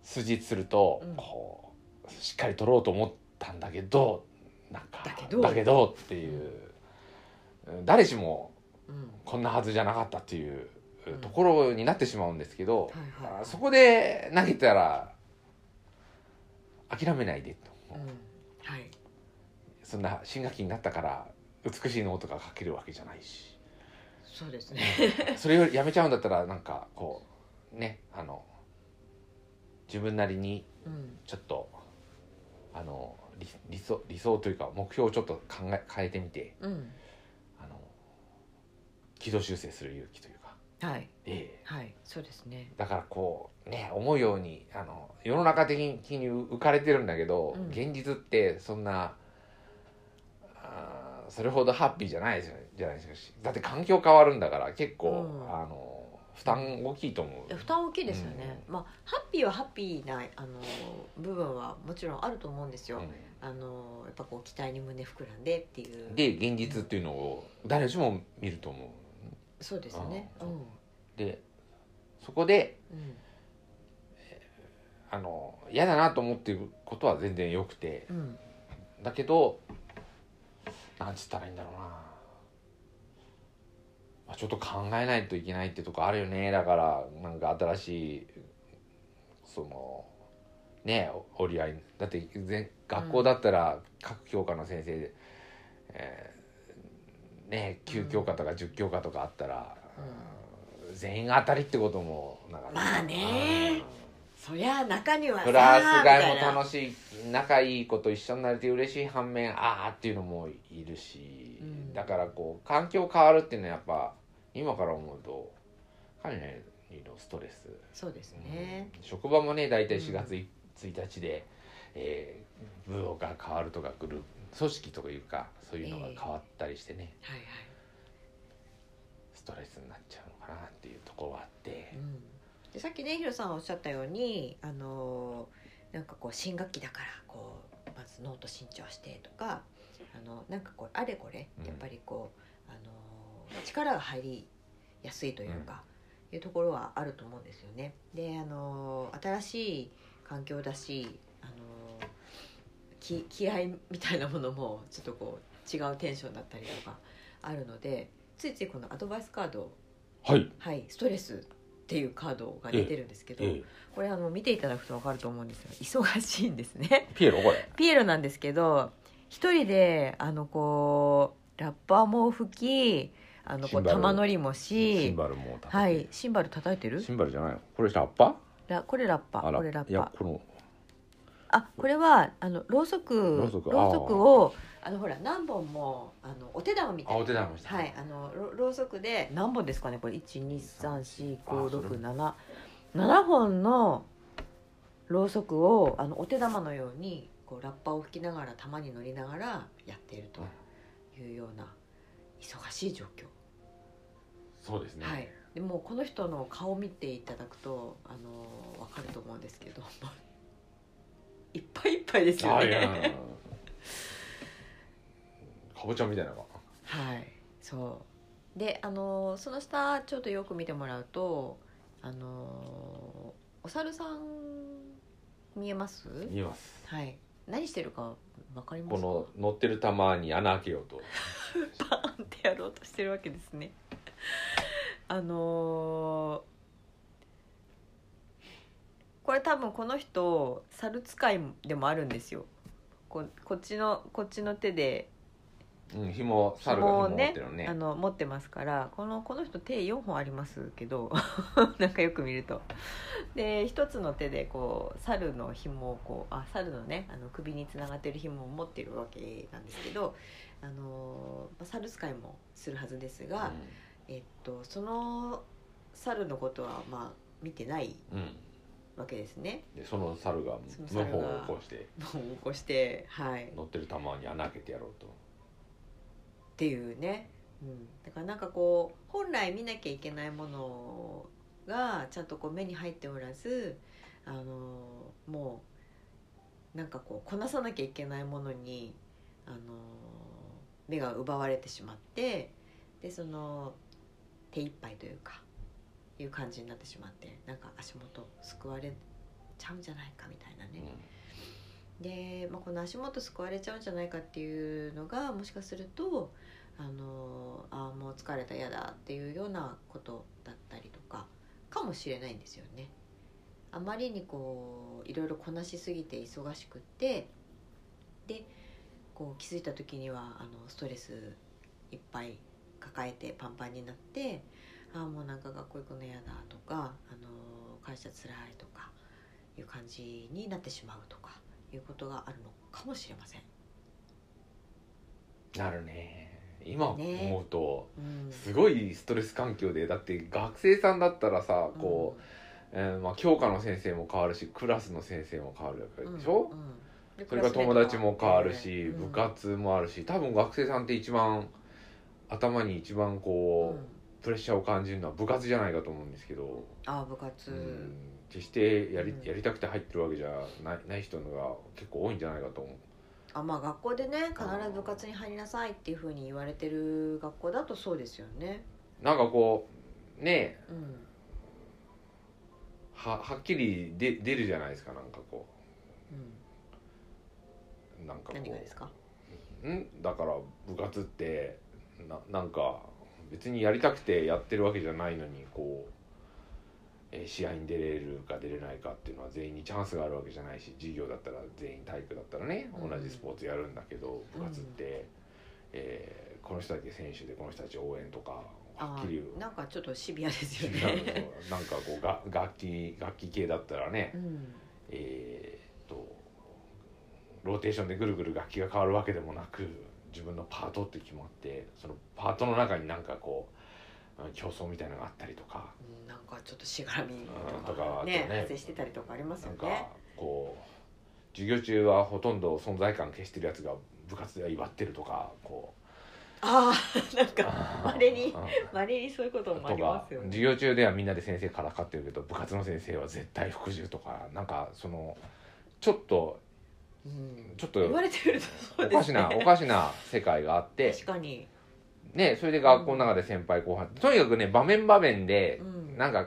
Speaker 1: 数日すると、
Speaker 2: うん
Speaker 1: こうしっかり取ろうと思ったんだけどなんか
Speaker 2: だけど
Speaker 1: どっていう、誰しも
Speaker 2: うん
Speaker 1: こんなはずじゃなかったっていう
Speaker 2: うん
Speaker 1: ところになってしまうんですけど、
Speaker 2: はいはいはい
Speaker 1: あそこで投げたら諦めないでと、
Speaker 2: うんはい
Speaker 1: そんな新学期になったから美しいのとか書けるわけじゃない し
Speaker 2: そうですね
Speaker 1: それをやめちゃうんだったらなんかこうねあの自分なりに
Speaker 2: うん
Speaker 1: ちょっとあの理理想理想というか目標をちょっと考え変えてみて
Speaker 2: うん
Speaker 1: あの軌道修正する勇気というか、
Speaker 2: はい
Speaker 1: ええ
Speaker 2: はいそうですね
Speaker 1: だからこうね思うようにあの世の中的に浮かれてるんだけど、
Speaker 2: うん
Speaker 1: 現実ってそんなあーそれほどハッピーじゃないですよじゃないですしだって環境変わるんだから結構、
Speaker 2: うん
Speaker 1: あの負担大きいと思
Speaker 2: いうや負担大きいですよね、まあハッピーはハッピーなあの部分はもちろんあると思うんですよ、
Speaker 1: う
Speaker 2: あのやっぱこう期待に胸膨らんでっていうん
Speaker 1: で現実っていうのを誰しも見ると思
Speaker 2: そうですね
Speaker 1: あ
Speaker 2: う
Speaker 1: ー
Speaker 2: ん
Speaker 1: うでそこで
Speaker 2: うん
Speaker 1: あの嫌だなと思っていることは全然よくて
Speaker 2: うん
Speaker 1: だけどなんつったらいいんだろうな、まあ、ちょっと考えないといけないってとこあるよねだからなんか新しいそのねお折り合いだって全学校だったら各教科の先生で、えーね9教科とか10教科とかあったら、うん全員が当たりってこともなんか
Speaker 2: まあね
Speaker 1: うん
Speaker 2: そりゃあ中にはさ
Speaker 1: プラス
Speaker 2: み
Speaker 1: 外
Speaker 2: たい
Speaker 1: も
Speaker 2: な
Speaker 1: 楽しい仲いい子と一緒になれて嬉しい反面ああっていうのもいるし、
Speaker 2: うん
Speaker 1: だからこう環境変わるっていうのはやっぱ今から思うとかなりのストレス、
Speaker 2: そうです
Speaker 1: うん
Speaker 2: ね、
Speaker 1: 職場もね大体
Speaker 2: うん
Speaker 1: 4月い1日で、えー部が変わるとかグループ組織とかいうかそういうのが変わったりしてね、
Speaker 2: はい
Speaker 1: ストレスになっちゃうのかなっていうところはあって
Speaker 2: はい、う、ん、でさっきねヒロさんおっしゃったようにあのーなんかこう新学期だからこうまずノート新調してとかあのなんかこうあれこれ
Speaker 1: うん
Speaker 2: やっぱりこう、あのー力が入りやすいというか、いうところはあると思うんですよね。であのー新しい環境だしあのーき気合いみたいなものもちょっとこう違うテンションだったりとかあるのでついついこのアドバイスカードを
Speaker 1: はい、
Speaker 2: はい、ストレスっていうカードが出てるんですけど、これあの見ていただくと分かると思うんですが忙しいんですね
Speaker 1: ピエロこれ
Speaker 2: ピエロなんですけど一人であのこうラッパーも吹きあのこ
Speaker 1: シ
Speaker 2: う
Speaker 1: ンバル
Speaker 2: 玉乗りもし
Speaker 1: バルも叩いて
Speaker 2: はい、シンバル叩いてる
Speaker 1: ンバルじゃないのこれラッパ
Speaker 2: ラこれラッパ
Speaker 1: あら
Speaker 2: これラ
Speaker 1: い
Speaker 2: ッ
Speaker 1: や
Speaker 2: パ
Speaker 1: この
Speaker 2: あこれはあのろうそく
Speaker 1: ろうそく
Speaker 2: ろうそくをあのほら何本もあのお手玉みたいな
Speaker 1: あお手玉した
Speaker 2: はいあのろろうそくで何本ですかねこれ一二三四五六七七本のろうそくをあのお手玉のようにこうラッパを吹きながら玉に乗りながらやっているというような忙しい状況
Speaker 1: そうですね、
Speaker 2: はい、でもうこの人の顔を見ていただくとあの分かると思うんですけど いっぱいいっぱいですよ
Speaker 1: あいや
Speaker 2: ね。
Speaker 1: かぼちゃみたいなのが
Speaker 2: はいそうであのその下ちょっとよく見てもらうとあのお猿さん見えます
Speaker 1: 見えます
Speaker 2: はい何してるか分かります
Speaker 1: こ
Speaker 2: か
Speaker 1: の乗ってる玉に穴開けようと
Speaker 2: パーン ってやろうとしてるわけですね。 あのーこれ多分この人猿使いでもあるんですよ。ここっちのこっちの手で
Speaker 1: うん紐猿が紐
Speaker 2: 紐を
Speaker 1: 持っ
Speaker 2: ね
Speaker 1: てるのね
Speaker 2: あの持ってますからこのこの人手4本ありますけど なんかよく見るとで一つの手でこう猿の紐をこうあ猿のねあの首につながってる紐を持ってるわけなんですけど、あのまあ猿使いもするはずですが、えっと、その猿のことはまあ見てない
Speaker 1: うん、うん
Speaker 2: わけですね
Speaker 1: でその猿が
Speaker 2: その
Speaker 1: 向
Speaker 2: 猿
Speaker 1: こ
Speaker 2: が
Speaker 1: うを起こして
Speaker 2: もう起こしてはい
Speaker 1: 乗ってる玉に穴開けてやろうと
Speaker 2: っていうね、うん、だからなんかこう本来見なきゃいけないものがちゃんとこう目に入っておらずあのもうなんかこうこなさなきゃいけないものにあの目が奪われてしまってでその手一杯というかいう感じになってしまってなんか足元すくわれちゃうんじゃないかみたいなね。で、まあ、この足元すくわれちゃうんじゃないかっていうのがもしかするとあのあーもう疲れた嫌だっていうようなことだったりとかかもしれないんですよね。あまりにこういろいろこなしすぎて忙しくってでこう気づいた時にはあのストレスいっぱい抱えてパンパンになってああもうなんか学校行くの嫌だとかあの会社つらいとかいう感じになってしまうとかいうことがあるのかもしれません。
Speaker 1: なるね今思うと、
Speaker 2: うん、
Speaker 1: すごいストレス環境でだって学生さんだったらさこう、えーまあ、教科の先生も変わるしクラスの先生も変わるわけ
Speaker 2: うん、
Speaker 1: でしょ、
Speaker 2: うんうんで
Speaker 1: それから友達も変わるし、
Speaker 2: うん
Speaker 1: 部活もあるし多分学生さんって一番頭に一番
Speaker 2: う
Speaker 1: こう、
Speaker 2: ん
Speaker 1: プレッシャーを感じるのは部活じゃないかと思うんですけど、
Speaker 2: ああ部
Speaker 1: う
Speaker 2: 活、
Speaker 1: ん、決してやり
Speaker 2: うん
Speaker 1: やりたくて入ってるわけじゃないない人のが結構多いんじゃないかと思う。
Speaker 2: あまあ学校でね必ず部活に入りなさいっていうふうに言われてる学校だとそうですよね。
Speaker 1: なんかこうねえ
Speaker 2: うん
Speaker 1: ははっきりで出るじゃないですかなんかこ
Speaker 2: うん、
Speaker 1: うなんかこ
Speaker 2: 何がですか
Speaker 1: ううんだから部活ってななんか別にやりたくてやってるわけじゃないのにこう、えー試合に出れるか出れないかっていうのは全員にチャンスがあるわけじゃないし授業だったら全員体育だったらね
Speaker 2: うん
Speaker 1: 同じスポーツやるんだけど、部活って、えーこの人たち選手でこの人たち応援とかは
Speaker 2: あ
Speaker 1: っきり
Speaker 2: ーなんかちょっとシビアです
Speaker 1: 違
Speaker 2: よ
Speaker 1: う
Speaker 2: ね。
Speaker 1: の なんかこうが楽器楽器系だったらね、
Speaker 2: うん
Speaker 1: えーっとローテーションでぐるぐる楽器が変わるわけでもなく自分のパートって決まってそのパートの中になんかこううん競争みたいなのがあったりとか
Speaker 2: うんなんかちょっとしがらみ
Speaker 1: うん
Speaker 2: と
Speaker 1: と
Speaker 2: か
Speaker 1: か
Speaker 2: ね
Speaker 1: あとね
Speaker 2: 発生してたりとかあります
Speaker 1: な
Speaker 2: よ
Speaker 1: んか
Speaker 2: ね。
Speaker 1: こう授業中はほとんど存在感消してるやつが部活では威張ってるとかこ
Speaker 2: ああなん
Speaker 1: う
Speaker 2: か稀に
Speaker 1: うん
Speaker 2: まれにそういうこともあ
Speaker 1: と
Speaker 2: りま
Speaker 1: か
Speaker 2: すよ
Speaker 1: 授
Speaker 2: ね。
Speaker 1: 業中ではみんなで先生からかってるけど部活の先生は絶対服従とかなんかそのちょっと
Speaker 2: うん
Speaker 1: ちょっ
Speaker 2: 言
Speaker 1: と
Speaker 2: われてみるとそう
Speaker 1: お
Speaker 2: で
Speaker 1: か
Speaker 2: す
Speaker 1: し
Speaker 2: ね。
Speaker 1: な、おかしな世界があって
Speaker 2: 確かに。
Speaker 1: ねそれで学校の中で先輩後輩とにかくね場面場面で
Speaker 2: うん
Speaker 1: なんか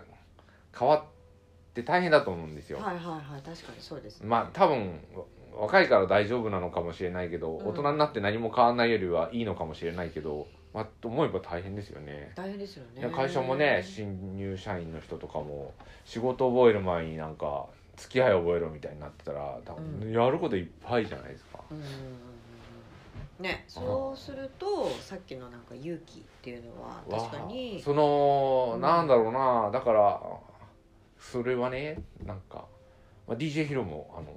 Speaker 1: 変わって大変だと思うんですよ、
Speaker 2: はいはいはい確かにそうですね。
Speaker 1: まあ多分わ若いから大丈夫なのかもしれないけど、
Speaker 2: うん
Speaker 1: 大人になって何も変わらないよりはいいのかもしれないけど、まあ、と思えば大変ですよね
Speaker 2: 大変ですよ
Speaker 1: い
Speaker 2: ね
Speaker 1: や。会社もね新入社員の人とかも仕事覚える前になんか付き合い覚えろみたいになってたら多
Speaker 2: う
Speaker 1: 分やることいっぱいじゃないですか、
Speaker 2: うんうんうんうんね、そうするとさっきのなんか勇気っていうのは
Speaker 1: わあ
Speaker 2: 確かに
Speaker 1: その、
Speaker 2: うん
Speaker 1: なんだろうなだからそれはねなんか、まあ、DJ ヒロもあの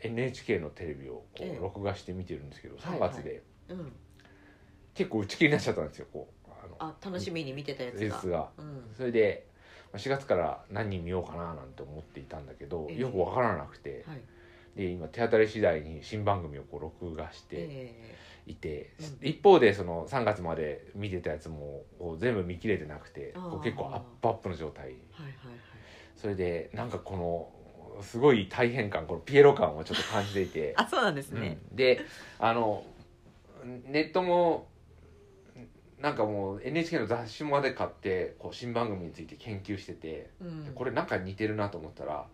Speaker 1: NHK のテレビをこ
Speaker 2: ええ
Speaker 1: う録画して見てるんですけど、
Speaker 2: は
Speaker 1: 3
Speaker 2: いはい
Speaker 1: 月で
Speaker 2: うん、
Speaker 1: 結構打ち切りになっちゃったんですよこうあの
Speaker 2: あ楽しみに見てたやつ
Speaker 1: レー
Speaker 2: が
Speaker 1: スが。
Speaker 2: うん
Speaker 1: それでまあ4月から何人見ようかななんて思っていたんだけど
Speaker 2: ええ
Speaker 1: よくわからなくて、
Speaker 2: はい
Speaker 1: で今手当たり次第に新番組をこう録画して
Speaker 2: え
Speaker 1: いて、
Speaker 2: うん
Speaker 1: 一方でその3月まで見てたやつもこう全部見切れてなくて
Speaker 2: あー
Speaker 1: こう結構アップアップの状態
Speaker 2: えはいはいはい、
Speaker 1: それでなんかこのすごい大変感このピエロ感をちょっと感じていて
Speaker 2: あそうなんですね、
Speaker 1: うんであのネットもなんかもう NHK の雑誌まで買ってこう新番組について研究してて。
Speaker 2: うん、
Speaker 1: これなんか似てるなと思ったら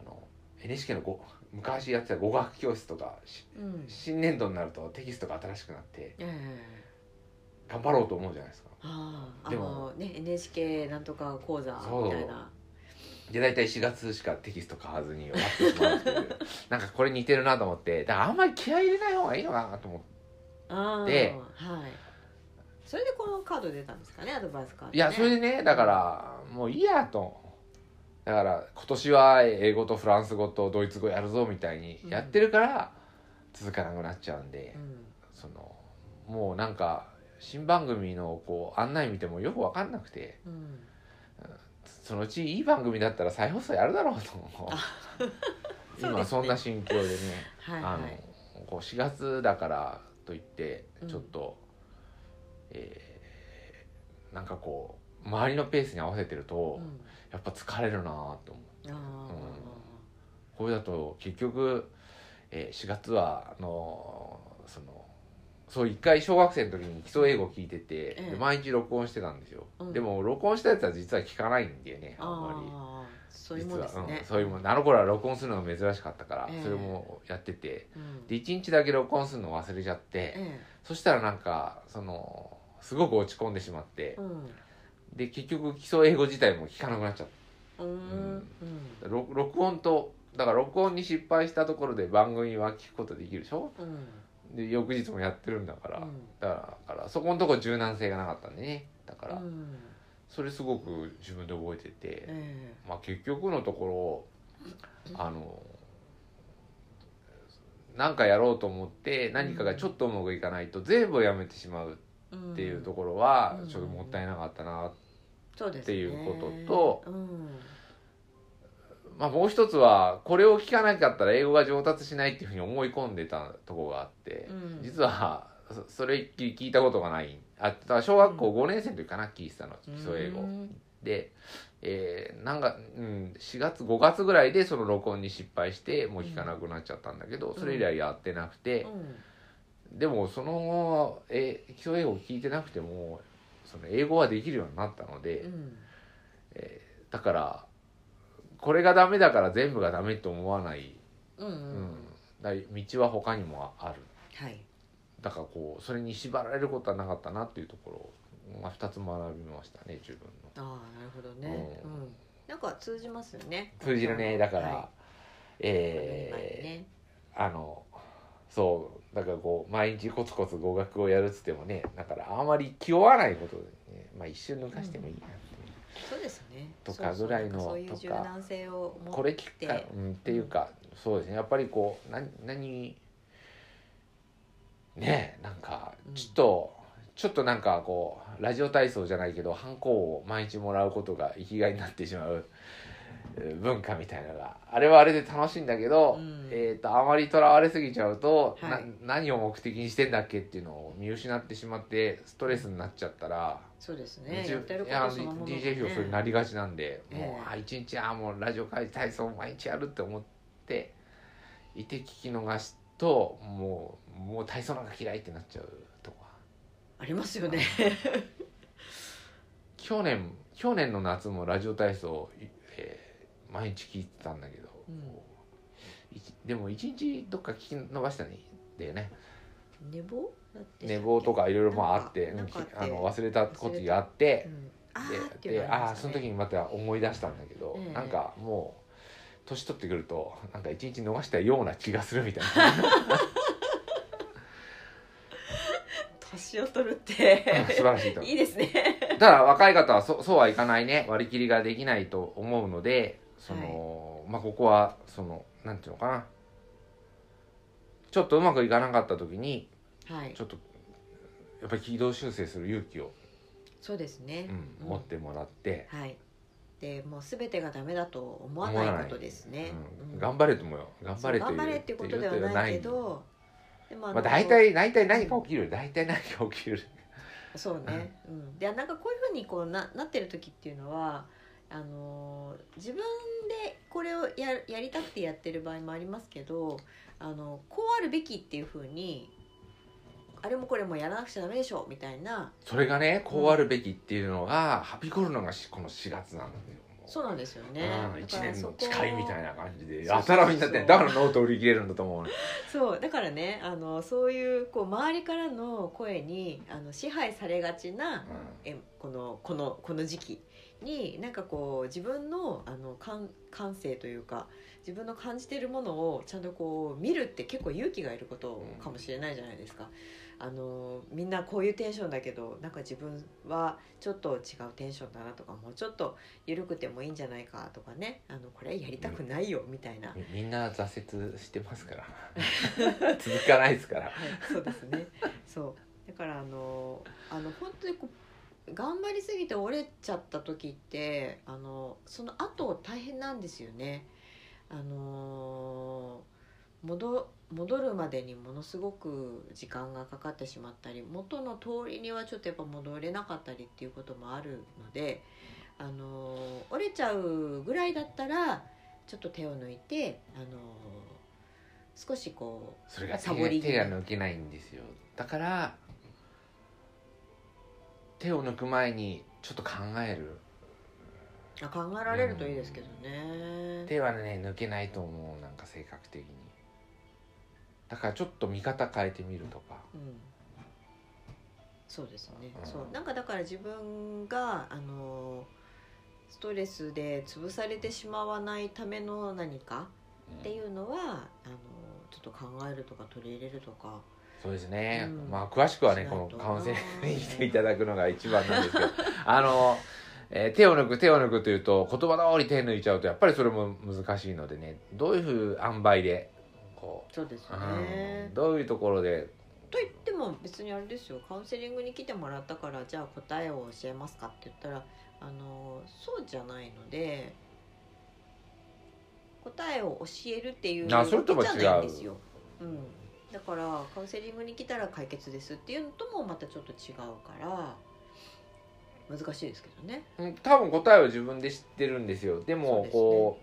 Speaker 1: あの NHK のご昔やってた語学教室とかし
Speaker 2: うん、
Speaker 1: 新年度になるとテキストが新しくなって
Speaker 2: ええ
Speaker 1: 頑張ろうと思うじゃないですか
Speaker 2: あああ
Speaker 1: でも
Speaker 2: のね NHK なんとか講座
Speaker 1: そう
Speaker 2: みたいな
Speaker 1: で大体4月しかテキスト買わずに終わってしまうっていう なんかこれ似てるなと思ってだからあんまり気合い入れない方がいいのかなと思って
Speaker 2: ああ
Speaker 1: で
Speaker 2: はいそれでこのカード出たんですかねアドバイスカード、ね、
Speaker 1: いやそれでねだからもういいやとだから今年は英語とフランス語とドイツ語やるぞみたいにやってるから続かなくなっちゃうんで、
Speaker 2: うん
Speaker 1: そのもうなんか新番組のこう案内見てもよく分かんなくて
Speaker 2: うん
Speaker 1: そのうちいい番組だったら再放送やるだろうと思う
Speaker 2: そうですね
Speaker 1: 今そんな心境でね、
Speaker 2: はい
Speaker 1: あ
Speaker 2: はい
Speaker 1: のこう4月だからといって
Speaker 2: うん
Speaker 1: ちょっと、えーなんかこう周りのペースに合わせてると、
Speaker 2: うん
Speaker 1: やっぱ疲れるなぁと思う
Speaker 2: ああ、
Speaker 1: これだと結局、えー4月はあのーそのそう一回小学生の時に基礎英語聞いてて、
Speaker 2: ええ
Speaker 1: で毎日録音してたんですよ、
Speaker 2: うん
Speaker 1: でも録音したやつは実は聞かないんでねあんま
Speaker 2: ああそう
Speaker 1: り
Speaker 2: いう
Speaker 1: 実
Speaker 2: もん
Speaker 1: は
Speaker 2: ですね、
Speaker 1: うんそういうもんあの頃は録音するのが珍しかったから、
Speaker 2: ええ
Speaker 1: それもやってて
Speaker 2: うん
Speaker 1: で1日だけ録音するの忘れちゃって、
Speaker 2: え
Speaker 1: そしたらなんかそのすごく落ち込んでしまって
Speaker 2: え、うん
Speaker 1: で結局基礎英語自体も聞かなくなっちゃった
Speaker 2: うーん
Speaker 1: 録録音とだから録音に失敗したところで番組は聞くことできるでしょ
Speaker 2: うんうん
Speaker 1: で翌日もやってるんだから、
Speaker 2: うん
Speaker 1: だからそこのとこ柔軟性がなかったんでねだから、
Speaker 2: うん
Speaker 1: それすごく自分で覚えてて、
Speaker 2: え
Speaker 1: まあ、結局のところあの何かやろうと思って何かがちょっとうまくいかないと全部やめてしまう
Speaker 2: え
Speaker 1: っていうと
Speaker 2: ん
Speaker 1: ころは
Speaker 2: うん
Speaker 1: ちょっともったいなかったな、
Speaker 2: そうですね
Speaker 1: っていうこと
Speaker 2: と、うん
Speaker 1: まあ、もう一つはこれを聞かなかったら英語が上達しないっていうふうに思い込んでたところがあって、
Speaker 2: うん
Speaker 1: 実はそそれっきり聞いたことがないあだから小学校5年生の時かな聞いてたの基礎英語。
Speaker 2: うん
Speaker 1: で、えーなんか、うん、4月5月ぐらいでその録音に失敗してもう聞かなくなっちゃったんだけど、
Speaker 2: ん
Speaker 1: それ以来やってなくて、でもその後、えー基礎英語聞いてなくてもその英語はできるようになったので、
Speaker 2: うん
Speaker 1: えーだからこれがダメだから全部がダメと思わない、
Speaker 2: うんうん
Speaker 1: う
Speaker 2: うんん
Speaker 1: だ道は他にもある
Speaker 2: はい
Speaker 1: だからこうそれに縛られることはなかったなっていうところ、まあ、2つ学びましたね自分の。
Speaker 2: ああなるほどね、
Speaker 1: う
Speaker 2: うんんなんか通じますよね
Speaker 1: 通じるねだから、
Speaker 2: は
Speaker 1: えー
Speaker 2: 当たり前にね
Speaker 1: あのそうだからこう毎日コツコツ語学をやるっつってもねだからあまり気負わないことでねまあ一瞬抜かしてもいいなって、
Speaker 2: そうですね
Speaker 1: とかぐらいの
Speaker 2: そうそうなんかそういう柔
Speaker 1: とか
Speaker 2: 軟性を持
Speaker 1: これ聞くか
Speaker 2: で、
Speaker 1: うん、っていうかそうですねやっぱりこうな何ねえなんか
Speaker 2: うん
Speaker 1: ちょっと、ちょっとなんかこうラジオ体操じゃないけどハンコを毎日もらうことが生きがいになってしまうえー文化みたいなのがあれはあれで楽しいんだけど、
Speaker 2: うん
Speaker 1: えー、とあまりとらわれすぎちゃうと、
Speaker 2: はい
Speaker 1: な何を目的にしてんだっけっていうのを見失ってしまってストレスになっちゃったら。
Speaker 2: そうですね
Speaker 1: じゅ
Speaker 2: やってるこ
Speaker 1: いや
Speaker 2: とそのものがね
Speaker 1: DJ 表それになりがちなんで、
Speaker 2: ええ
Speaker 1: もうあ一日あもうラジオ会体操毎日やるって思っていて聞き逃しともうもう体操なんか嫌いってなっちゃうとか
Speaker 2: ありますよね
Speaker 1: 去年去年の夏もラジオ体操、いえー毎日聞いてたんだけど、いちでも一日どっか聞き逃したんだよね
Speaker 2: 寝坊だって
Speaker 1: 寝坊とかいろいろもあって
Speaker 2: なんか
Speaker 1: うん
Speaker 2: なん
Speaker 1: き
Speaker 2: かあっ
Speaker 1: あ
Speaker 2: て
Speaker 1: の忘れた時があって
Speaker 2: う。んあーって
Speaker 1: で
Speaker 2: いう
Speaker 1: で
Speaker 2: の
Speaker 1: あ
Speaker 2: あ
Speaker 1: あその時
Speaker 2: に
Speaker 1: にまた思い出したんだけど、
Speaker 2: ええ
Speaker 1: なんかもう年取ってくるとなんか一日逃したような気がするみたい な
Speaker 2: 年を取るって
Speaker 1: 素晴らしいと思
Speaker 2: いいですね
Speaker 1: うただ若い方はそそうはいかないね割り切りができないと思うのでその、まあここはそのなんていうのかなちょっとうまくいかなかった時に
Speaker 2: はい
Speaker 1: ちょっとやっぱり軌道修正する勇気を、
Speaker 2: そうですね
Speaker 1: うん、持ってもらって、
Speaker 2: はいでもう全てがダメだと思わないことですね
Speaker 1: うん
Speaker 2: うん
Speaker 1: 頑張れともよ頑張れと
Speaker 2: そ
Speaker 1: い
Speaker 2: う
Speaker 1: う
Speaker 2: 頑張れっていうことではないけどでもあの
Speaker 1: まあ、大体大体何か起きる大体何か起きる
Speaker 2: そうね、うん、でなんかこういうふうにこうななってる時っていうのはあのー自分でこれをややりたくてやってる場合もありますけどあのこうあるべきっていうふうにあれもこれもやらなくちゃダメでしょみたいな
Speaker 1: それがねこうあるべきっていうのが、はびこるのがしこの4月なんだよ
Speaker 2: そうなんですよね、
Speaker 1: うん、
Speaker 2: だ
Speaker 1: 1
Speaker 2: から
Speaker 1: 年
Speaker 2: そ
Speaker 1: の
Speaker 2: こ
Speaker 1: 誓いみたいな感じで
Speaker 2: そうそ
Speaker 1: や
Speaker 2: うそ
Speaker 1: た
Speaker 2: う
Speaker 1: らみになってんだからノート売り切れるんだと思う
Speaker 2: そうだからねあのそういうこう周りからの声にあの支配されがちなえこのこのこの時期になんかこう自分のあの感感性というか自分の感じてるものをちゃんとこう見るって結構勇気がいることかもしれないじゃないですか。あのみんなこういうテンションだけどなんか自分はちょっと違うテンションだなとかもうちょっと緩くてもいいんじゃないかとかねあのこれやりたくないよみたいな、
Speaker 1: うん、みんな挫折してますから 続かないですから
Speaker 2: はい、そうですね。 そう。だからあのあの本当にこう頑張りすぎて折れちゃった時ってあのその後大変なんですよね。あの戻戻るまでにものすごく時間がかかってしまったり元の通りにはちょっとやっぱ戻れなかったりっていうこともあるのであの折れちゃうぐらいだったらちょっと手を抜いてあの少しこう
Speaker 1: それが手
Speaker 2: サ
Speaker 1: が
Speaker 2: ボり気味
Speaker 1: 手が抜けないんですよだから手を抜く前にちょっと考える
Speaker 2: あ考えられるといいですけどね。
Speaker 1: 手はね抜けないと思うなんか性格的にだからちょっと見方変えてみるとか
Speaker 2: うん、そうですね。
Speaker 1: うん
Speaker 2: そうなんかだから自分があのストレスで潰されてしまわないための何かっていうのはあのちょっと考えるとか取り入れるとか
Speaker 1: そうですね、
Speaker 2: うん
Speaker 1: まあ詳しくはね
Speaker 2: しな
Speaker 1: こ
Speaker 2: い
Speaker 1: の
Speaker 2: と
Speaker 1: カウンセリングに来ていただくのが一番なんですけど あの、えー手を抜く手を抜くというと言葉通り手抜いちゃうとやっぱりそれも難しいのでねどういうふう塩梅でこ
Speaker 2: そうです
Speaker 1: う、
Speaker 2: よ
Speaker 1: う
Speaker 2: ね
Speaker 1: ん、。どういうところで
Speaker 2: と言っても別にあれですよカウンセリングに来てもらったからじゃあ答えを教えますかって言ったらあのそうじゃないので答えを教えるっていう
Speaker 1: あそれとも
Speaker 2: じゃないんです
Speaker 1: 違う
Speaker 2: よ。うん、だからカウンセリングに来たら解決ですっていうのともまたちょっと違うから難しいですけどね。
Speaker 1: うん多分答えを自分で知ってるんですよでもこ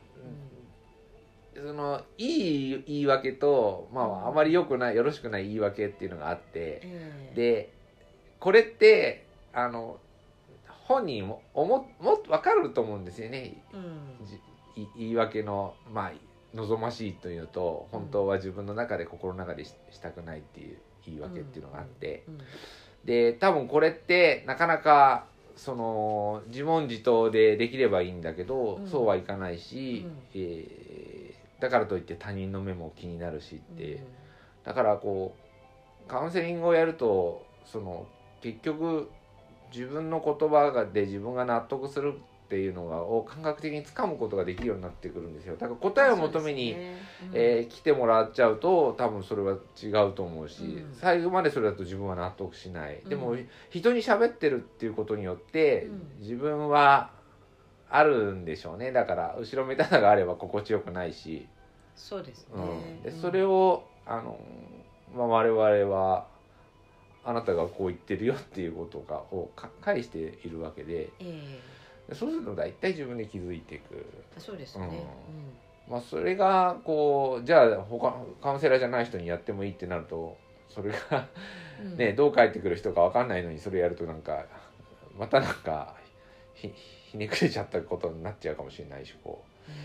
Speaker 1: う
Speaker 2: う
Speaker 1: そのいい言い訳と、まあ、あまり良くないよろしくない言い訳っていうのがあって
Speaker 2: んええ
Speaker 1: でこれってあの本人も思も分かると思うんですよね
Speaker 2: うん
Speaker 1: じい言い訳の、まあ、望ましいというのと本当は自分の中で心の中でししたくないっていう言い訳っていうのがあって、
Speaker 2: うん
Speaker 1: で多分これってなかなかその自問自答でできればいいんだけど、
Speaker 2: うん
Speaker 1: そうはいかないし、
Speaker 2: うん
Speaker 1: えーだからといって他人の目も気になるしって、
Speaker 2: うん
Speaker 1: だからこうカウンセリングをやるとその結局自分の言葉がで自分が納得するっていうのがを感覚的につかむことができるようになってくるんですよだから答えを求めに、
Speaker 2: そうですねうん
Speaker 1: えー来てもらっちゃうと多分それは違うと思うし、
Speaker 2: うん
Speaker 1: 最後までそれだと自分は納得しない、
Speaker 2: うん
Speaker 1: でも人に喋ってるっていうことによって、
Speaker 2: うん
Speaker 1: 自分はあるんでしょうねだから後ろめたさがあれば心地よくないし、
Speaker 2: そうです
Speaker 1: うん
Speaker 2: ね。
Speaker 1: で
Speaker 2: うん
Speaker 1: それをあの、まあ、我々はあなたがこう言ってるよっていうことがをか返しているわけで
Speaker 2: ええ
Speaker 1: そうすると大体自分で気づいていく。
Speaker 2: そうですね。
Speaker 1: うん
Speaker 2: うん
Speaker 1: まあ、それがこうじゃあ他カウンセラーじゃない人にやってもいいってなるとそれが
Speaker 2: うん
Speaker 1: ね、どう返ってくる人か分かんないのにそれやるとなんかまたなんかひひねくれちゃったことになっちゃうかもしれないしこ
Speaker 2: うん
Speaker 1: う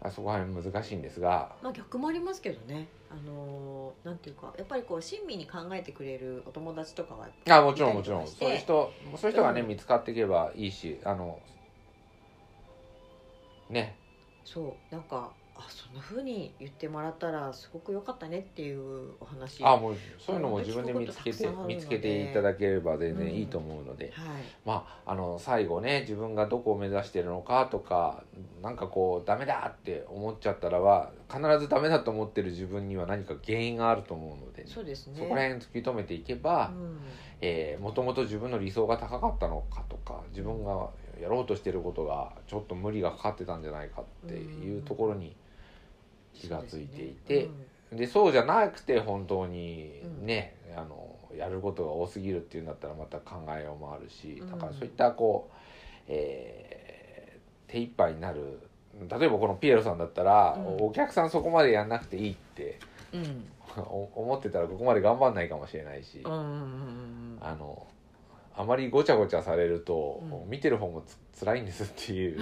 Speaker 1: あそこは難しいんですが、
Speaker 2: まあ逆もありますけどね。あのーなんていうかやっぱりこう親身に考えてくれるお友達とかは
Speaker 1: あもちろんもちろん
Speaker 2: いたりとかして
Speaker 1: そういう人そういう人がね
Speaker 2: うん
Speaker 1: 見つかっていけばいいしあのね
Speaker 2: そうなんかあそんな風に言ってもらったらすごく良かったねっていうお話。
Speaker 1: あ
Speaker 2: は
Speaker 1: もうそういうのも自分で見つけて
Speaker 2: うん
Speaker 1: 見つけていただければ全然いいと思うので
Speaker 2: い。。
Speaker 1: まあ、あの最後ね自分がどこを目指してるのかとかなんかこうダメだって思っちゃったらは必ずダメだと思ってる自分には何か原因があると思うので、
Speaker 2: そうですね。
Speaker 1: そこら辺突き止めていけばもともと自分の理想が高かったのかとか自分がやろうとしてることがちょっと無理がかかってたんじゃないかっていうところに気がついていて。
Speaker 2: うん
Speaker 1: でそうじゃなくて本当にね、あのやることが多すぎるっていうんだったらまた考えようもあるし
Speaker 2: うん
Speaker 1: だからそういったこう、えー手一杯になる例えばこのピエロさんだったら、
Speaker 2: うん
Speaker 1: お客さんそこまでやんなくていいって
Speaker 2: うんうん
Speaker 1: お思ってたらここまで頑張んないかもしれないし、
Speaker 2: うんうんうん
Speaker 1: あのあまりごちゃごちゃされると、
Speaker 2: うん
Speaker 1: 見てる方もつ辛いんですっていう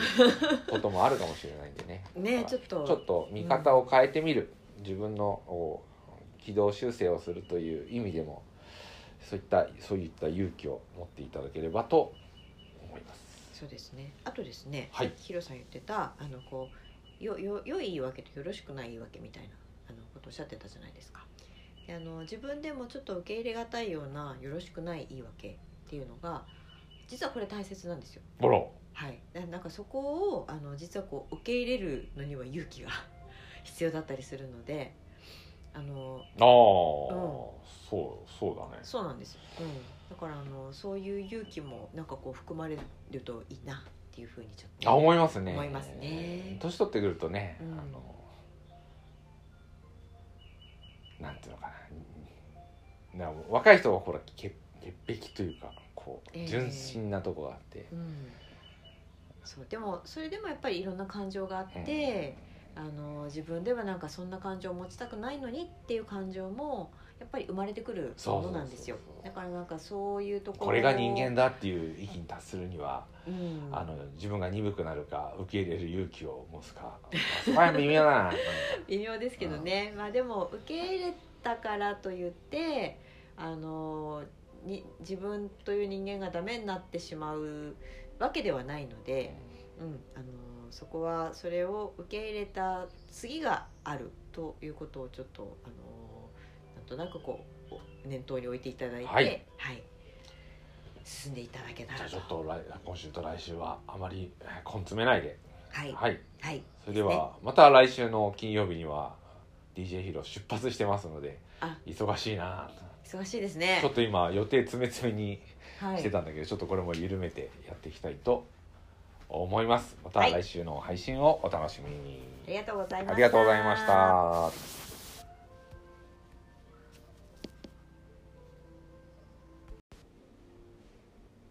Speaker 1: こともあるかもしれないんで ね。
Speaker 2: うん。ね
Speaker 1: だから
Speaker 2: ちょっと
Speaker 1: ちょっと見方を変えてみる、自分のお軌道修正をするという意味でもそういったそういった勇気を持っていただければと思います。
Speaker 2: そうですね。あとですね、
Speaker 1: はい
Speaker 2: ヒロさん言ってたあのこうよよ良い言い訳とよろしくない言い訳みたいなあのことをおっしゃってたじゃないですか。であの自分でもちょっと受け入れがたいようなよろしくない言い訳っていうのが実はこれ大切なんですよ。
Speaker 1: ボロ
Speaker 2: はい。ななんかそこをあの実はこう受け入れるのには勇気が 必要だったりするので、あの
Speaker 1: ああ、そうそうだね
Speaker 2: そうなんですよ、うん、だからあのそういう勇気もなんかこう含まれるといいなっていうふうにちょっと
Speaker 1: あ思いますね。
Speaker 2: 思いますね
Speaker 1: 年取ってくるとね、
Speaker 2: うん
Speaker 1: あのなんていうのかな。なんか若い人はほら潔潔癖というかこ
Speaker 2: え
Speaker 1: う
Speaker 2: え
Speaker 1: 純真なとこがあって、
Speaker 2: うん、そうでもそれでもやっぱりいろんな感情があって、あの自分ではなんかそんな感情を持ちたくないのにっていう感情もやっぱり生まれてくるものなんですよ
Speaker 1: そうそうそうそう
Speaker 2: だからなんかそういうところ
Speaker 1: これが人間だっていう域に達するには、
Speaker 2: うん、
Speaker 1: あの自分が鈍くなるか受け入れる勇気を持つかそこは微妙だな
Speaker 2: 微妙ですけどね、まあでも受け入れたからといってあのに自分という人間がダメになってしまうわけではないので、うん、あのそこはそれを受け入れた次があるということをちょっとあのなんとなくこう念頭に置いていただいて、
Speaker 1: は
Speaker 2: はいい進んでいただけ
Speaker 1: じ
Speaker 2: た
Speaker 1: ゃ
Speaker 2: ら
Speaker 1: あち
Speaker 2: と
Speaker 1: ょっと来今週と来週はあまりえー根詰めないで
Speaker 2: はいはい、
Speaker 1: はいそれではまた来週の金曜日には DJ ヒロ出発してますので
Speaker 2: あ
Speaker 1: 忙しいなぁと
Speaker 2: 忙しいですね
Speaker 1: ちょっと今予定詰め詰めに
Speaker 2: は
Speaker 1: して
Speaker 2: い、
Speaker 1: たんだけど、ちょっとこれも緩めてやっていきたいと思いますまた
Speaker 2: はい
Speaker 1: 来週の配信をお楽しみに、
Speaker 2: ありがとうございました
Speaker 1: ありがとうございました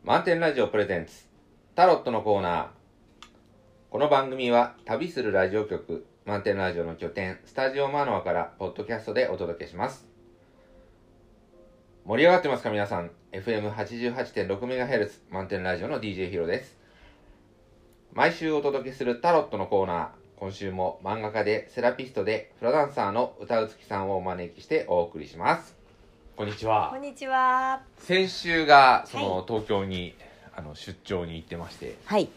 Speaker 1: 満点ラジオプレゼンツタロットのコーナーこの番組は旅するラジオ局満点ラジオの拠点スタジオマノアからポッドキャストでお届けします盛り上がってますか皆さん FM88.6MHz 満点ラジオの DJ ヒロです毎週お届けするタロットのコーナー今週も漫画家でセラピストでフラダンサーの歌うつきさんをお招きしてお送りしますこんにち
Speaker 2: こ
Speaker 1: は
Speaker 2: んにちは
Speaker 1: 先週がそ
Speaker 2: は
Speaker 1: の東京に、あの出張に行ってまして
Speaker 2: はい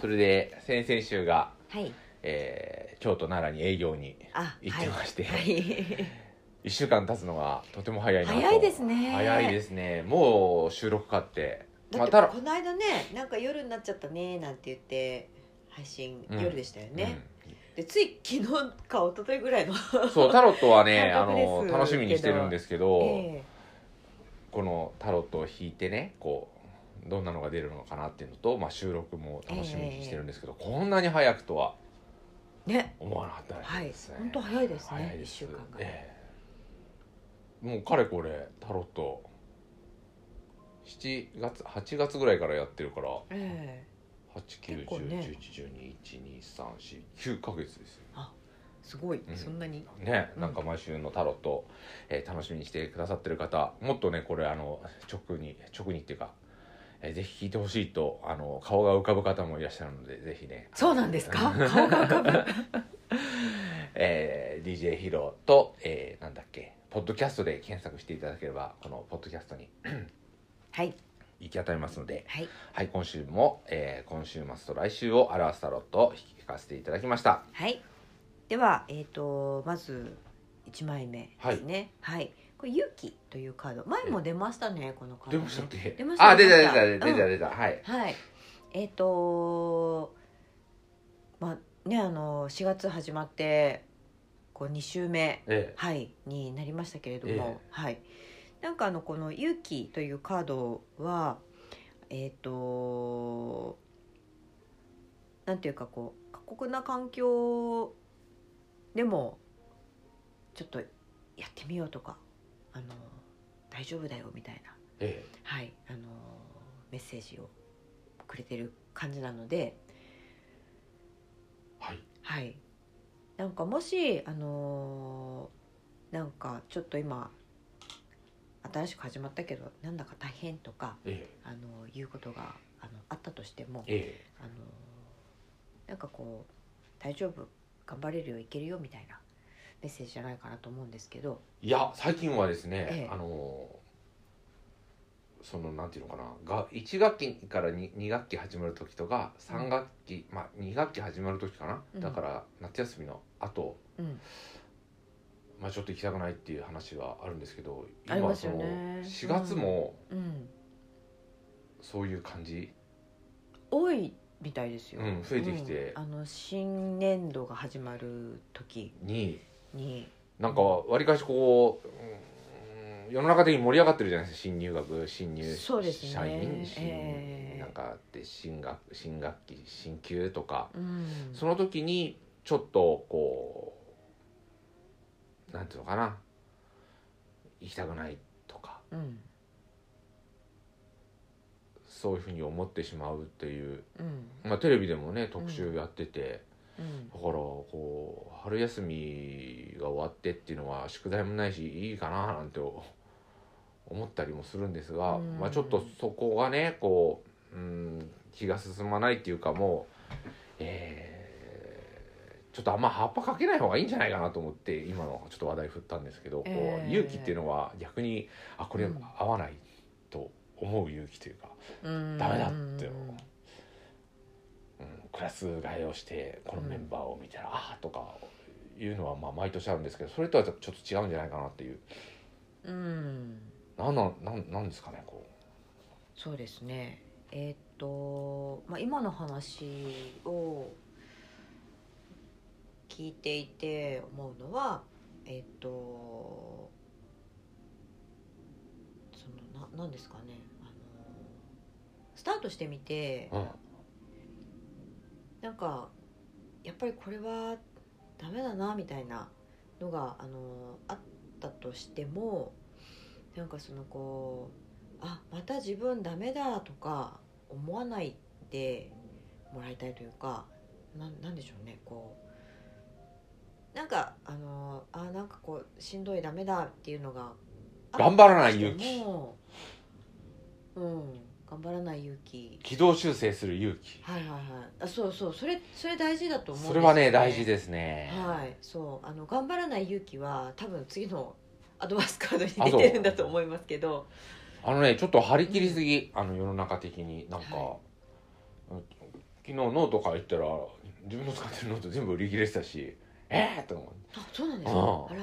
Speaker 1: それで先々週が、
Speaker 2: はい
Speaker 1: えー京都奈良に営業に
Speaker 2: あ
Speaker 1: 行ってまして、
Speaker 2: は い、はい
Speaker 1: 1週間経つのがとても早いなと
Speaker 2: 早いですね
Speaker 1: 早いですねもう収録かって
Speaker 2: だ
Speaker 1: ま
Speaker 2: って
Speaker 1: たら
Speaker 2: この間ねなんか夜になっちゃったねなんて言って配信、
Speaker 1: うん
Speaker 2: 夜でしたよね、でつい昨日か一昨日ぐらいの
Speaker 1: うんそうタロットは ねあ
Speaker 2: 感覚です
Speaker 1: の楽しみにしてるんですけど、
Speaker 2: ええ
Speaker 1: このタロットを引いてねこうどんなのが出るのかなっていうのと、まあ、収録も楽しみにしてるんですけど、こんなに早くとは
Speaker 2: ね
Speaker 1: 思わなかったですね、
Speaker 2: はい本当早いですね
Speaker 1: 早いで
Speaker 2: 一週間が
Speaker 1: ええもうかれこれタロット7月8月ぐらいからやってるから
Speaker 2: ええ結構ね
Speaker 1: 891011234ヶ月ですよ
Speaker 2: すごい、
Speaker 1: うん
Speaker 2: そんなに
Speaker 1: ね、
Speaker 2: うん
Speaker 1: なんか毎週のタロット、えー楽しみにしてくださってる方もっとねこれあの直に直にっていうか、えーぜひ聞いてほしいとあの顔が浮かぶ方もいらっしゃるのでぜひね
Speaker 2: そうなんですか顔 が浮かぶ
Speaker 1: えー DJ ヒロと、えーなんだっけポッドキャストで検索していただければこのポッドキャストに
Speaker 2: はい
Speaker 1: 行き当たりますので
Speaker 2: はい
Speaker 1: はい今週も、えー今週末と来週を表すタロットを引かせていただきました
Speaker 2: はいではえっ、とまず一枚目ですねはい、これ「勇気」というカード前も出ましたねこのカード、
Speaker 1: 出
Speaker 2: ね、
Speaker 1: ましたっけ
Speaker 2: 出ました
Speaker 1: あ出た出
Speaker 2: 出ました
Speaker 1: た出た出た出た、はい
Speaker 2: はい。えっ、とまあねあの4月始まってこう2週目
Speaker 1: え
Speaker 2: はいになりましたけれど
Speaker 1: ええ
Speaker 2: も、はい。なんかあのこの勇気というカードはえっ、となんていうかこう過酷な環境でもちょっとやってみようとかあの大丈夫だよみたいな
Speaker 1: ええ
Speaker 2: はい、あのーメッセージをくれてる感じなの
Speaker 1: え
Speaker 2: で、
Speaker 1: はい
Speaker 2: はい、なんかもし、あのーなんかちょっと今新しく始まったけどなんだか大変とか、
Speaker 1: え
Speaker 2: あのーいうことがあのあったとしても、
Speaker 1: ええ
Speaker 2: あのーなんかこう大丈夫頑張れるよいけるよみたいなメッセージじゃないかなと思うんですけど、
Speaker 1: えいや最近はですね、
Speaker 2: ええ
Speaker 1: あのそのなんていうのかなが1学期から 2, 二学期始まる時とか3学期、まあ2学期始まる時かな、
Speaker 2: うん
Speaker 1: だから夏休みの後
Speaker 2: うん、
Speaker 1: まあちょっと行きたくないっていう話はあるんですけど
Speaker 2: ありま
Speaker 1: 今
Speaker 2: す
Speaker 1: そ
Speaker 2: よ
Speaker 1: の
Speaker 2: ね
Speaker 1: 4月も
Speaker 2: うん、
Speaker 1: そういう感じ、
Speaker 2: 多いみたいですよ。
Speaker 1: うん、増えてきて
Speaker 2: うんあの新年度が始まる時
Speaker 1: に、
Speaker 2: に
Speaker 1: なんかわりかしこう、うーん世の中的に盛り上がってるじゃないですか新入学新入
Speaker 2: そうですね
Speaker 1: 社員、新
Speaker 2: ええ
Speaker 1: なんかあって新学新学期新級とか、
Speaker 2: うん
Speaker 1: その時にちょっとこうなんていうのかな行きたくないとか
Speaker 2: うん
Speaker 1: そういうふうに思ってしまうっていう、
Speaker 2: うん
Speaker 1: まあ、テレビでもね特集やってて。
Speaker 2: うん
Speaker 1: だからこう春休みが終わってっていうのは宿題もないしいいかななんて思ったりもするんですが、
Speaker 2: うん
Speaker 1: まあ、ちょっとそこがねこう、うん、気が進まないっていうかもう、えーちょっとあんま葉っぱかけない方がいいんじゃないかなと思って今のちょっと話題振ったんですけど、こ
Speaker 2: え
Speaker 1: う
Speaker 2: ー
Speaker 1: 勇気っていうのは逆にあこれ
Speaker 2: うん
Speaker 1: 合わないと思う勇気というか、
Speaker 2: うん
Speaker 1: ダメだって
Speaker 2: うん
Speaker 1: うん、クラス替えをしてこのメンバーを見たら、ああとかいうのはまあ毎年あるんですけどそれとはちょっと違うんじゃないかなっていう
Speaker 2: うん
Speaker 1: なんなんなんなんですかねこ
Speaker 2: そうですねえーっと、まあ、今の話を聞いていて思うのはえーっとそのななんですかねあのスタートしてみて
Speaker 1: う、うん、
Speaker 2: なんかやっぱりこれはダメだなみたいなのがあのあったとしてもなんかそのこうあまた自分ダメだとか思わないでもらいたいというかななんでしょうねこうなんかあのあなんかこうしんどいダメだっていうのが
Speaker 1: 頑張らない勇気
Speaker 2: あったとしてもうん頑張らない勇気
Speaker 1: 軌道修正する勇気
Speaker 2: はいはいはいあそうそうそれそれ大事だと思うん
Speaker 1: それはね大事
Speaker 2: で
Speaker 1: ですね
Speaker 2: すよねはいそうあの頑張らない勇気は多分次 のアドバイスカード
Speaker 1: あ
Speaker 2: に
Speaker 1: そう
Speaker 2: 出てるんだと思いますけど
Speaker 1: あのねちょっと張り切りすぎあの世の中的になんか、
Speaker 2: は
Speaker 1: うん昨日ノート書いたら自分の使ってるノート全部売り切れてたしええー、と思って
Speaker 2: あそうなんです
Speaker 1: あ
Speaker 2: か
Speaker 1: あ
Speaker 2: あら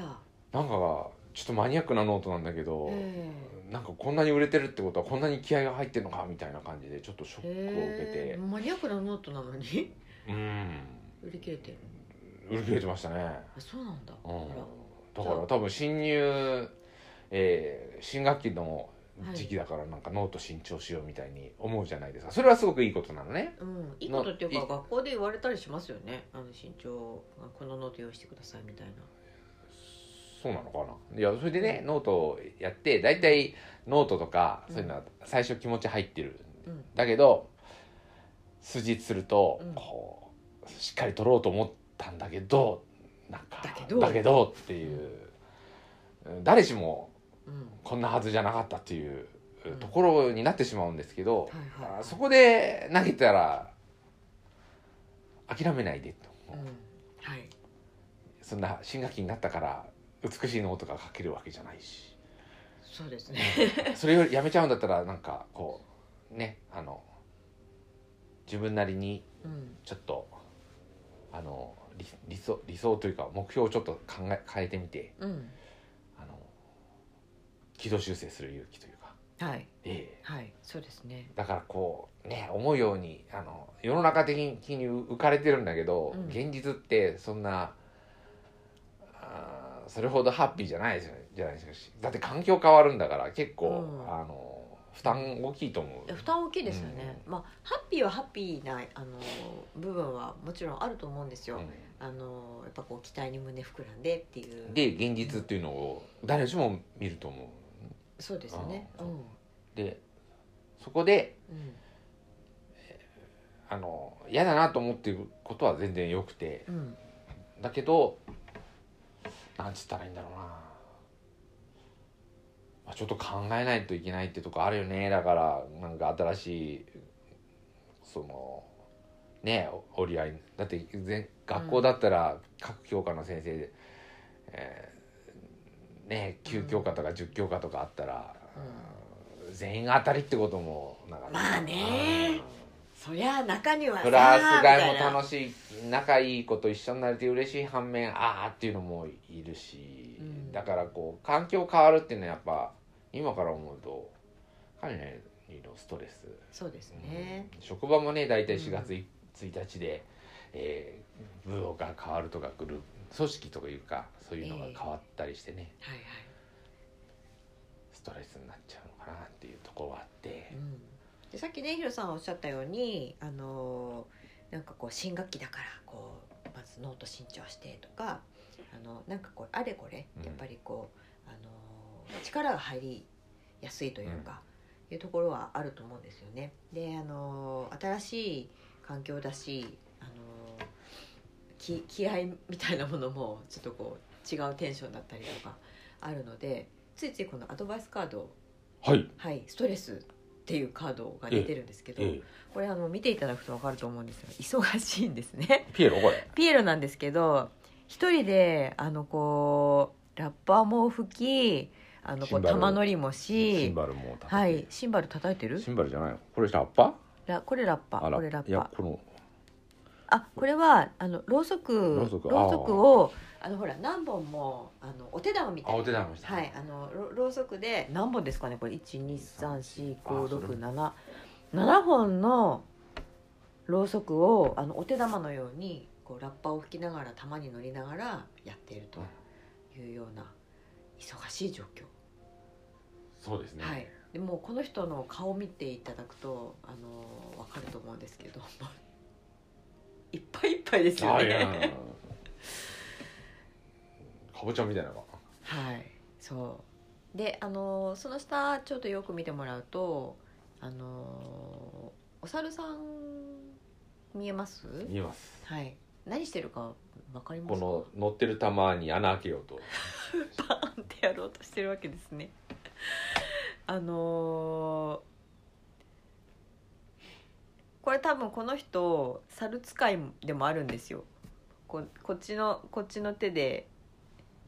Speaker 1: なんかがちょっとマニアックなノートなんだけど、
Speaker 2: え
Speaker 1: なんかこんなに売れてるってことはこんなに気合が入ってるのかみたいな感じでちょっとショッ
Speaker 2: え
Speaker 1: クを受けて
Speaker 2: ええマニアックなノートなのに
Speaker 1: うん
Speaker 2: 売り切れてる
Speaker 1: 売り切れてましたね、
Speaker 2: あそうなんだあ
Speaker 1: う
Speaker 2: ら
Speaker 1: ん、だから多分新入、えー新学期の時期だからなんかノート新調しようみたいに思うじゃないですかそれはすごくいいことなのね
Speaker 2: うん、いいことっていう
Speaker 1: ない
Speaker 2: か学校で言われたりしますよねあの身長あこのノート用意してくださいみたいな
Speaker 1: そうなのかないやそれでねノートをやって大体ノートとかそういうのは最初気持ち入ってる、
Speaker 2: うん
Speaker 1: だけど数日すると、
Speaker 2: うん
Speaker 1: こうしっかり取ろうと思ったんだけどなんか
Speaker 2: だけど
Speaker 1: っていう、誰しも
Speaker 2: うん
Speaker 1: こんなはずじゃなかったっていう
Speaker 2: うん
Speaker 1: ところになってしまうんですけど、
Speaker 2: はいはい
Speaker 1: あそこで投げたら諦めないでと、
Speaker 2: うんはい
Speaker 1: そんな新学期になったから美しいノートが書けるわけじゃないし。
Speaker 2: そうですね
Speaker 1: それをやめちゃうんだったらなんかこうねあの自分なりに
Speaker 2: うん
Speaker 1: ちょっとあの理理想理想というか目標をちょっと考え変えてみて
Speaker 2: うん
Speaker 1: あの軌道修正する勇気というか、
Speaker 2: はい
Speaker 1: え
Speaker 2: はいそうですね
Speaker 1: えだからこうね思うようにあの世の中的に浮かれてるんだけど、
Speaker 2: うん
Speaker 1: 現実ってそんなあーそれほどハッピーじゃないですよねじゃないですしだって環境変わるんだから結構、
Speaker 2: うん
Speaker 1: あの負担大きいと思う。
Speaker 2: 負担大きいですよね、まあハッピーはハッピーなあの部分はもちろんあると思うんですよ、
Speaker 1: う
Speaker 2: あのやっぱこう期待に胸膨らんでっていうん
Speaker 1: で現実っていうのを誰しも見ると思
Speaker 2: そうですね
Speaker 1: あ
Speaker 2: う
Speaker 1: ー
Speaker 2: ん
Speaker 1: うでそこであの嫌だなと思っていることは全然よくて
Speaker 2: うんうん
Speaker 1: だけどなんつったらいいんだろうな、まあ、ちょっと考えないといけないってとこあるよねだからなんか新しいそのねお折り合いだって全学校だったら各教科の先生で、えーね9教科とか10教科とかあったら、うん全員が当たりってこともなかなか
Speaker 2: まあね
Speaker 1: うん
Speaker 2: そりゃあ中にはさ
Speaker 1: プラス外
Speaker 2: みた
Speaker 1: も
Speaker 2: いな
Speaker 1: 楽しい仲いい子と一緒になれて嬉しい反面ああっていうのもいるし、
Speaker 2: うん
Speaker 1: だからこう環境変わるっていうのはやっぱ今から思うとかなりのストレス、
Speaker 2: そうです
Speaker 1: うん
Speaker 2: ね、
Speaker 1: 職場もね大体4
Speaker 2: うん
Speaker 1: 月1日で、えー部が変わるとかグループ組織とかいうかそういうのが変わったりしてね、
Speaker 2: はいは
Speaker 1: ストレスになっちゃうのかなっていうところはあって
Speaker 2: い、う、ん、でさっきねヒロさんおっしゃったようにあのなんかこう新学期だからこうまずノート新調してとかあのなんかこうあれこれ
Speaker 1: うん
Speaker 2: やっぱりこう、あの力が入りやすいというか、いうところはあると思うんですよね。であの新しい環境だしあの気気合みたいなものもちょっとこう違うテンションだったりとかあるのでついついこのアドバイスカード
Speaker 1: はい、
Speaker 2: はい、ストレスっていうカードが出てるんですけど、
Speaker 1: え
Speaker 2: これあの見ていただくと分かると思うんですが忙しいんですね
Speaker 1: え ピエロこれ
Speaker 2: ピエロなんですけど一人であのこうラッパーも吹きあの
Speaker 1: シ
Speaker 2: こ
Speaker 1: ン
Speaker 2: う
Speaker 1: バル
Speaker 2: 玉乗りも
Speaker 1: シ
Speaker 2: し
Speaker 1: ンバルも叩
Speaker 2: はい
Speaker 1: て
Speaker 2: い、シンバル叩いてる
Speaker 1: シンバルじゃないのこれラッパ
Speaker 2: ラこれラッパ
Speaker 1: あ
Speaker 2: これラッ
Speaker 1: いや
Speaker 2: パ
Speaker 1: この
Speaker 2: あこれはあのろうそく
Speaker 1: ろうそく
Speaker 2: ろうそくをあのほら何本もあのお手玉みたい
Speaker 1: あ
Speaker 2: な
Speaker 1: お手玉した
Speaker 2: はいあのろろうそくで何本ですかねこれ1234567七本のろうそくをあのお手玉のようにこうラッパを吹きながら玉に乗りながらやっているというような忙しい状況
Speaker 1: そうですね、
Speaker 2: はい、でもうこの人の顔を見ていただくとあのわかると思うんですけど いっぱいいっぱいですよ
Speaker 1: あいや
Speaker 2: ね。
Speaker 1: かぼちゃみたいなのが
Speaker 2: はい、そうであのその下ちょっとよく見てもらうとあのお猿さん見えます
Speaker 1: 見えます
Speaker 2: はい何してるかわかります
Speaker 1: こ
Speaker 2: か
Speaker 1: の乗ってる玉に穴開けようと
Speaker 2: バーン ってやろうとしてるわけですね。 あのーこれ多分この人猿使いでもあるんですよ。ここっちのこっちの手で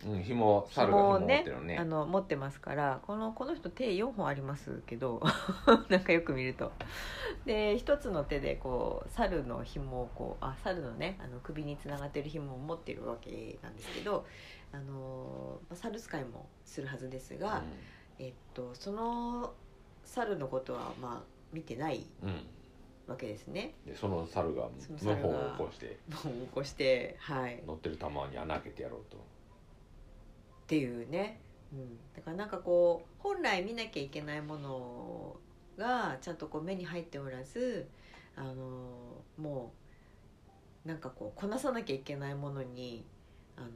Speaker 1: うん紐猿が紐
Speaker 2: 紐を
Speaker 1: を持っ
Speaker 2: ね
Speaker 1: てるの
Speaker 2: あ
Speaker 1: ね
Speaker 2: の持ってますからこのこの人手4本ありますけど なんかよく見ると。で一つの手でこう猿の紐をこうあ猿のねあの首につながってる紐を持ってるわけなんですけど、あのーまあ猿使いもするはずですが、えっと、その猿のことはまあ見てない
Speaker 1: うん、うん
Speaker 2: わけですね。
Speaker 1: でその猿が
Speaker 2: その
Speaker 1: 謀
Speaker 2: 猿が
Speaker 1: 反を起こして
Speaker 2: もう起こしてはい
Speaker 1: 乗ってる玉に穴開けてやろうと
Speaker 2: っていうね、うん、だからなんかこう本来見なきゃいけないものがちゃんとこう目に入っておらずあのもうなんかこうこなさなきゃいけないものにあの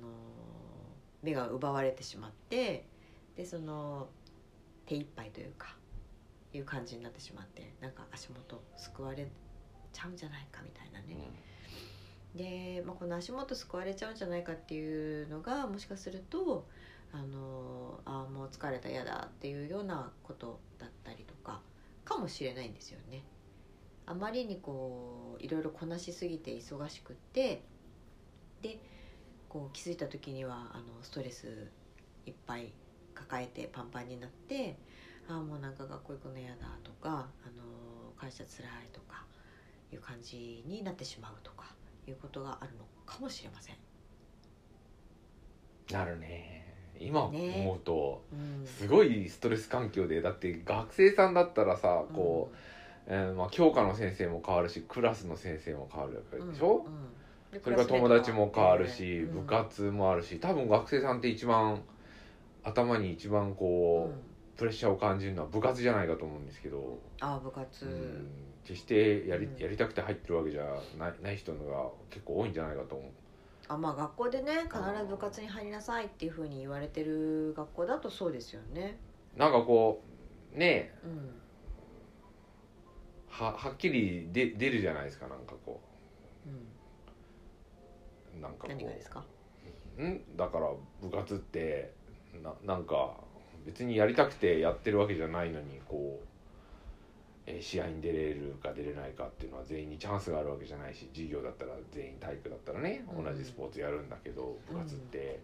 Speaker 2: 目が奪われてしまってでその手一杯というかいう感じになってしまってなんか足元すくわれちゃうんじゃないかみたいなね。
Speaker 1: う
Speaker 2: で、まあ、この足元救われちゃうんじゃないかっていうのがもしかするとあのあーもう疲れた嫌だっていうようなことだったりとかかもしれないんですよね。あまりにこういろいろこなしすぎて忙しくってでこう気づいた時にはあのストレスいっぱい抱えてパンパンになってああもうなんか学校行くの嫌だとかあの会社つらいとかいう感じになってしまうとかいうことがあるのかもしれません。
Speaker 1: んなるね今
Speaker 2: ね
Speaker 1: 思うと、
Speaker 2: うん、
Speaker 1: すごいストレス環境でだって学生さんだったらさこう、えーまあ、教科の先生も変わるしクラスの先生も変わるわけ
Speaker 2: うん、
Speaker 1: でしょ、
Speaker 2: うんうんで
Speaker 1: それから友達も変わるし、
Speaker 2: クラスメ
Speaker 1: 部活
Speaker 2: ート
Speaker 1: もあるし多分学生さんって一番頭に一番
Speaker 2: うん
Speaker 1: こ
Speaker 2: う
Speaker 1: う、
Speaker 2: ん
Speaker 1: プレッシャーを感じるのは部活じゃないかと思うんですけど、
Speaker 2: ああ部
Speaker 1: う
Speaker 2: 活、
Speaker 1: ん決してやり
Speaker 2: うん
Speaker 1: やりたくて入ってるわけじゃないない人のが結構多いんじゃないかと思う。
Speaker 2: あまあ学校でね必ず部活に入りなさいっていうふうに言われてる学校だとそうですよね。
Speaker 1: なんかこうねえ
Speaker 2: うん
Speaker 1: ははっきりで出るじゃないですかなんかこ
Speaker 2: うん、
Speaker 1: うなんかこ
Speaker 2: 何がですか
Speaker 1: う。んだから部活ってななんか別にやりたくてやってるわけじゃないのにこう。えー試合に出れるか出れないかっていうのは全員にチャンスがあるわけじゃないし授業だったら全員体育だったらね
Speaker 2: うん
Speaker 1: 同じスポーツやるんだけど、
Speaker 2: うん
Speaker 1: 部活って、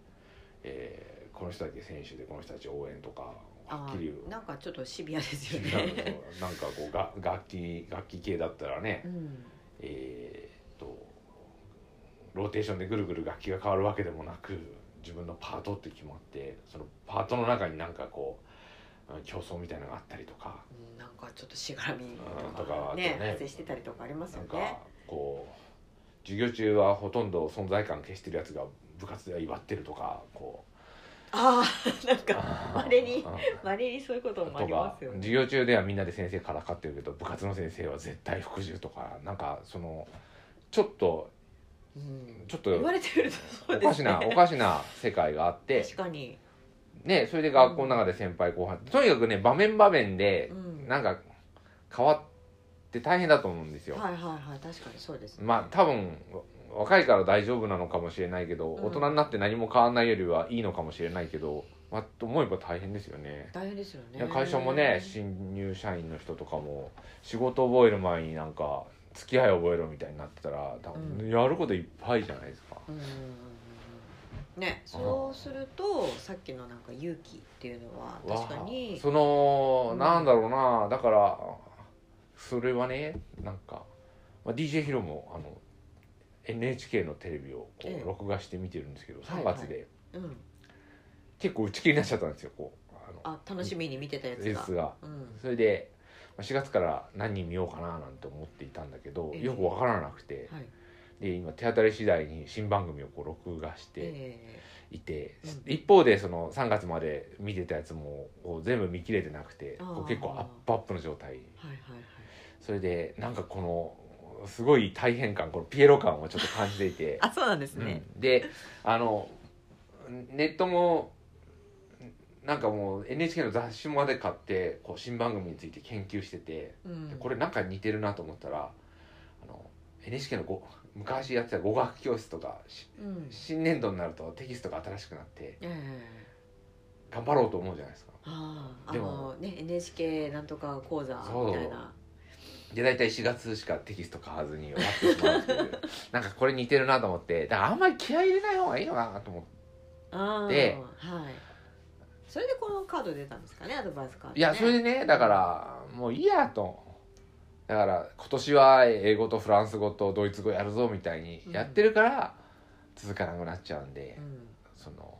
Speaker 1: えーこの人だけ選手でこの人たち応援とかは
Speaker 2: あ
Speaker 1: っきり
Speaker 2: ーなんかちょっとシビアですよ
Speaker 1: 言うなんか
Speaker 2: ね。
Speaker 1: なんかこうが楽器楽器系だったらね、
Speaker 2: うん
Speaker 1: えーっとローテーションでぐるぐる楽器が変わるわけでもなく自分のパートって決まってそのパートの中になんかこううん競争みたいなのがあったりとか
Speaker 2: うんなんかちょっとしがらみ
Speaker 1: う
Speaker 2: と
Speaker 1: んとか
Speaker 2: か
Speaker 1: あと
Speaker 2: ね
Speaker 1: ね
Speaker 2: 発生してたりとかあります
Speaker 1: な
Speaker 2: よ
Speaker 1: ん
Speaker 2: ね
Speaker 1: か。こう授業中はほとんど存在感消してるやつが部活では威張ってるとかこ
Speaker 2: ああ なん
Speaker 1: う
Speaker 2: か稀に
Speaker 1: うん
Speaker 2: まれにそういうこともあ
Speaker 1: と
Speaker 2: りま
Speaker 1: か
Speaker 2: すよね。
Speaker 1: 授業中ではみんなで先生からかってるけど部活の先生は絶対服従とかなんかそのちょっと
Speaker 2: うん
Speaker 1: ちょっ
Speaker 2: 言わ
Speaker 1: と
Speaker 2: れてみるとそう
Speaker 1: お
Speaker 2: で
Speaker 1: か
Speaker 2: す
Speaker 1: し
Speaker 2: ね。
Speaker 1: なおかしな世界があって
Speaker 2: 確かに。
Speaker 1: ね、それで学校の中で先輩後輩とにかくね場面場面で
Speaker 2: うん
Speaker 1: なんか変わって大変だと思うんですよ、
Speaker 2: はいはいはい確かにそうですね、
Speaker 1: まあ多分わ若いから大丈夫なのかもしれないけど、
Speaker 2: うん
Speaker 1: 大人になって何も変わらないよりはいいのかもしれないけど、まあ、と思えば大変ですよね
Speaker 2: 大変ですよ
Speaker 1: い
Speaker 2: ね
Speaker 1: や会社もね新入社員の人とかも仕事覚える前になんか付き合い覚えろみたいになってたら多分
Speaker 2: うん
Speaker 1: やることいっぱいじゃないですか、
Speaker 2: うんうんうんうんねそうするとさっきのなんか勇気っていうのは確か
Speaker 1: わ
Speaker 2: に
Speaker 1: あその、
Speaker 2: うん
Speaker 1: なんだろうなだからそれはねなんか、まあ、DJ ヒロもあの NHK のテレビをこ
Speaker 2: ええ
Speaker 1: う録画して見てるんですけど、
Speaker 2: は
Speaker 1: 3
Speaker 2: いはい
Speaker 1: 月で
Speaker 2: うん、
Speaker 1: 結構打ち切りになっちゃったんですよこうあの
Speaker 2: あ楽しみに見てたやつ
Speaker 1: レ
Speaker 2: が
Speaker 1: ースが。
Speaker 2: うん、
Speaker 1: それでまあ4月から何人見ようかななんて思っていたんだけど
Speaker 2: ええ
Speaker 1: よくわからなくて
Speaker 2: はい
Speaker 1: で今手当たり次第に新番組をこう録画して
Speaker 2: え
Speaker 1: いて
Speaker 2: うん
Speaker 1: 一方でその3月まで見てたやつもこう全部見切れてなくて
Speaker 2: あー
Speaker 1: こう結構アップアップの状態
Speaker 2: えはいはいはい、
Speaker 1: それでなんかこのすごい大変感このピエロ感をちょっと感じていて
Speaker 2: あそうなんですね、
Speaker 1: うんであのネットもなんかもう NHK の雑誌まで買ってこう新番組について研究してて。
Speaker 2: うん
Speaker 1: でこれなんか似てるなと思ったらあの NHK のご昔やってた語学教室とかし
Speaker 2: うん、
Speaker 1: 新年度になるとテキストが新しくなって
Speaker 2: ええ
Speaker 1: 頑張ろうと思うじゃないですか
Speaker 2: あああ
Speaker 1: でも
Speaker 2: のね NHK なんとか講座みたいな
Speaker 1: で大体4月しかテキスト買わずに終わってしまうっていう なんかこれ似てるなと思ってだからあんまり気合い入れない方がいいのかなと思って
Speaker 2: ああ
Speaker 1: で
Speaker 2: はいそれでこのカード出たんですかねアドバイスカード、ね、
Speaker 1: いやそれでねだからもういいやとだから今年は英語とフランス語とドイツ語やるぞみたいにやってるから続かなくなっちゃうんで、
Speaker 2: うん
Speaker 1: その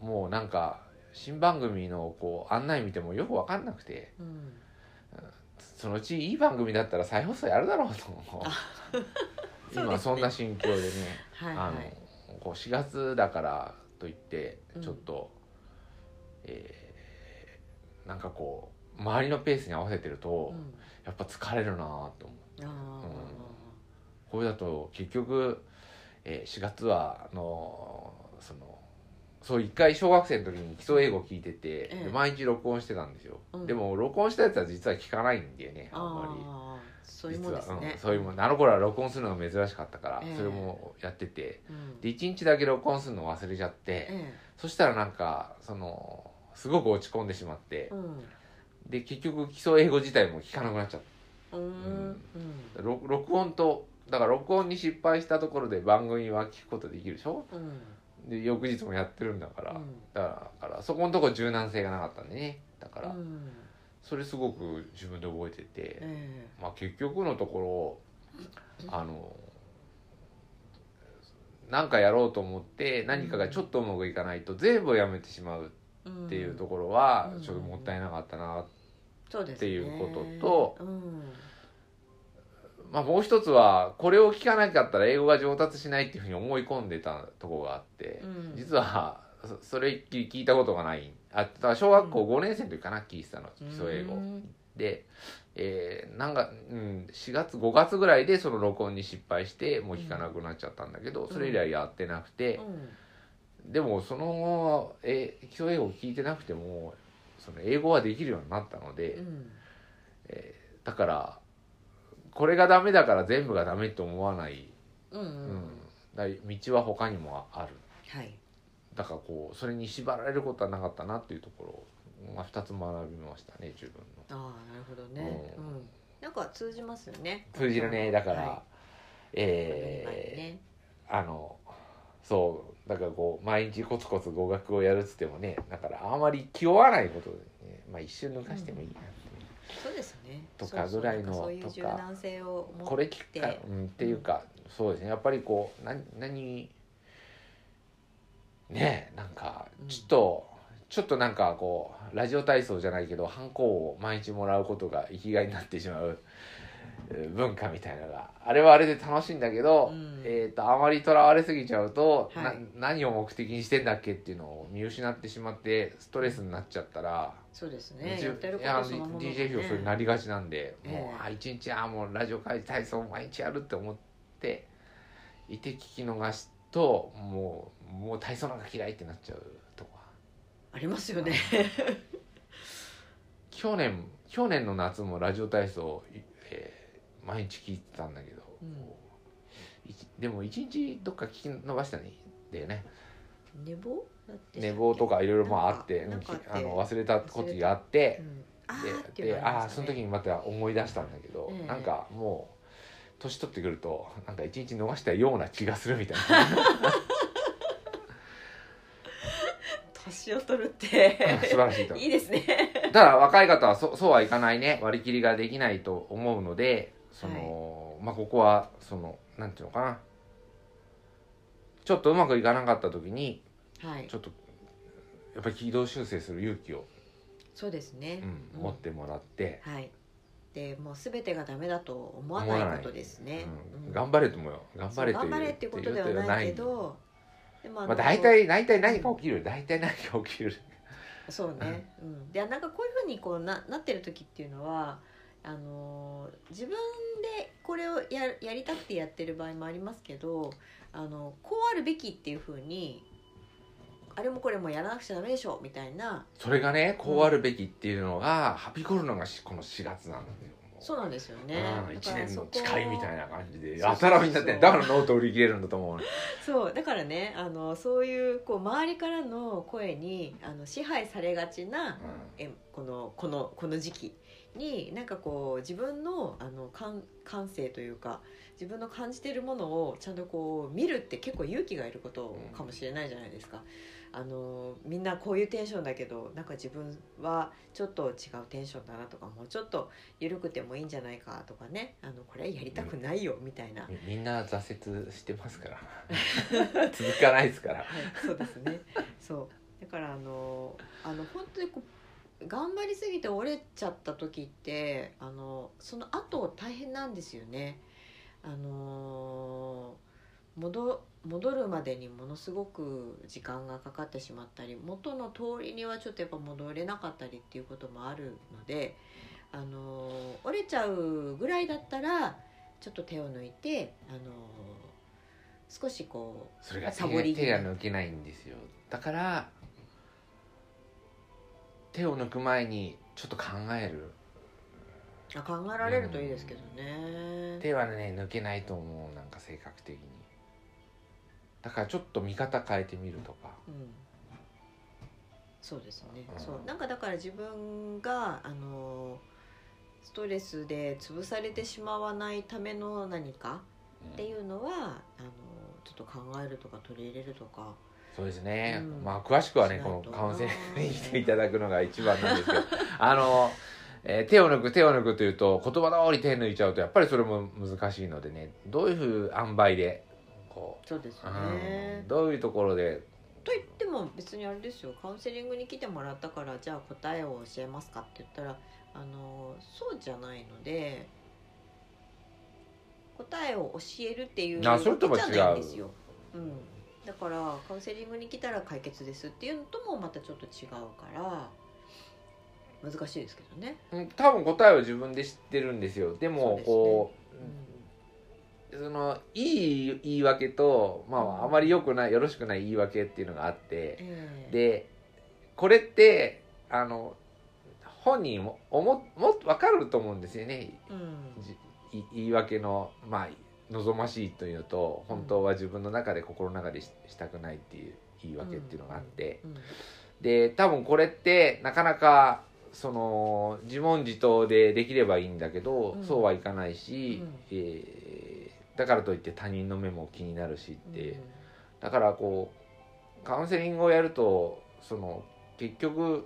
Speaker 1: もうなんか新番組のこう案内見てもよく分かんなくて
Speaker 2: うん
Speaker 1: そのうちいい番組だったら再放送やるだろうと思
Speaker 2: あ
Speaker 1: う
Speaker 2: そうですね
Speaker 1: 今そんな心境でね
Speaker 2: はいは
Speaker 1: あ
Speaker 2: い
Speaker 1: のこう4月だからといって
Speaker 2: うん
Speaker 1: ちょっと、えーなんかこう周りのペースに合わせてると、
Speaker 2: うん
Speaker 1: やっぱ疲れるなと思う
Speaker 2: あ
Speaker 1: これだと結局、えー4月はあのーそのそう一回小学生の時に基礎英語聞いてて、
Speaker 2: ええ
Speaker 1: で毎日録音してたんですよ、
Speaker 2: うん
Speaker 1: でも録音したやつは実は聞かないんだよね
Speaker 2: あ
Speaker 1: あんまり
Speaker 2: ああそういうもんです
Speaker 1: 実は
Speaker 2: ね、
Speaker 1: うんそういうもんあの頃は録音するのが珍しかったから、
Speaker 2: ええ
Speaker 1: それもやってて
Speaker 2: うん
Speaker 1: で1日だけ録音するの忘れちゃって、
Speaker 2: え
Speaker 1: そしたらなんかそのすごく落ち込んでしまって
Speaker 2: え、うん
Speaker 1: で結局基礎英語自体も聞かなくなっちゃって
Speaker 2: うん
Speaker 1: 録録音とだから録音に失敗したところで番組は聞くことできるでしょ
Speaker 2: うんうん
Speaker 1: で翌日もやってるんだから、
Speaker 2: うん
Speaker 1: だからだからそこのとこ柔軟性がなかったんでねだから、
Speaker 2: うん
Speaker 1: それすごく自分で覚えてて、
Speaker 2: え
Speaker 1: まあ結局のところあの何かやろうと思って何かがちょっとうまくいかないと全部をやめてしまう
Speaker 2: え
Speaker 1: っていうと
Speaker 2: ん
Speaker 1: ころは
Speaker 2: うん
Speaker 1: ちょっともったいなかったな、
Speaker 2: そうですね
Speaker 1: っていうこと
Speaker 2: と、うん、
Speaker 1: まあもう一つはこれを聞かなかったら英語が上達しないっていうふうに思い込んでたところがあって、
Speaker 2: うん
Speaker 1: 実はそそれっきり聞いたことがないあだから小学校5年生の時かな聞いてたの基礎英語、
Speaker 2: うん
Speaker 1: で、えーなんかうん、4月5月ぐらいでその録音に失敗してもう聞かなくなっちゃったんだけど、それ以来やってなくて
Speaker 2: う、ん
Speaker 1: でもその後、えー基礎英語を聞いてなくてもその英語はできるようになったので、
Speaker 2: うん
Speaker 1: だからこれがダメだから全部がダメと思わない、
Speaker 2: うんう
Speaker 1: うんん、だから道は他にもある
Speaker 2: はい
Speaker 1: だからこうそれに縛られることはなかったなっていうところが2つ学びましたね自分の。
Speaker 2: ああなるほどね、う
Speaker 1: うんん
Speaker 2: なんか通じますよね
Speaker 1: 通じるねだから、
Speaker 2: は
Speaker 1: えー
Speaker 2: ね
Speaker 1: あのそうだからこう毎日コツコツ語学をやるっつってもねだからあまり気負わないことで、ね、まあ一瞬抜かしてもいいなって、
Speaker 2: そうですね
Speaker 1: とかぐらいの
Speaker 2: そうそうなんかそういう柔
Speaker 1: とか
Speaker 2: 軟性を持
Speaker 1: これ聞くか
Speaker 2: で、
Speaker 1: うん、っていうか、そうですねやっぱりこうな何ねえなんか
Speaker 2: うん
Speaker 1: ちょっと、ちょっとなんかこうラジオ体操じゃないけどハンコを毎日もらうことが生きがいになってしまうえー文化みたいなのがあれはあれで楽しいんだけど、
Speaker 2: うん
Speaker 1: えー、とあまりとらわれすぎちゃうと、
Speaker 2: はい
Speaker 1: な何を目的にしてんだっけっていうのを見失ってしまってストレスになっちゃったら。
Speaker 2: そうですね
Speaker 1: じ
Speaker 2: や
Speaker 1: ゅ
Speaker 2: ってるこ
Speaker 1: いや
Speaker 2: とそのものが、ね、
Speaker 1: DJ 表それになりがちなんで、
Speaker 2: え
Speaker 1: も
Speaker 2: え
Speaker 1: うあ一日あもうラジオ会体操毎日やるって思っていて聞き逃すともうもう体操なんか嫌いってなっちゃうとか
Speaker 2: ありますよね
Speaker 1: 去年去年の夏もラジオ体操、いえー毎日聞いてたんだけど、いちでも一日どっか聞き逃したねだよね
Speaker 2: 寝坊だって
Speaker 1: 寝坊とかいろいろまあ
Speaker 2: な
Speaker 1: あ
Speaker 2: んか
Speaker 1: って
Speaker 2: なんかあって
Speaker 1: あの忘れた時があって
Speaker 2: う、ん、あーって
Speaker 1: で
Speaker 2: いう
Speaker 1: であ
Speaker 2: が
Speaker 1: あーその時
Speaker 2: に
Speaker 1: にまた思い出したんだけど、
Speaker 2: ええ
Speaker 1: なんかもう年取ってくるとなんか一日逃したような気がするみたい
Speaker 2: 年を取るって
Speaker 1: な素晴らしいと思
Speaker 2: いいですね
Speaker 1: うただ若い方はそそうはいかないね割り切りができないと思うのでその、まあここはそのなんていうのかなちょっとうまくいかなかった時に
Speaker 2: はい
Speaker 1: ちょっとやっぱり軌道修正する勇気を、
Speaker 2: そうですね
Speaker 1: う、ん持ってもらって、
Speaker 2: はいでもう全てがダメだと思わないことですね、
Speaker 1: うん
Speaker 2: うん
Speaker 1: 頑張れともよ頑張れと
Speaker 2: そ
Speaker 1: い
Speaker 2: う
Speaker 1: う
Speaker 2: 頑張れっていうことではないけどでもあ
Speaker 1: ま
Speaker 2: の
Speaker 1: あ、大体大体何か起きる大体何か起きる
Speaker 2: そう ね、うん、でなんかこういうふうにこうななってる時っていうのはあのー自分でこれをややりたくてやってる場合もありますけどあのこうあるべきっていうふうにあれもこれもやらなくちゃダメでしょみたいな
Speaker 1: それがねこうあるべきっていうのが、はびこるのがしこの4月なんだよもう
Speaker 2: そうなんですよね、
Speaker 1: うん、
Speaker 2: だ
Speaker 1: 1
Speaker 2: から
Speaker 1: 年
Speaker 2: そ
Speaker 1: の
Speaker 2: こ
Speaker 1: 誓いみたいな感じで
Speaker 2: そうそう
Speaker 1: や
Speaker 2: そ
Speaker 1: た
Speaker 2: う
Speaker 1: らみんなってだからノート売り切れるんだと思う
Speaker 2: そうだからねあのそういうこう周りからの声にあの支配されがちな、えこのこのこの時期になんかこう自分のあの感感性というか自分の感じてるものをちゃんとこう見るって結構勇気がいることかもしれないじゃないですか。あのみんなこういうテンションだけどなんか自分はちょっと違うテンションだなとかもうちょっと緩くてもいいんじゃないかとかねあのこれやりたくないよみたいな、
Speaker 1: うん、みんな挫折してますから 続かないですから
Speaker 2: はい、そうですね。そう。だからあのあの本当にこう頑張りすぎて折れちゃった時ってあのその後大変なんですよね。あの戻戻るまでにものすごく時間がかかってしまったり元の通りにはちょっとやっぱ戻れなかったりっていうこともあるのであの折れちゃうぐらいだったらちょっと手を抜いてあの少しこう
Speaker 1: それが
Speaker 2: サボり
Speaker 1: 手
Speaker 2: 気味
Speaker 1: 手が抜けないんですよだから手を抜く前にちょっと考える
Speaker 2: あ考えられるといいですけどね、
Speaker 1: 手はね抜けないと思うなんか性格的にだからちょっと見方変えてみるとか
Speaker 2: うん、そうですね、
Speaker 1: うん
Speaker 2: そうなんかだから自分があのストレスで潰されてしまわないための何かっていうのはあのちょっと考えるとか取り入れるとか
Speaker 1: そうですね、
Speaker 2: うん
Speaker 1: まあ詳しくはね
Speaker 2: しない
Speaker 1: ことのカウンセリング に来ていただくのが一番なんですけどあの、えー手を抜く手を抜くというと言葉通り手抜いちゃうとやっぱりそれも難しいのでねどういうふう塩梅でこ
Speaker 2: そうです
Speaker 1: う、
Speaker 2: ね
Speaker 1: うん、どういうところで
Speaker 2: と言っても別にあれですよカウンセリングに来てもらったからじゃあ答えを教えますかって言ったらあのそうじゃないので答えを教えるっていう
Speaker 1: あそれとも
Speaker 2: じ
Speaker 1: 違う
Speaker 2: ゃないんですよ、うん、だからカウンセリングに来たら解決ですっていうのともまたちょっと違うから難しいですけどね、
Speaker 1: うん多分答えは自分で知ってるんですよで
Speaker 2: そう
Speaker 1: も
Speaker 2: ですね
Speaker 1: こう
Speaker 2: うん
Speaker 1: そのいい言い訳と、まあ、あまり良くないよろしくない言い訳っていうのがあって
Speaker 2: ええ
Speaker 1: でこれってあの本人も思もっと分かると思うんですよね
Speaker 2: うん
Speaker 1: じい言い訳の、まあ、望ましいというのと本当は自分の中で心の中でししたくないっていう言い訳っていうのがあって、
Speaker 2: うん
Speaker 1: で多分これってなかなかその自問自答でできればいいんだけど、
Speaker 2: うん
Speaker 1: そうはいかないし、
Speaker 2: うん
Speaker 1: えーだからといって他人の目も気になるしって、
Speaker 2: うん
Speaker 1: だからこうカウンセリングをやるとその結局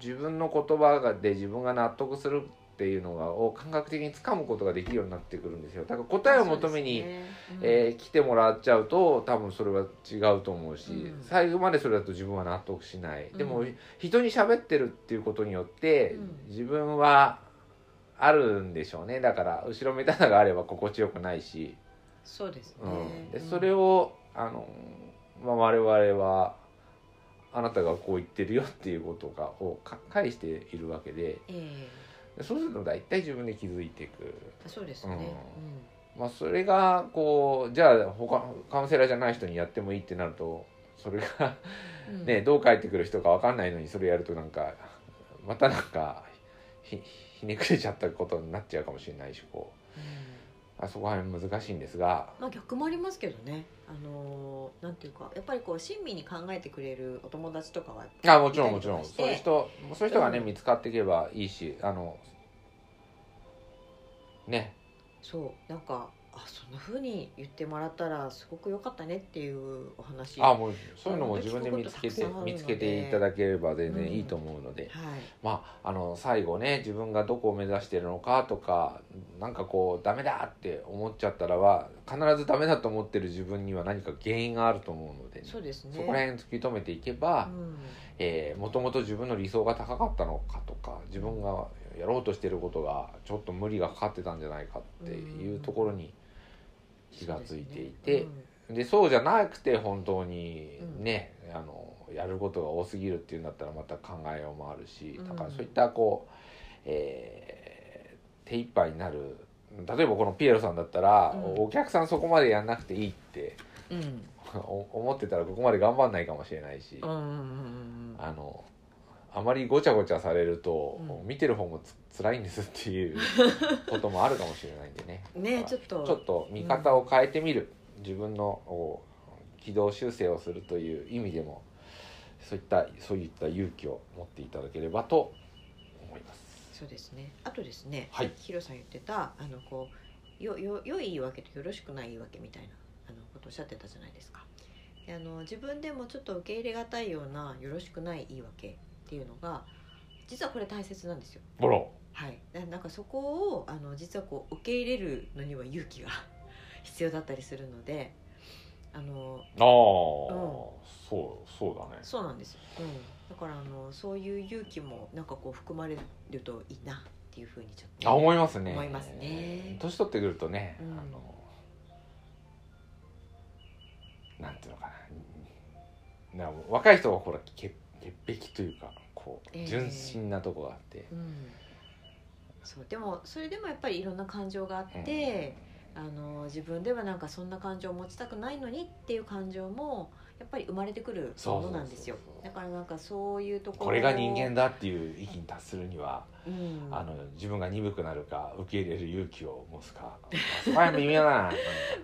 Speaker 1: 自分の言葉がで自分が納得するっていうのがを感覚的につかむことができるようになってくるんですよだから答えを求めに、
Speaker 2: そうですねうん
Speaker 1: えー来てもらっちゃうと多分それは違うと思うし、
Speaker 2: うん
Speaker 1: 最後までそれだと自分は納得しない、
Speaker 2: うん
Speaker 1: でも人に喋ってるっていうことによって、
Speaker 2: うん
Speaker 1: 自分はあるんでしょうねだから後ろめたさがあれば心地よくないし、
Speaker 2: そうですね、
Speaker 1: うん、で
Speaker 2: うん
Speaker 1: それを、あの、まあ、我々はあなたがこう言ってるよっていうことがをか返しているわけで
Speaker 2: ええ
Speaker 1: でそうすると大体自分で気づいていく。
Speaker 2: そうですね、
Speaker 1: うん
Speaker 2: うん
Speaker 1: まあ、それがこうじゃあ他カウンセラーじゃない人にやってもいいってなるとそれが
Speaker 2: うん
Speaker 1: ね、どう返ってくる人か分かんないのにそれやるとなんかまたなんかひひねくれちゃったことになっちゃうかもしれないしこ
Speaker 2: うん
Speaker 1: うあそこは難しいんですが、
Speaker 2: まあ逆もありますけどねあのーなんていうかやっぱりこう親身に考えてくれるお友達とかは
Speaker 1: あもちろんもちろん
Speaker 2: いたりとかして
Speaker 1: そういう人そういう人がね
Speaker 2: うん
Speaker 1: 見つかっていけばいいしあのね
Speaker 2: そうなんかあそんな風に言ってもらったらすごく良かったねっていうお話
Speaker 1: あ
Speaker 2: はい
Speaker 1: もうそういうのも自分で見つけて
Speaker 2: 本当
Speaker 1: 見
Speaker 2: に聞くこと
Speaker 1: つけ
Speaker 2: たくさんあるので
Speaker 1: ていただければ全然いいと思うので、まああの最後ね自分がどこを目指してるのかとかなんかこうダメだって思っちゃったらは必ずダメだと思ってる自分には何か原因があると思うのでね、
Speaker 2: そうですね
Speaker 1: そこら辺突き止めていけば、
Speaker 2: うん
Speaker 1: えーもともと自分の理想が高かったのかとか自分がやろうとしてることがちょっと無理がかかってたんじゃないかっていうところに気がついていて、
Speaker 2: そうですね
Speaker 1: でそうじゃなくて本当にね、あのやることが多すぎるっていうんだったらまた考えようもあるし
Speaker 2: うん
Speaker 1: だからそういったこう、えー手一杯になる例えばこのピエロさんだったら、
Speaker 2: うん
Speaker 1: お客さんそこまでやんなくていいって
Speaker 2: うん
Speaker 1: お思ってたらここまで頑張んないかもしれないし、
Speaker 2: うんうんうんうんうん
Speaker 1: あのあまりごちゃごちゃされると、
Speaker 2: うん
Speaker 1: 見てる方もつ辛いんですっていうこともあるかもしれないんでね。
Speaker 2: ねちょっと
Speaker 1: ちょっと見方を変えてみる、自分のお軌道修正をするという意味でもそういったそういった勇気を持っていただければと思います。
Speaker 2: そうですねあとですね、
Speaker 1: はい
Speaker 2: ヒロさん言ってたあのこうよよ良い言い訳とよろしくない言い訳みたいなあのことをおっしゃってたじゃないですかであの自分でもちょっと受け入れがたいようなよろしくない言い訳っていうのが実はこれ大切なんですよ
Speaker 1: ボロ
Speaker 2: はいななんかそこをあの実はこう受け入れるのには勇気が 必要だったりするのであの
Speaker 1: ああ、そうそうだね
Speaker 2: そうなんですよ、うん、だからあのそういう勇気もなんかこう含まれるといいなっていうふうにちょっと
Speaker 1: あ思いますね
Speaker 2: 思いますね
Speaker 1: 年取ってくるとね、
Speaker 2: うん
Speaker 1: あのなんていうのかななんか若い人はほら潔潔癖というかこ
Speaker 2: ええ
Speaker 1: う純真なとこがあって、
Speaker 2: うんそうでもそれでもやっぱりいろんな感情があって、あの自分ではなんかそんな感情を持ちたくないのにっていう感情もやっぱり生まれてくるものなんですよ
Speaker 1: そうそうそうそう
Speaker 2: だからなんかそういうところ
Speaker 1: これが人間だっていう域に達するには、
Speaker 2: うん、
Speaker 1: あの自分が鈍くなるか受け入れる勇気を持つか、まあ、そこは微妙だな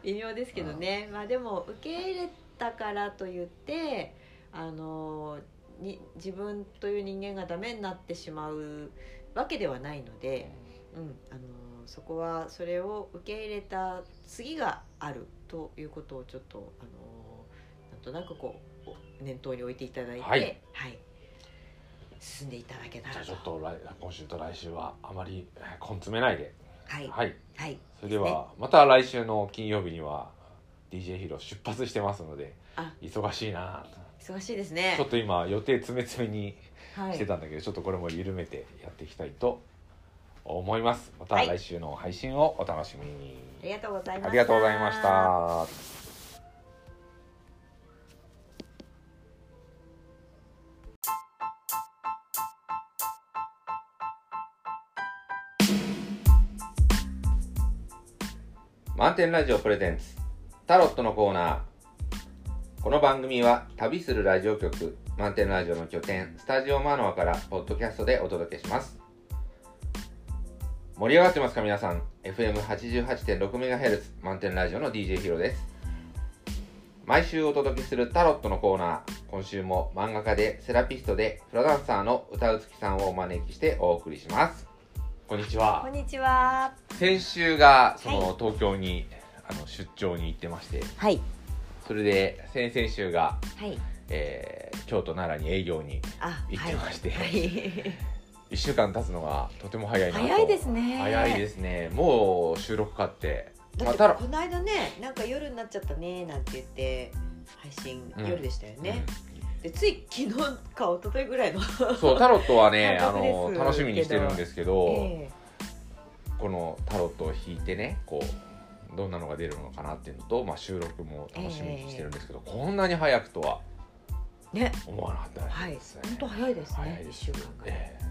Speaker 2: 微妙ですけどね、まあでも受け入れたからといってあのに自分という人間がダメになってしまうわけではないので、うん、あのそこはそれを受け入れた次があるということをちょっとあのなんとなくこうお念頭に置いていただいて、
Speaker 1: はい
Speaker 2: はい進んでいただけたら
Speaker 1: じゃあ
Speaker 2: と
Speaker 1: ちょっと来今週と来週はあまりえー根詰めないで
Speaker 2: はい
Speaker 1: はい
Speaker 2: はい
Speaker 1: それで
Speaker 2: ですね
Speaker 1: はまた来週の金曜日には DJ ヒロ出発してますので
Speaker 2: あ
Speaker 1: 忙しいなぁと
Speaker 2: 忙しいですね
Speaker 1: ちょっと今予定詰め詰めに
Speaker 2: は
Speaker 1: して
Speaker 2: い、
Speaker 1: たんだけど、ちょっとこれも緩めてやっていきたいと思いますまた
Speaker 2: はい
Speaker 1: 来週の配信をお楽しみに、
Speaker 2: ありがとうございました
Speaker 1: ありがとうございました。満点ラジオプレゼンツタロットのコーナーこの番組は旅するラジオ局満点ラジオの拠点スタジオマノアからポッドキャストでお届けします盛り上がってますか皆さん FM88.6MHz 満点ラジオの DJ ヒロです毎週お届けするタロットのコーナー今週も漫画家でセラピストでフラダンサーの歌うつきさんをお招きしてお送りしますこんにちは
Speaker 2: こんにちは
Speaker 1: 先週がそ
Speaker 2: は
Speaker 1: の東京に、あの出張に行ってまして
Speaker 2: はい
Speaker 1: それで先々週が、
Speaker 2: はい
Speaker 1: えー京都奈良に営業に
Speaker 2: あ
Speaker 1: 行ってまして
Speaker 2: はい、はい、
Speaker 1: 1週間経つのがとても早いなと
Speaker 2: 早いですね
Speaker 1: 早いですねもう収録買って
Speaker 2: だ
Speaker 1: ま
Speaker 2: って
Speaker 1: たら
Speaker 2: この間ねなんか夜になっちゃったねなんて言って配信、
Speaker 1: うん
Speaker 2: 夜でしたよね、でつい昨日か一昨日ぐらいの
Speaker 1: うんそうタロットは ねあ
Speaker 2: 感覚です
Speaker 1: の楽しみにしてるんですけど、
Speaker 2: え
Speaker 1: このタロットを引いてねこうどんなのが出るのかなっていうのと、まあ、収録も楽しみにしてるんですけど、こんなに早くとは
Speaker 2: えね
Speaker 1: 思わなかった
Speaker 2: はい
Speaker 1: ですね。
Speaker 2: 本当早いです
Speaker 1: 早
Speaker 2: ね
Speaker 1: い
Speaker 2: 一
Speaker 1: です
Speaker 2: 週間ぐらい、
Speaker 1: ええ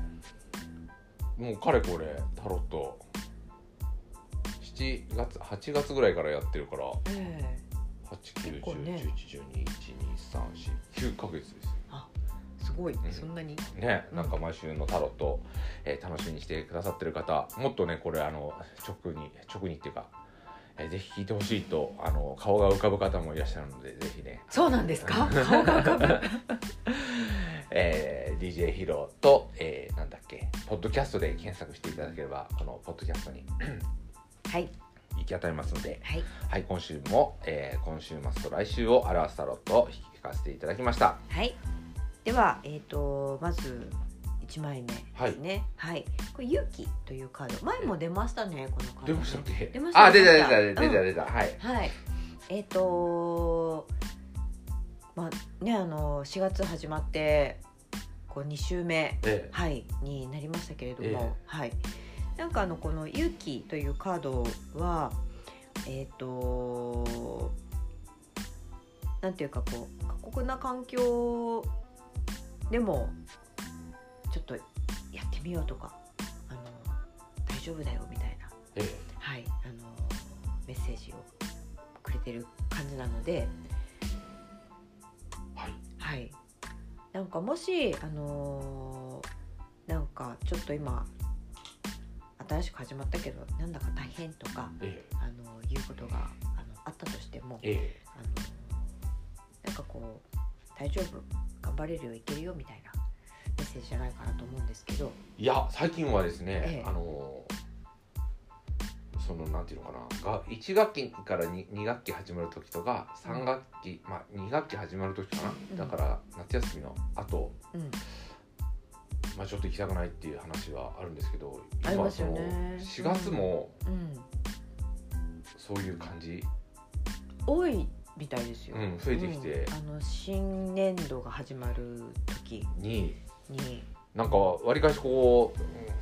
Speaker 1: もうかれこれタロット7月8月ぐらいからやってるから
Speaker 2: え結構ね
Speaker 1: 891011234 9ヶ月ですよ
Speaker 2: えすごい、
Speaker 1: ん
Speaker 2: そんなに
Speaker 1: ね
Speaker 2: うん
Speaker 1: なんか毎週のタロット、えー楽しみにしてくださってる方もっとねこれあの直に直にっていうか、えーぜひ聞いてほしいとあの顔が浮かぶ方もいらっしゃるのでぜひね
Speaker 2: そうなんですか顔が浮 かぶ
Speaker 1: えー DJ ヒロと、えーなんだっけ、ポッドキャストで検索していただければ、このポッドキャストに
Speaker 2: はい
Speaker 1: 行き当たりますので、
Speaker 2: はい
Speaker 1: はい、今週も、えー今週末と来週を表すタロットを引きかせていただきました。
Speaker 2: はい。では、えっ、と、まず。一枚目ですね。はい。これ勇気というカード、前も出ましたね、このカード、
Speaker 1: 出ましたっけ
Speaker 2: 出ました
Speaker 1: あ、出た
Speaker 2: 出
Speaker 1: 出
Speaker 2: ました
Speaker 1: た出た出た出た。はい。
Speaker 2: はい。えっ、とまあ、ね、あの、四月始まって。こう、二週目。
Speaker 1: え
Speaker 2: はい、になりましたけれども、
Speaker 1: ええ
Speaker 2: はい。なんかあのこの勇気というカードは、えっ、と。なんていうかこう過酷な環境でもちょっとやってみようとかあの大丈夫だよみたいな、
Speaker 1: え
Speaker 2: はい、あのメッセージをくれてる感じなので、
Speaker 1: はい。
Speaker 2: はい、なんかもし、あのーなんかちょっと今新しく始まったけどなんだか大変とか、
Speaker 1: え
Speaker 2: あのいうことがあのあったとしても、
Speaker 1: ええ
Speaker 2: あのなんかこう大丈夫頑張れるよいけるよみたいなメッセージじゃないかなと思うんですけど、
Speaker 1: いや最近はですね、
Speaker 2: ええ
Speaker 1: あのそのなんていうのかなが1学期から 2, 二学期始まる時とか3学期、まあ2学期始まる時かな、
Speaker 2: うん
Speaker 1: だから夏休みのあと、
Speaker 2: うん、
Speaker 1: まあ、ちょっと行きたくないっていう話はあるんですけど
Speaker 2: あります
Speaker 1: そ
Speaker 2: よ
Speaker 1: の
Speaker 2: ね
Speaker 1: 4月も
Speaker 2: うん、
Speaker 1: そういう感じ、
Speaker 2: 多いみたいですよ。
Speaker 1: うん増えてきて
Speaker 2: うんあの新年度が始まる時
Speaker 1: に
Speaker 2: に、
Speaker 1: なんかわりかしこう、うん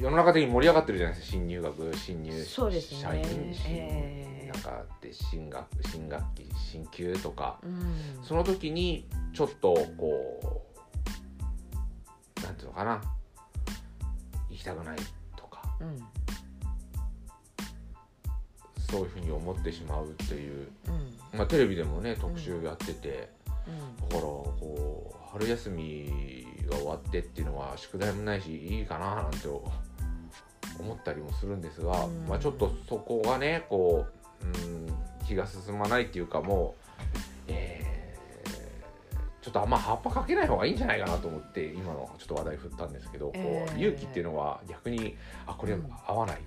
Speaker 1: 世の中的に盛り上がってるじゃないですか新入学新入
Speaker 2: そうですね
Speaker 1: 社員新、
Speaker 2: ええ
Speaker 1: なんかで新学新学期新級とか。
Speaker 2: うん、
Speaker 1: その時にちょっとこうなんていうのかな行きたくないとか
Speaker 2: うん
Speaker 1: そういうふうに思ってしまうっていう、
Speaker 2: うん
Speaker 1: まあ、テレビでもね特集やってて、
Speaker 2: うん
Speaker 1: だからこう春休みが終わってっていうのは宿題もないしいいかななんて思ったりもするんですが、
Speaker 2: うん
Speaker 1: まあ、ちょっとそこがねこう、うん、気が進まないっていうかもう、えーちょっとあんま葉っぱかけない方がいいんじゃないかなと思って今のちょっと話題振ったんですけど、こう
Speaker 2: えー
Speaker 1: 勇気っていうのは逆にあこれ
Speaker 2: うん
Speaker 1: 合わない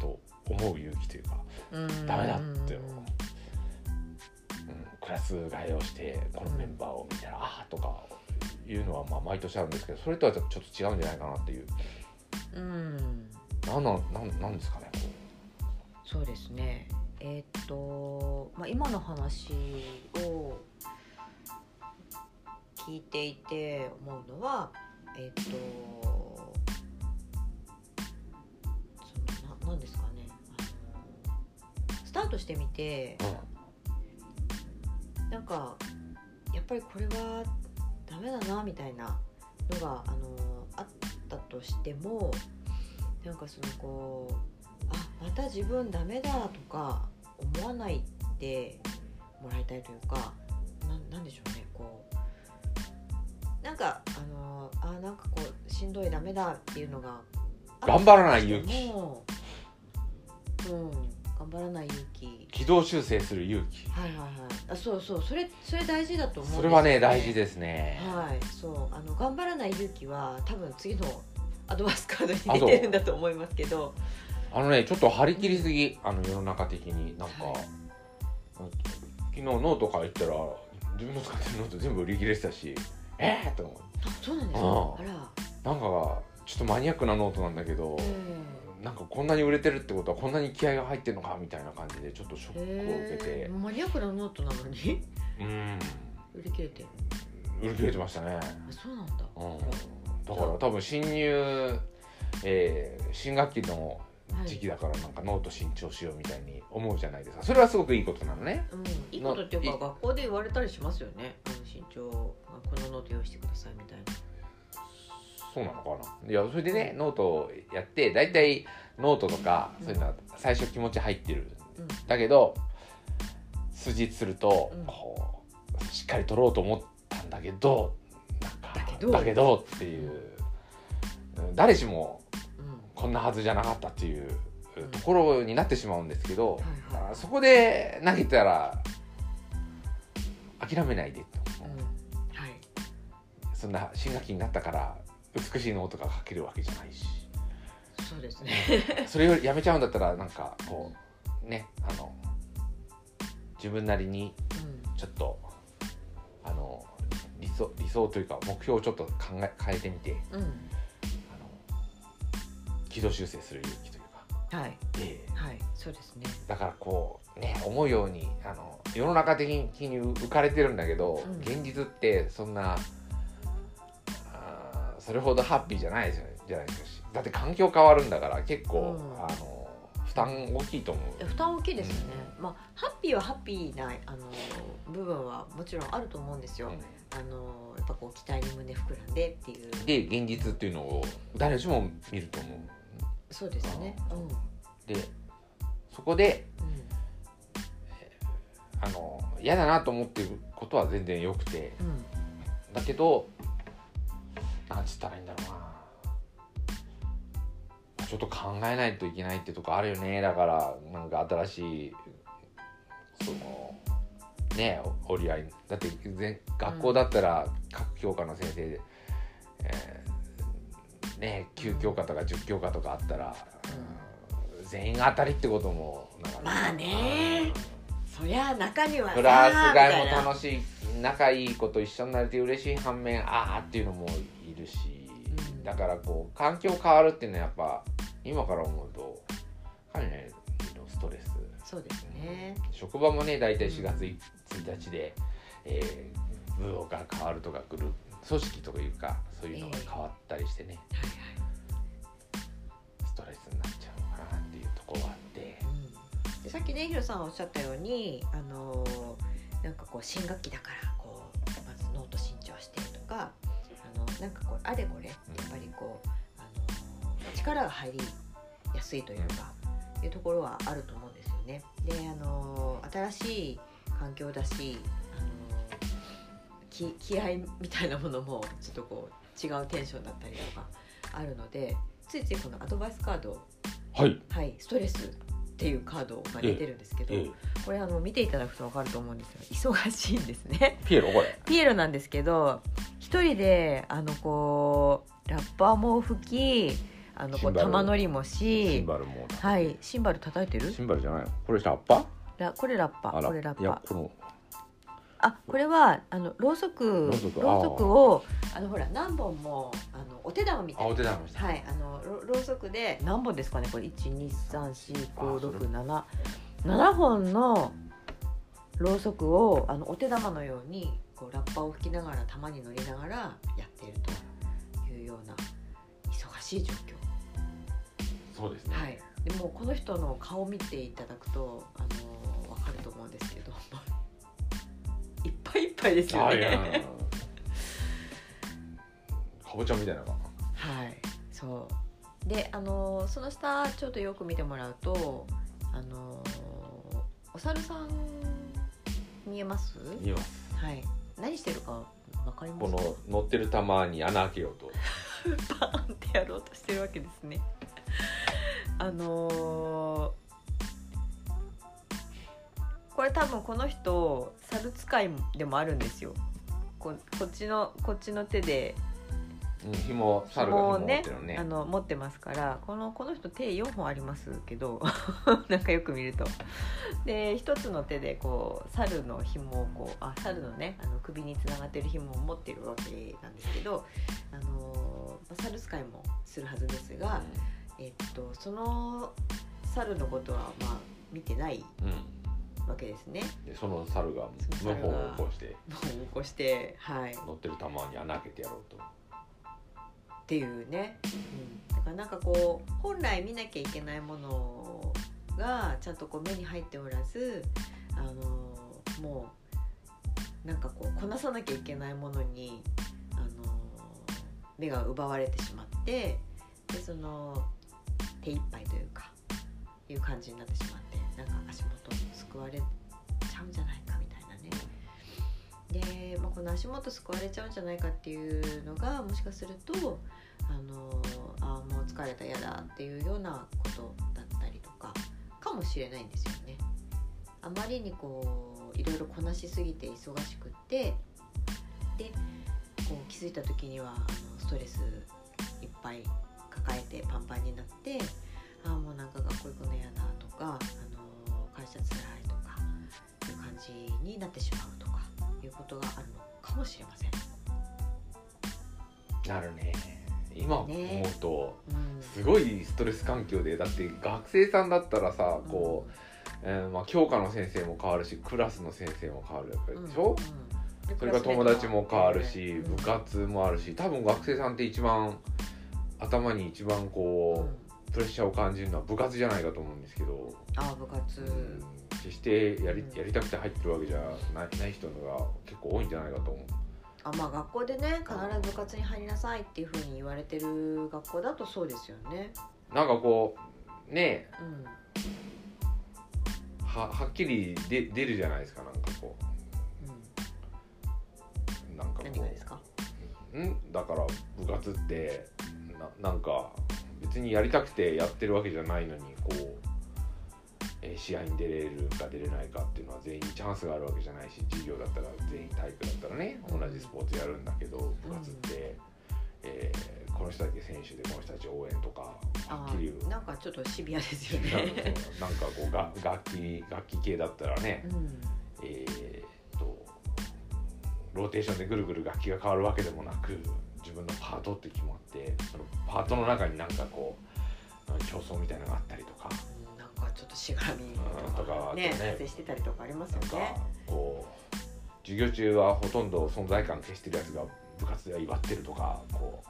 Speaker 1: と思う勇気というか。ダメだって、うんクラス替えをしてこのメンバーを見たら、ああとかいうのはまあ毎年あるんですけどそれとはちょっと違うんじゃないかなっていう
Speaker 2: うん、
Speaker 1: なんなんなんなんですかねこ
Speaker 2: そうですねえーっと、まあ、今の話を聞いていて思うのはえーっとそのななんですかねあのスタートしてみて
Speaker 1: う、
Speaker 2: なんかやっぱりこれはダメだなみたいなのがあのあったとしてもなんかそのこうあまた自分ダメだとか思わないでもらいたいというかななんでしょうねこうなんかあのあなんかこうしんどいダメだっていうのがあった
Speaker 1: 頑張らない勇気
Speaker 2: としてもうん頑張らない勇気
Speaker 1: 軌道修正する勇気
Speaker 2: はいはいはい。あ、そうそう、それ、それ大事だと思うん
Speaker 1: それはね
Speaker 2: よ
Speaker 1: 大事。ですね、
Speaker 2: はい、そう、あの頑張らない勇気は、多分次の。アドバイスカードに出てるんだと思いますけど。
Speaker 1: あのねちょっと張り切りすぎあの世の中的になんか、
Speaker 2: はい
Speaker 1: うん昨日ノート書いたら自分の使ってるノート全部売り切れてたしええー、と思う
Speaker 2: あ、そうなんですか。
Speaker 1: あ
Speaker 2: あ
Speaker 1: な
Speaker 2: ら。
Speaker 1: んかちょっとマニアックなノートなんだけど、
Speaker 2: え
Speaker 1: なんかこんなに売れてるってことはこんなに気合が入ってるのかみたいな感じでちょっとショ
Speaker 2: え
Speaker 1: ックを受けて、
Speaker 2: ええマニアックなノートなのに。
Speaker 1: うん
Speaker 2: 売り切れてる。
Speaker 1: 売り切れてましたね、
Speaker 2: あ、そうなんだ。
Speaker 1: うん、だから多分新入、えー新学期の時期だからなんかノート新調しようみたいに思うじゃないですかそれはすごくいいことなのね
Speaker 2: うん、いいことっていう
Speaker 1: ない
Speaker 2: か、学校で言われたりしますよね。あの身長、あこのノート用意してくださいみたいな。
Speaker 1: そうなのかないやそれでねノートをやって大体ノートとかそういうのは最初気持ち入ってる
Speaker 2: うん、
Speaker 1: だけど数日すると、
Speaker 2: うん
Speaker 1: こうしっかり取ろうと思ったんだけどなんか
Speaker 2: だけど
Speaker 1: っていう誰しも
Speaker 2: うん、は
Speaker 1: こんなはずじゃなかったっていう
Speaker 2: うん
Speaker 1: ところになってしまうんですけど、
Speaker 2: いは
Speaker 1: あそこで投げたら諦めないでと、
Speaker 2: い。うん、はい。
Speaker 1: そんな新学期になったから美しいノートが書けるわけじゃないし。
Speaker 2: そうですね。
Speaker 1: それよりやめちゃうんだったらなんかこうねあの自分なりにちょっとあの理想理想というか目標をちょっと考え変えてみて
Speaker 2: うん
Speaker 1: あ
Speaker 2: うん
Speaker 1: の軌道修正する勇気というか、
Speaker 2: はい
Speaker 1: ええ
Speaker 2: はいそうですね
Speaker 1: だからこうね思うようにあの世の中的に浮かれてるんだけど、
Speaker 2: うん
Speaker 1: 現実ってそんなあーそれほどハッピーじゃないですよねじゃないですしだって環境変わるんだから結構、
Speaker 2: うん
Speaker 1: あの負担大きいと思
Speaker 2: 負担大きいですよね、まあハッピーはハッピーなあの部分はもちろんあると思うんです
Speaker 1: う、
Speaker 2: よ、
Speaker 1: うん
Speaker 2: あのやっぱこう期待に胸膨らんでっていう
Speaker 1: で現実っていうのを誰しも見ると思
Speaker 2: そうですねうんうん
Speaker 1: うでそこであの嫌だなと思ってることは全然よくて
Speaker 2: うん
Speaker 1: だけどなんつったらいいんだろうなちょっと考えないといけないってとこあるよねだからなんか新しいそのね折り合いだって全学校だったら各教科の先生で、えーね9教科とか10教科とかあったら、うん全員が当たりってこともなかなか
Speaker 2: まあねそりゃあ中には
Speaker 1: プラス
Speaker 2: あーみ
Speaker 1: 外
Speaker 2: たい
Speaker 1: も
Speaker 2: な
Speaker 1: 楽しい仲いい子と一緒になれて嬉しい反面ああっていうのもいるし、
Speaker 2: うん
Speaker 1: だからこう環境変わるっていうのはやっぱ今から思うとかなりのストレス、
Speaker 2: そうですね
Speaker 1: 職場もね大体4月1日で、えー部が変わるとかグループ組織というかそういうのが変わったりしてね、
Speaker 2: はい
Speaker 1: ストレスになっちゃうのかなっていうところがあって。
Speaker 2: はい、うん、でさっきねひろさんおっしゃったようにあのーなんかこう新学期だからこうまずノート新調してとかあのなんかこうあれこれやっぱりこう、あのー力が入りやすいというか、いうところはあると思うんですよね。であのー新しい環境だし、あのー気気合みたいなものもちょっとこう違うテンションだったりとかあるのでついついこのアドバイスカードを
Speaker 1: はい、
Speaker 2: はい、ストレスっていうカードが出てるんですけど、これあの見ていただくと分かると思うんですよ忙しいんですね
Speaker 1: ピエロこれ
Speaker 2: ピエロなんですけど一人であのこうラッパーも吹きあのこ
Speaker 1: シ
Speaker 2: う
Speaker 1: ンバル
Speaker 2: 玉乗りも
Speaker 1: シ
Speaker 2: し
Speaker 1: ンバルもうな
Speaker 2: はいシンバル叩いてる
Speaker 1: シンバルじゃないのこれラッパ
Speaker 2: ラこれラッパ
Speaker 1: あら
Speaker 2: これラッ
Speaker 1: いや
Speaker 2: パ
Speaker 1: この
Speaker 2: あこれはあのろうそく
Speaker 1: ろうそく
Speaker 2: ろうそくをあのほら何本もあのお手玉みたいな
Speaker 1: 手玉し
Speaker 2: はい、あのろろうそくで何本ですかねこれ1 2 3 4 5 6 7 7本のろうそくをあのお手玉のようにこうラッパを吹きながら玉に乗りながらやっているというような忙しい状況
Speaker 1: そうですね
Speaker 2: はい、でもうこの人の顔を見ていただくと、あの分かると思うんですけど いっぱいいっぱいですよ
Speaker 1: あいや
Speaker 2: ね。
Speaker 1: かぼちゃみたいなのか
Speaker 2: はい、そうであのーその下ちょっとよく見てもらうとあのーお猿さん見えます
Speaker 1: 今
Speaker 2: はい何してるかわかりま
Speaker 1: こ
Speaker 2: すか
Speaker 1: の乗ってる玉に穴開けようと
Speaker 2: パーン ってやろうとしてるわけですね あのーこれ多分この人猿使いでもあるんですよここっちのこっちの手で
Speaker 1: うん紐猿が紐
Speaker 2: も
Speaker 1: を
Speaker 2: う
Speaker 1: 持っ
Speaker 2: ね
Speaker 1: てるのね
Speaker 2: あの持ってますからこのこの人手4本ありますけど なんかよく見るとで一つの手でこう猿の紐をこうあ猿のねあの首につながってる紐を持ってるわけなんですけど、あのまあ猿使いもするはずですが、えっと、その猿のことはまあ見てない
Speaker 1: うん、
Speaker 2: わけですね。
Speaker 1: でその猿が
Speaker 2: そ
Speaker 1: 無
Speaker 2: の
Speaker 1: 法
Speaker 2: 猿が
Speaker 1: を起こして
Speaker 2: もう起こして、はい、
Speaker 1: 乗ってる玉に穴開けてやろうと
Speaker 2: っていうね、うん、だからなんかこう本来見なきゃいけないものがちゃんとこう目に入っておらずあのもうなんかこうこなさなきゃいけないものにあの目が奪われてしまってでその手一杯というかいう感じになってしまってなんか足元をすくわれちゃうんじゃないかみたいなね。で、まあ、この足元救われちゃうんじゃないかっていうのがもしかするとあのあーもう疲れた嫌だっていうようなことだったりとかかもしれないんですよね。あまりにこういろいろこなしすぎて忙しくってでこう気づいた時にはあのストレスいっぱい抱えてパンパンになってああもうなんか学校行くの嫌だとかあの人は辛いとかいう感じになってしまうとかいうことがあるのかもしれません。
Speaker 1: なるね今思
Speaker 2: ね
Speaker 1: うと
Speaker 2: うん
Speaker 1: すごいストレス環境でだって学生さんだったらさこう、えーまあ、教科の先生も変わるしクラスの先生も変わるやっぱりでしょ、
Speaker 2: うん
Speaker 1: それから友達も変わるし、
Speaker 2: うん
Speaker 1: 部活もあるし多分学生さんって一番頭に一番
Speaker 2: う
Speaker 1: こ
Speaker 2: ん
Speaker 1: う、プレッシャーを感じるのは部活じゃないかと思うんですけど、
Speaker 2: ああ部活、
Speaker 1: うん決してやり
Speaker 2: うん
Speaker 1: やりたくて入ってるわけじゃないない人のが結構多いんじゃないかと思
Speaker 2: あまあ学校でね必ず部活に入りなさいっていうふうに言われてる学校だとそうですよね。
Speaker 1: うなんかこうね
Speaker 2: うん
Speaker 1: えははっきりで出るじゃないですかなんかこ
Speaker 2: うん、
Speaker 1: うなんかこ
Speaker 2: 何がですか
Speaker 1: うんだから部活ってななんか別にやりたくてやってるわけじゃないのにこう、えー試合に出れるか出れないかっていうのは全員チャンスがあるわけじゃないし授業だったら全員体育だったらね同じスポーツやるんだけど部活って、えーこの人だけ選手でこの人たち応援とか
Speaker 2: あ
Speaker 1: はっきり
Speaker 2: ーなんかちょっとシビアですよ
Speaker 1: 言う
Speaker 2: ね。
Speaker 1: なんかこうが楽器楽器系だったらね、
Speaker 2: うん
Speaker 1: えーっとローテーションでぐるぐる楽器が変わるわけでもなく自分のパートって決まってそのパートの中になんかこう競争みたいなのがあったりとか
Speaker 2: なんかちょっとしがらみ
Speaker 1: うんとかあって
Speaker 2: ね
Speaker 1: ね
Speaker 2: 発生してたりとかあります
Speaker 1: な
Speaker 2: よ
Speaker 1: んか
Speaker 2: ね。
Speaker 1: こう授業中はほとんど存在感消してるやつが部活では威張ってるとかこう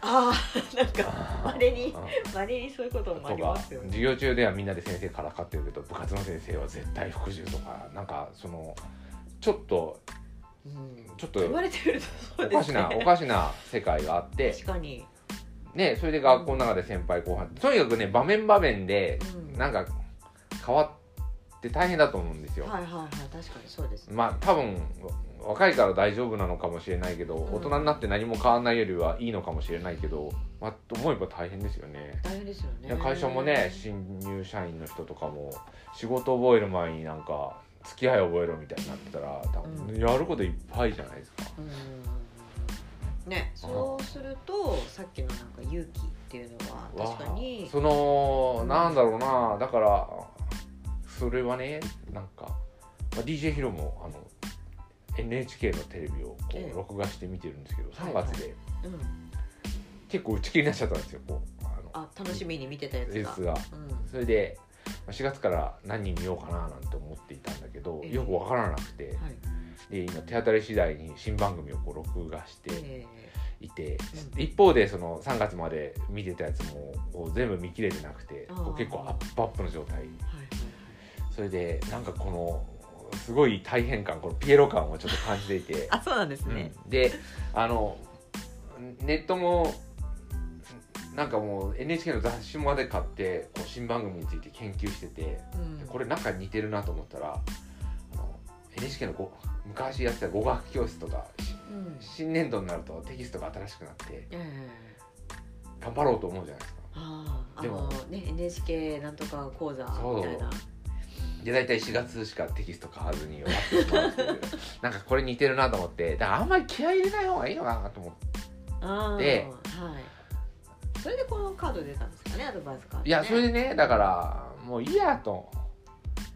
Speaker 2: ああなんか
Speaker 1: あ
Speaker 2: 稀に
Speaker 1: と
Speaker 2: 稀にそういうこともあり
Speaker 1: か
Speaker 2: ますよね。
Speaker 1: 授業中ではみんなで先生からかってるけど部活の先生は絶対服従とかなんかそのちょっと
Speaker 2: うん
Speaker 1: ちょっと
Speaker 2: 言われてみるとそう
Speaker 1: お
Speaker 2: で
Speaker 1: か
Speaker 2: す
Speaker 1: し
Speaker 2: ね
Speaker 1: な、。おかしな世界があって
Speaker 2: 確かに。
Speaker 1: ね、それで学校の中で先輩後輩とにかくね場面場面で
Speaker 2: うん
Speaker 1: なんか変わって大変だと思うんですよ、
Speaker 2: はいはいはい確かにそうですね。
Speaker 1: まあ多分わ若いから大丈夫なのかもしれないけど、
Speaker 2: ん
Speaker 1: 大人になって何も変わんないよりはいいのかもしれないけど、まあ、と思えば大変ですよね
Speaker 2: 大変ですよね。
Speaker 1: 会社もね新入社員の人とかも仕事覚える前になんか付き合い覚えろみたいになってたら多
Speaker 2: う
Speaker 1: 分
Speaker 2: ん
Speaker 1: やることいっぱいじゃないですか、
Speaker 2: うんね、そうするとさっきのなんか勇気っていうのは
Speaker 1: わあ
Speaker 2: 確かに
Speaker 1: その、
Speaker 2: うん
Speaker 1: なんだろうなだからそれはねなんか、まあ、DJ ヒロもあの NHK のテレビをこ
Speaker 2: ええ
Speaker 1: う録画して見てるんですけど、
Speaker 2: は
Speaker 1: 3
Speaker 2: いはい
Speaker 1: 月で
Speaker 2: うん
Speaker 1: 結構打ち切りになっちゃったんですよこうあの
Speaker 2: あ楽しみに見てたやつ
Speaker 1: レ
Speaker 2: が
Speaker 1: ース。が。
Speaker 2: うん
Speaker 1: それでまあ4月から何人見ようかななんて思っていたんだけど
Speaker 2: ええ
Speaker 1: よくわからなくて
Speaker 2: はい。
Speaker 1: で今手当たり次第に新番組をこう録画して。
Speaker 2: え
Speaker 1: いて、
Speaker 2: うん
Speaker 1: 一方でその3月まで見てたやつもこう全部見切れてなくて
Speaker 2: あー
Speaker 1: こう結構アップアップの状態
Speaker 2: ーはいはいはい。
Speaker 1: それでなんかこのすごい大変感このピエロ感をちょっと感じていて、
Speaker 2: あそうなんです
Speaker 1: うん
Speaker 2: ね。
Speaker 1: であのネットもなんかもう NHK の雑誌まで買ってこう新番組について研究してて
Speaker 2: うん
Speaker 1: でこれなんか似てるなと思ったらあの NHK のご昔やってた語学教室とかし
Speaker 2: うん
Speaker 1: 新年度になるとテキストが新しくなって。
Speaker 2: ええ
Speaker 1: 頑張ろうと思うじゃないですか
Speaker 2: あああ
Speaker 1: で
Speaker 2: の
Speaker 1: も
Speaker 2: ね NHK なんとか講座みたいな
Speaker 1: で大体4月しかテキスト買わずに終わってしまうっていう なんかこれ似てるなと思ってだからあんまり気合い入れない方がいいのかなと思って
Speaker 2: あー
Speaker 1: で
Speaker 2: はいそれでこのカード出たんですかねアドバイスカード、ね、
Speaker 1: いやそれでねだからもういいやと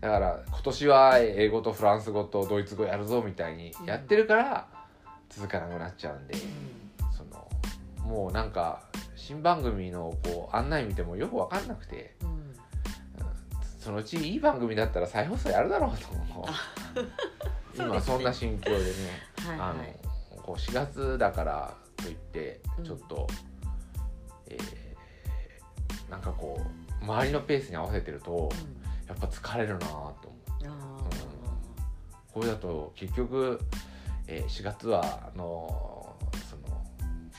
Speaker 1: だから今年は英語とフランス語とドイツ語やるぞみたいにやってるから続かなくなっちゃうんで
Speaker 2: うん
Speaker 1: そのもうなんか新番組のこう案内見てもよく分かんなくて
Speaker 2: うん
Speaker 1: そのうちいい番組だったら再放送やるだろうと思う
Speaker 2: そうですね
Speaker 1: 今そんな心境でね
Speaker 2: はい
Speaker 1: あ
Speaker 2: はい
Speaker 1: のこう4月だからといって
Speaker 2: うん
Speaker 1: ちょっと、えーなんかこう周りのペースに合わせてるとやっぱ疲れるなと思う
Speaker 2: うんあ
Speaker 1: これだと結局、えー4月はあのその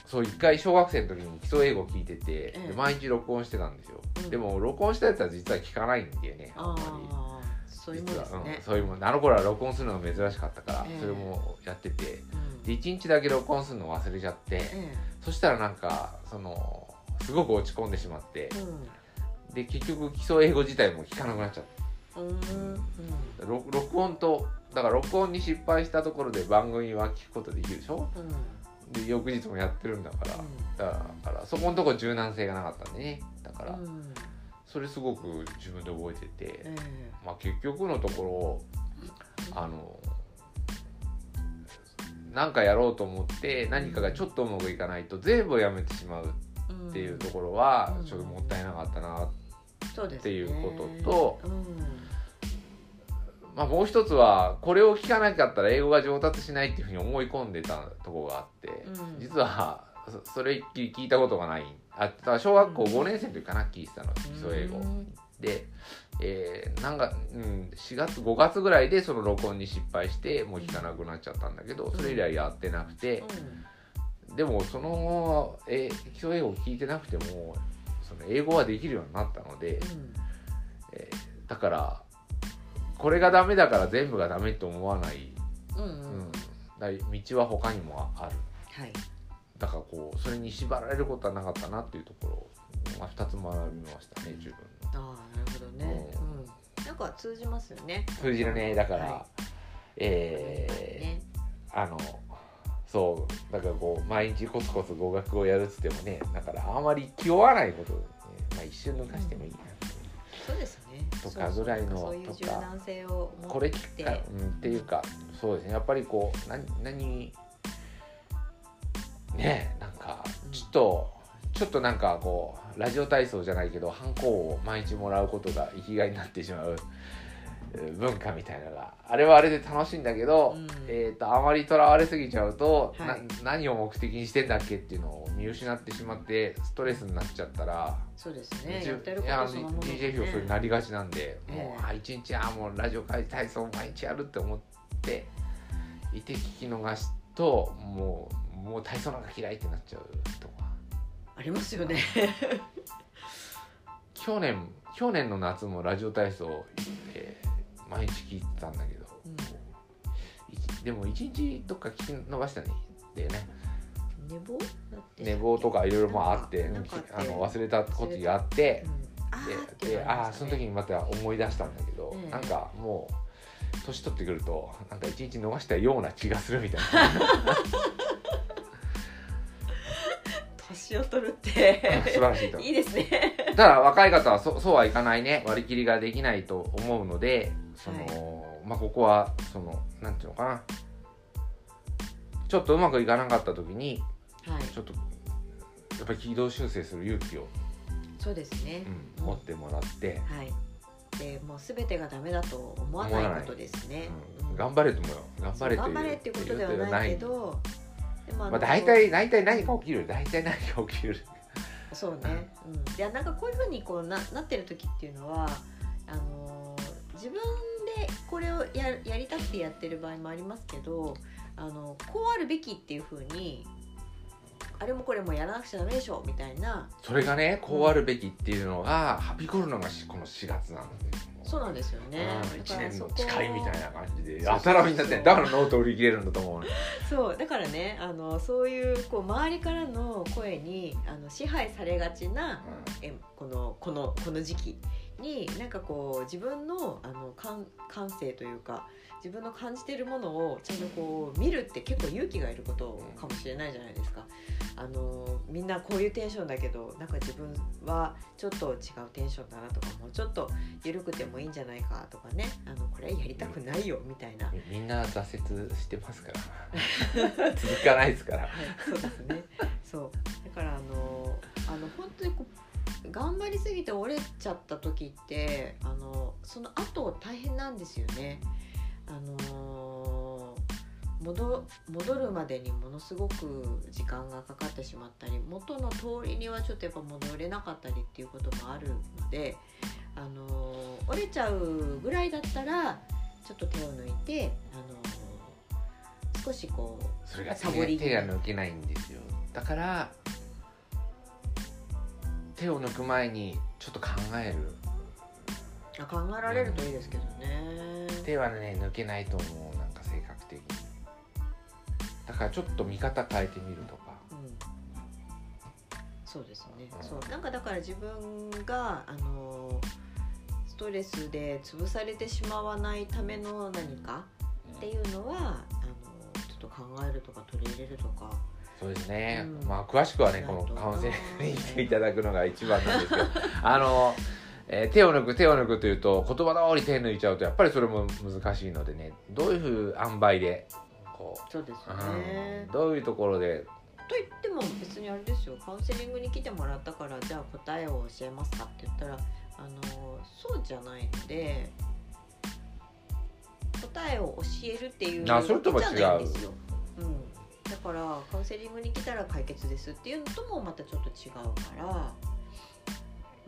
Speaker 1: そう一回小学生の時に基礎英語聞いてて、
Speaker 2: ええ
Speaker 1: で毎日録音してたんですよ、
Speaker 2: うん
Speaker 1: でも録音したやつは実は聞かないんだよね
Speaker 2: ー
Speaker 1: あんまり。
Speaker 2: あーそういうもんです
Speaker 1: 実は
Speaker 2: ね
Speaker 1: うん、そういうもんあの頃は録音するのが珍しかったから、
Speaker 2: ええ
Speaker 1: それもやってて
Speaker 2: うん
Speaker 1: で1日だけ録音するの忘れちゃって、
Speaker 2: え
Speaker 1: そしたらなんかそのすごく落ち込んでしまって
Speaker 2: えうん
Speaker 1: で結局基礎英語自体も聞かなくなっちゃっ
Speaker 2: うんうん
Speaker 1: た録録音とだから録音に失敗したところで番組は聞くことできるでしょ
Speaker 2: うん
Speaker 1: で翌日もやってるんだからだからそこのとこ柔軟性がなかったんでねだから、
Speaker 2: うん
Speaker 1: それすごく自分で覚えてて、
Speaker 2: ええ
Speaker 1: まあ、結局のところあの何かやろうと思って何かがちょっとうまくいかないと全部やめてしまうっていうところは
Speaker 2: うん
Speaker 1: ちょっともったいなかったな、
Speaker 2: ろっ
Speaker 1: っていうこと
Speaker 2: と、うん
Speaker 1: まあ、もう一つはこれを聞かなかったら英語が上達しないっていうふうに思い込んでたところがあって、
Speaker 2: うん
Speaker 1: 実はそそれっきり聞いたことがないあだから基小学校5年生の時かな聞いてたの基礎英語。
Speaker 2: うん
Speaker 1: で、えーなんか、うん、4月5月ぐらいでその録音に失敗してもう聞かなくなっちゃったんだけどそれ以来やってなくて、でもその、えー基礎英語を聞いてなくてもその英語はできるようになったので、
Speaker 2: うん
Speaker 1: えーだからこれがダメだから全部がダメと思わない、
Speaker 2: うん
Speaker 1: う
Speaker 2: うん
Speaker 1: ん、だ道は他にもある
Speaker 2: はい
Speaker 1: だからこうそれに縛られることはなかったなっていうところ、まあ、2つ学びましたね自分の。
Speaker 2: ああなるほどね、
Speaker 1: う
Speaker 2: うん、なんか通じますよね
Speaker 1: 通じるねだから、
Speaker 2: は
Speaker 1: えー
Speaker 2: ね
Speaker 1: あのそうだからこう毎日コツコツ語学をやるっつってもねだからあまり気負わないこと、ねまあ、一瞬抜かしてもいいな、
Speaker 2: そうですよね
Speaker 1: とかぐらいの
Speaker 2: そうそうそういう柔軟性を持
Speaker 1: これ聞くか、うん、っていうかそうですねやっぱりこう何何ねなんかちょっと、ちょっとなんかこうラジオ体操じゃないけどハンコを毎日もらうことが生きがいになってしまうえー文化みたいなのがあれはあれで楽しいんだけど、
Speaker 2: うん
Speaker 1: えー、とあまりとらわれすぎちゃうと、
Speaker 2: はい
Speaker 1: な何を目的にしてんだっけっていうのを見失ってしまってストレスになっちゃったら
Speaker 2: そうですね
Speaker 1: じゅ
Speaker 2: やってるこ
Speaker 1: いや
Speaker 2: とそのもの
Speaker 1: DJ 表それになりがちなんで、
Speaker 2: ええ
Speaker 1: もうあ一日あもうラジオ会体操毎日やるって思っていて聞き逃すともうもう体操なんか嫌いってなっちゃうとか
Speaker 2: ありますよね
Speaker 1: 去年去年の夏もラジオ体操、えー毎日聞いてたんだけど、
Speaker 2: うん
Speaker 1: いでも一日どっか聞き逃したねでね
Speaker 2: 寝坊だって
Speaker 1: 寝坊とかいろいろまああって
Speaker 2: なんか
Speaker 1: う
Speaker 2: な
Speaker 1: あ
Speaker 2: んんかあって
Speaker 1: の忘れた時があって
Speaker 2: う。んあーって
Speaker 1: で
Speaker 2: 言
Speaker 1: で
Speaker 2: われま
Speaker 1: あ
Speaker 2: し
Speaker 1: あそ
Speaker 2: たね
Speaker 1: の時にまた思い出したんだけど、
Speaker 2: うん
Speaker 1: なんかもう年取ってくるとなんか一日逃したような気がするみたい
Speaker 2: 年を取るって
Speaker 1: な素晴らしいと
Speaker 2: いいですね
Speaker 1: ただ若い方はそそうはいかないね割り切りができないと思うのでその、まあここはそのなんていうのかなちょっとうまくいかなかった時に
Speaker 2: はい
Speaker 1: ちょっとやっぱり軌道修正する勇気を、
Speaker 2: そうですね、
Speaker 1: うん持ってもらって、
Speaker 2: はいでもう全てがダメだと思わないことですね、
Speaker 1: うん頑張れと思うよ頑張れと
Speaker 2: そう
Speaker 1: いう
Speaker 2: 頑張れっていうことではないけどでもあの
Speaker 1: まあ、大体大体何か起きる大体何か起きる
Speaker 2: そうね、うん、でなんかこういうふうにこうななってる時っていうのはあのー自分でこれをややりたくてやってる場合もありますけどあのこうあるべきっていうふうにあれもこれもやらなくちゃダメでしょみたいな
Speaker 1: それがねこうあるべきっていうのが、はびこるのがしこの4月なんで
Speaker 2: そうなんですよね。
Speaker 1: 1年の誓いみたいな感じで
Speaker 2: そうそうそう
Speaker 1: やたらみんなってだからノート売り切れるんだと思うね
Speaker 2: そうだからねあのそういうこう周りからの声にあの支配されがちなえこのこのこの時期になんかこう自分のあの感感性というか自分の感じてるものをちゃんとこう見るって結構勇気がいることかもしれないじゃないですか。あのみんなこういうテンションだけどなんか自分はちょっと違うテンションだなとかもうちょっと緩くてもいいんじゃないかとかねあのこれやりたくないよみたいな
Speaker 1: うんみんな挫折してますから 続かないですから
Speaker 2: はい、そうですね。そう、だから、あの、あの、本当にこう。頑張りすぎて折れちゃった時って、あの、その後大変なんですよね。あのー戻戻るまでにものすごく時間がかかってしまったり元の通りにはちょっとやっぱ戻れなかったりっていうこともあるので、あのー折れちゃうぐらいだったらちょっと手を抜いて、あのー少しこう
Speaker 1: それが
Speaker 2: サボ
Speaker 1: 手
Speaker 2: り
Speaker 1: 手が抜けないんですよだから手を抜く前にちょっと考える
Speaker 2: あ考えられるといいですけどね。
Speaker 1: 手はね抜けないと思うなんか性格的にだからちょっと見方変えてみるとか
Speaker 2: うん、そうですね。
Speaker 1: うん
Speaker 2: そうなんかだから自分があのストレスで潰されてしまわないための何かっていうのはあのちょっと考えるとか取り入れるとか。
Speaker 1: そうですね、
Speaker 2: うん
Speaker 1: まあ詳しくはねこのカウンセリングに来ていただくのが一番なんですけどあのえー手を抜く手を抜くというと言葉通り手抜いちゃうとやっぱりそれも難しいのでねどういうふう塩梅でこ
Speaker 2: そうです
Speaker 1: う、
Speaker 2: よね
Speaker 1: うん、。どういうところで
Speaker 2: と言っても別にあれですよカウンセリングに来てもらったからじゃあ答えを教えますかって言ったらあのそうじゃないので答えを教えるっていう
Speaker 1: あそれとも違う
Speaker 2: じゃないんですよ、うん、だからカウンセリングに来たら解決ですっていうのともまたちょっと違うから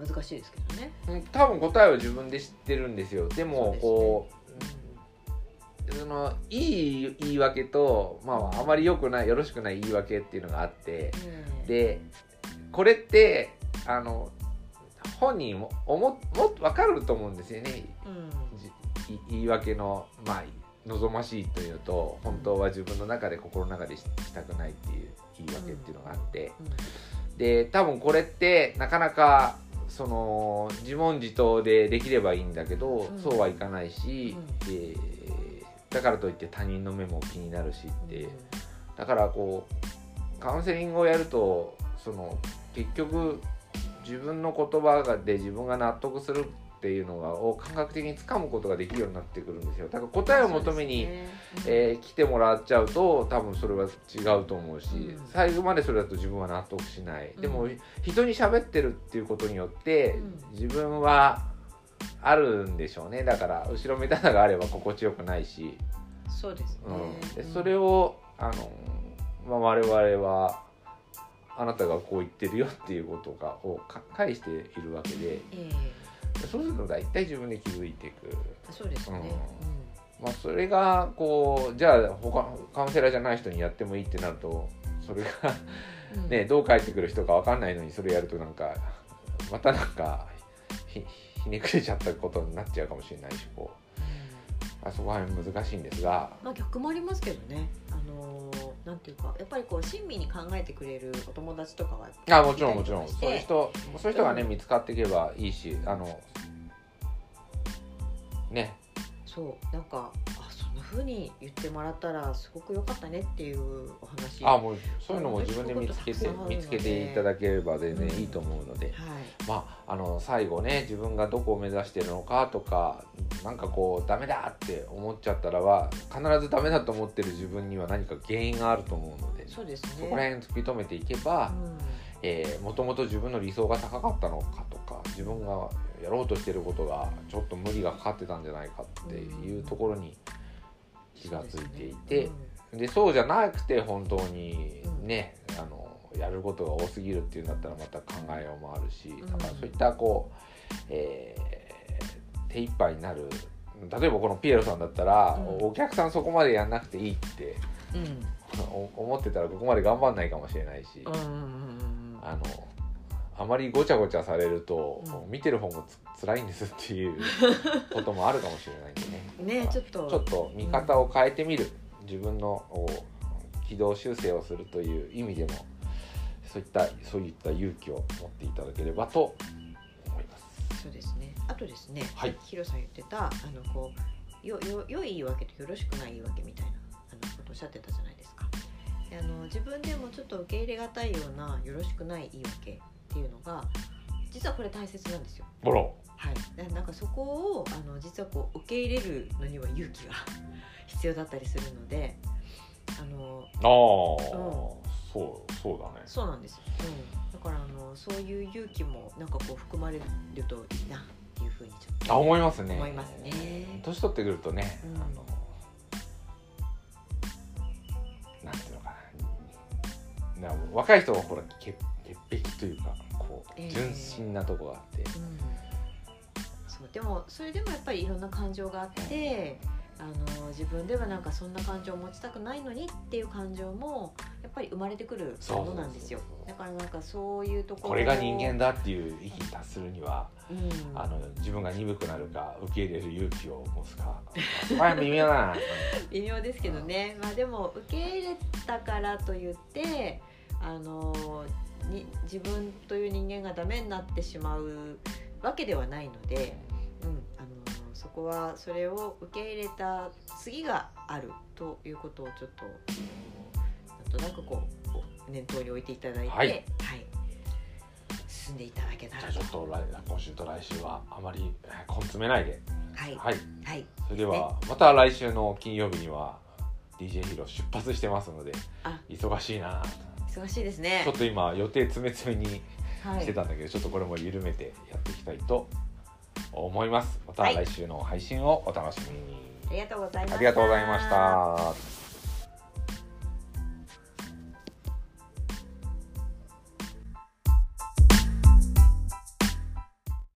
Speaker 2: 難しいですけどね。
Speaker 1: うん多分答えは自分で知ってるんですよでもこうそのいい言い訳と、まあ、あまり良くないよろしくない言い訳っていうのがあって
Speaker 2: うんねえ
Speaker 1: でこれってあの本人も思もっと分かると思うんですよね
Speaker 2: うん
Speaker 1: じい言い訳の、まあ、望ましいというのと本当は自分の中で心の中でししたくないっていう言い訳っていうのがあって、で多分これってなかなかその自問自答でできればいいんだけど、
Speaker 2: うん
Speaker 1: そうはいかないし、
Speaker 2: うん
Speaker 1: えーだからといって他人の目も気になるし
Speaker 2: う
Speaker 1: っ
Speaker 2: ん
Speaker 1: て、
Speaker 2: うん
Speaker 1: だからこうカウンセリングをやるとその結局自分の言葉がで自分が納得するっていうのがを感覚的につかむことができるようになってくるんですよだから答えを求めに、
Speaker 2: そうですね
Speaker 1: えー来てもらっちゃうと多分それは違うと思うし、
Speaker 2: うん
Speaker 1: 最後までそれだと自分は納得しない、
Speaker 2: うん
Speaker 1: でも人に喋ってるっていうことによって、
Speaker 2: うん
Speaker 1: 自分はあるんでしょうねだから後ろめたさがあれば心地よくないし、
Speaker 2: そうですね
Speaker 1: うんで
Speaker 2: うん
Speaker 1: それをあの、まあ、我々はあなたがこう言ってるよっていうことがをか返しているわけで
Speaker 2: ええ
Speaker 1: そうすると大体自分で気づいていく。
Speaker 2: そうですね。
Speaker 1: まあ、それがこうじゃあ他カウンセラーじゃない人にやってもいいってなるとそれが
Speaker 2: うん
Speaker 1: ねどう返ってくる人か分かんないのにそれやるとなんかまたなんかひひねくれちゃったことになっちゃうかもしれないしこ
Speaker 2: うん
Speaker 1: うあそこは難しいんですが、
Speaker 2: まあ逆もありますけどね。あのーなんていうかやっぱりこう親身に考えてくれるお友達とかは
Speaker 1: あもちろんもちろん
Speaker 2: いたりとかして
Speaker 1: そういう人そういう人がね
Speaker 2: うん
Speaker 1: 見つかっていけばいいしあのね
Speaker 2: そうなんかあそんな風に言ってもらったらすごく良かったねっていうお話。
Speaker 1: あ
Speaker 2: は
Speaker 1: もうそういうのも自分で見つけて
Speaker 2: そういうことたくさんあるので
Speaker 1: 見つけていただければ全然いいと思うので
Speaker 2: い。。
Speaker 1: まあ、あの最後ね自分がどこを目指してるのかとかなんかこうダメだって思っちゃったらは必ずダメだと思ってる自分には何か原因があると思うのでそ
Speaker 2: そうですね。
Speaker 1: こら辺突き止めていけば
Speaker 2: うん
Speaker 1: えーもともと自分の理想が高かったのかとか自分がやろうとしてることがちょっと無理がかかってたんじゃないかっていうところに気がついていて。でそうじゃなくて本当にね、あのやることが多すぎるっていうんだったらまた考えようもあるし
Speaker 2: ん
Speaker 1: だからそういったこう、えー手一杯になる例えばこのピエロさんだったら、
Speaker 2: うん
Speaker 1: お客さんそこまでやんなくていいって
Speaker 2: うんうん
Speaker 1: お思ってたらここまで頑張んないかもしれないし、
Speaker 2: うんうんうん
Speaker 1: あのあまりごちゃごちゃされると、
Speaker 2: うん
Speaker 1: 見てる方もつ辛いんですっていうこともあるかもしれないんでね。
Speaker 2: うん。 ねちょっと
Speaker 1: ちょっと見方を変えてみる、自分のこう軌道修正をするという意味でもそういったそういった勇気を持っていただければと思います。
Speaker 2: そうですね。あとですね。
Speaker 1: はい
Speaker 2: ヒロさん言ってたあのこうよよ良い言い訳とよろしくない言い訳みたいなあのことをおっしゃってたじゃないですか。であの自分でもちょっと受け入れがたいようなよろしくない言い訳っていうのが実はこれ大切なんですよ。
Speaker 1: ボロ
Speaker 2: はい。ななんかそこをあの実はこう受け入れるのには勇気が 必要だったりするので、あの
Speaker 1: ああ、そうそうだね。
Speaker 2: そうなんですよ、うん、だからあのそういう勇気もなんかこう含まれるといいなっていうふうにちょっと
Speaker 1: あ思いますね。
Speaker 2: 思いますね。
Speaker 1: 年取ってくるとね、
Speaker 2: うん
Speaker 1: あのなんていうのかな、な若い人はほら潔潔癖というかこう
Speaker 2: ええ
Speaker 1: 純真なとこがあって、
Speaker 2: うんそうでもそれでもやっぱりいろんな感情があってあの自分ではなんかそんな感情を持ちたくないのにっていう感情もやっぱり生まれてくるものなんですよ
Speaker 1: そうそうそうそう
Speaker 2: だからなんかそういうところを
Speaker 1: これが人間、だっていう域に達するには。
Speaker 2: うん、
Speaker 1: あの自分が鈍くなるか受け入れる勇気を持つ かまあ微妙だな
Speaker 2: 微妙ですけどね、まあ、でも受け入れたからといってあのに自分という人間がダメになってしまうわけではないので。うん、あのそこはそれを受け入れた次があるということをちょっとあのなんとなくこう念頭に置いていただいて、
Speaker 1: はい
Speaker 2: す進んでいただけた
Speaker 1: じゃ
Speaker 2: ら
Speaker 1: あちょっと来今週と来週はあまりえー根詰めないで
Speaker 2: はい
Speaker 1: はい、
Speaker 2: はい
Speaker 1: それではまた来週の金曜日には DJ ヒロ出発してますので
Speaker 2: あ
Speaker 1: 忙しいな
Speaker 2: 忙しいですね
Speaker 1: ちょっと今予定詰め詰めに
Speaker 2: は
Speaker 1: して
Speaker 2: い
Speaker 1: たんだけど、ちょっとこれも緩めてやっていきたいと思いますまた
Speaker 2: はい
Speaker 1: 来週の配信をお楽しみに、
Speaker 2: ありがとうございました
Speaker 1: ありがとうございました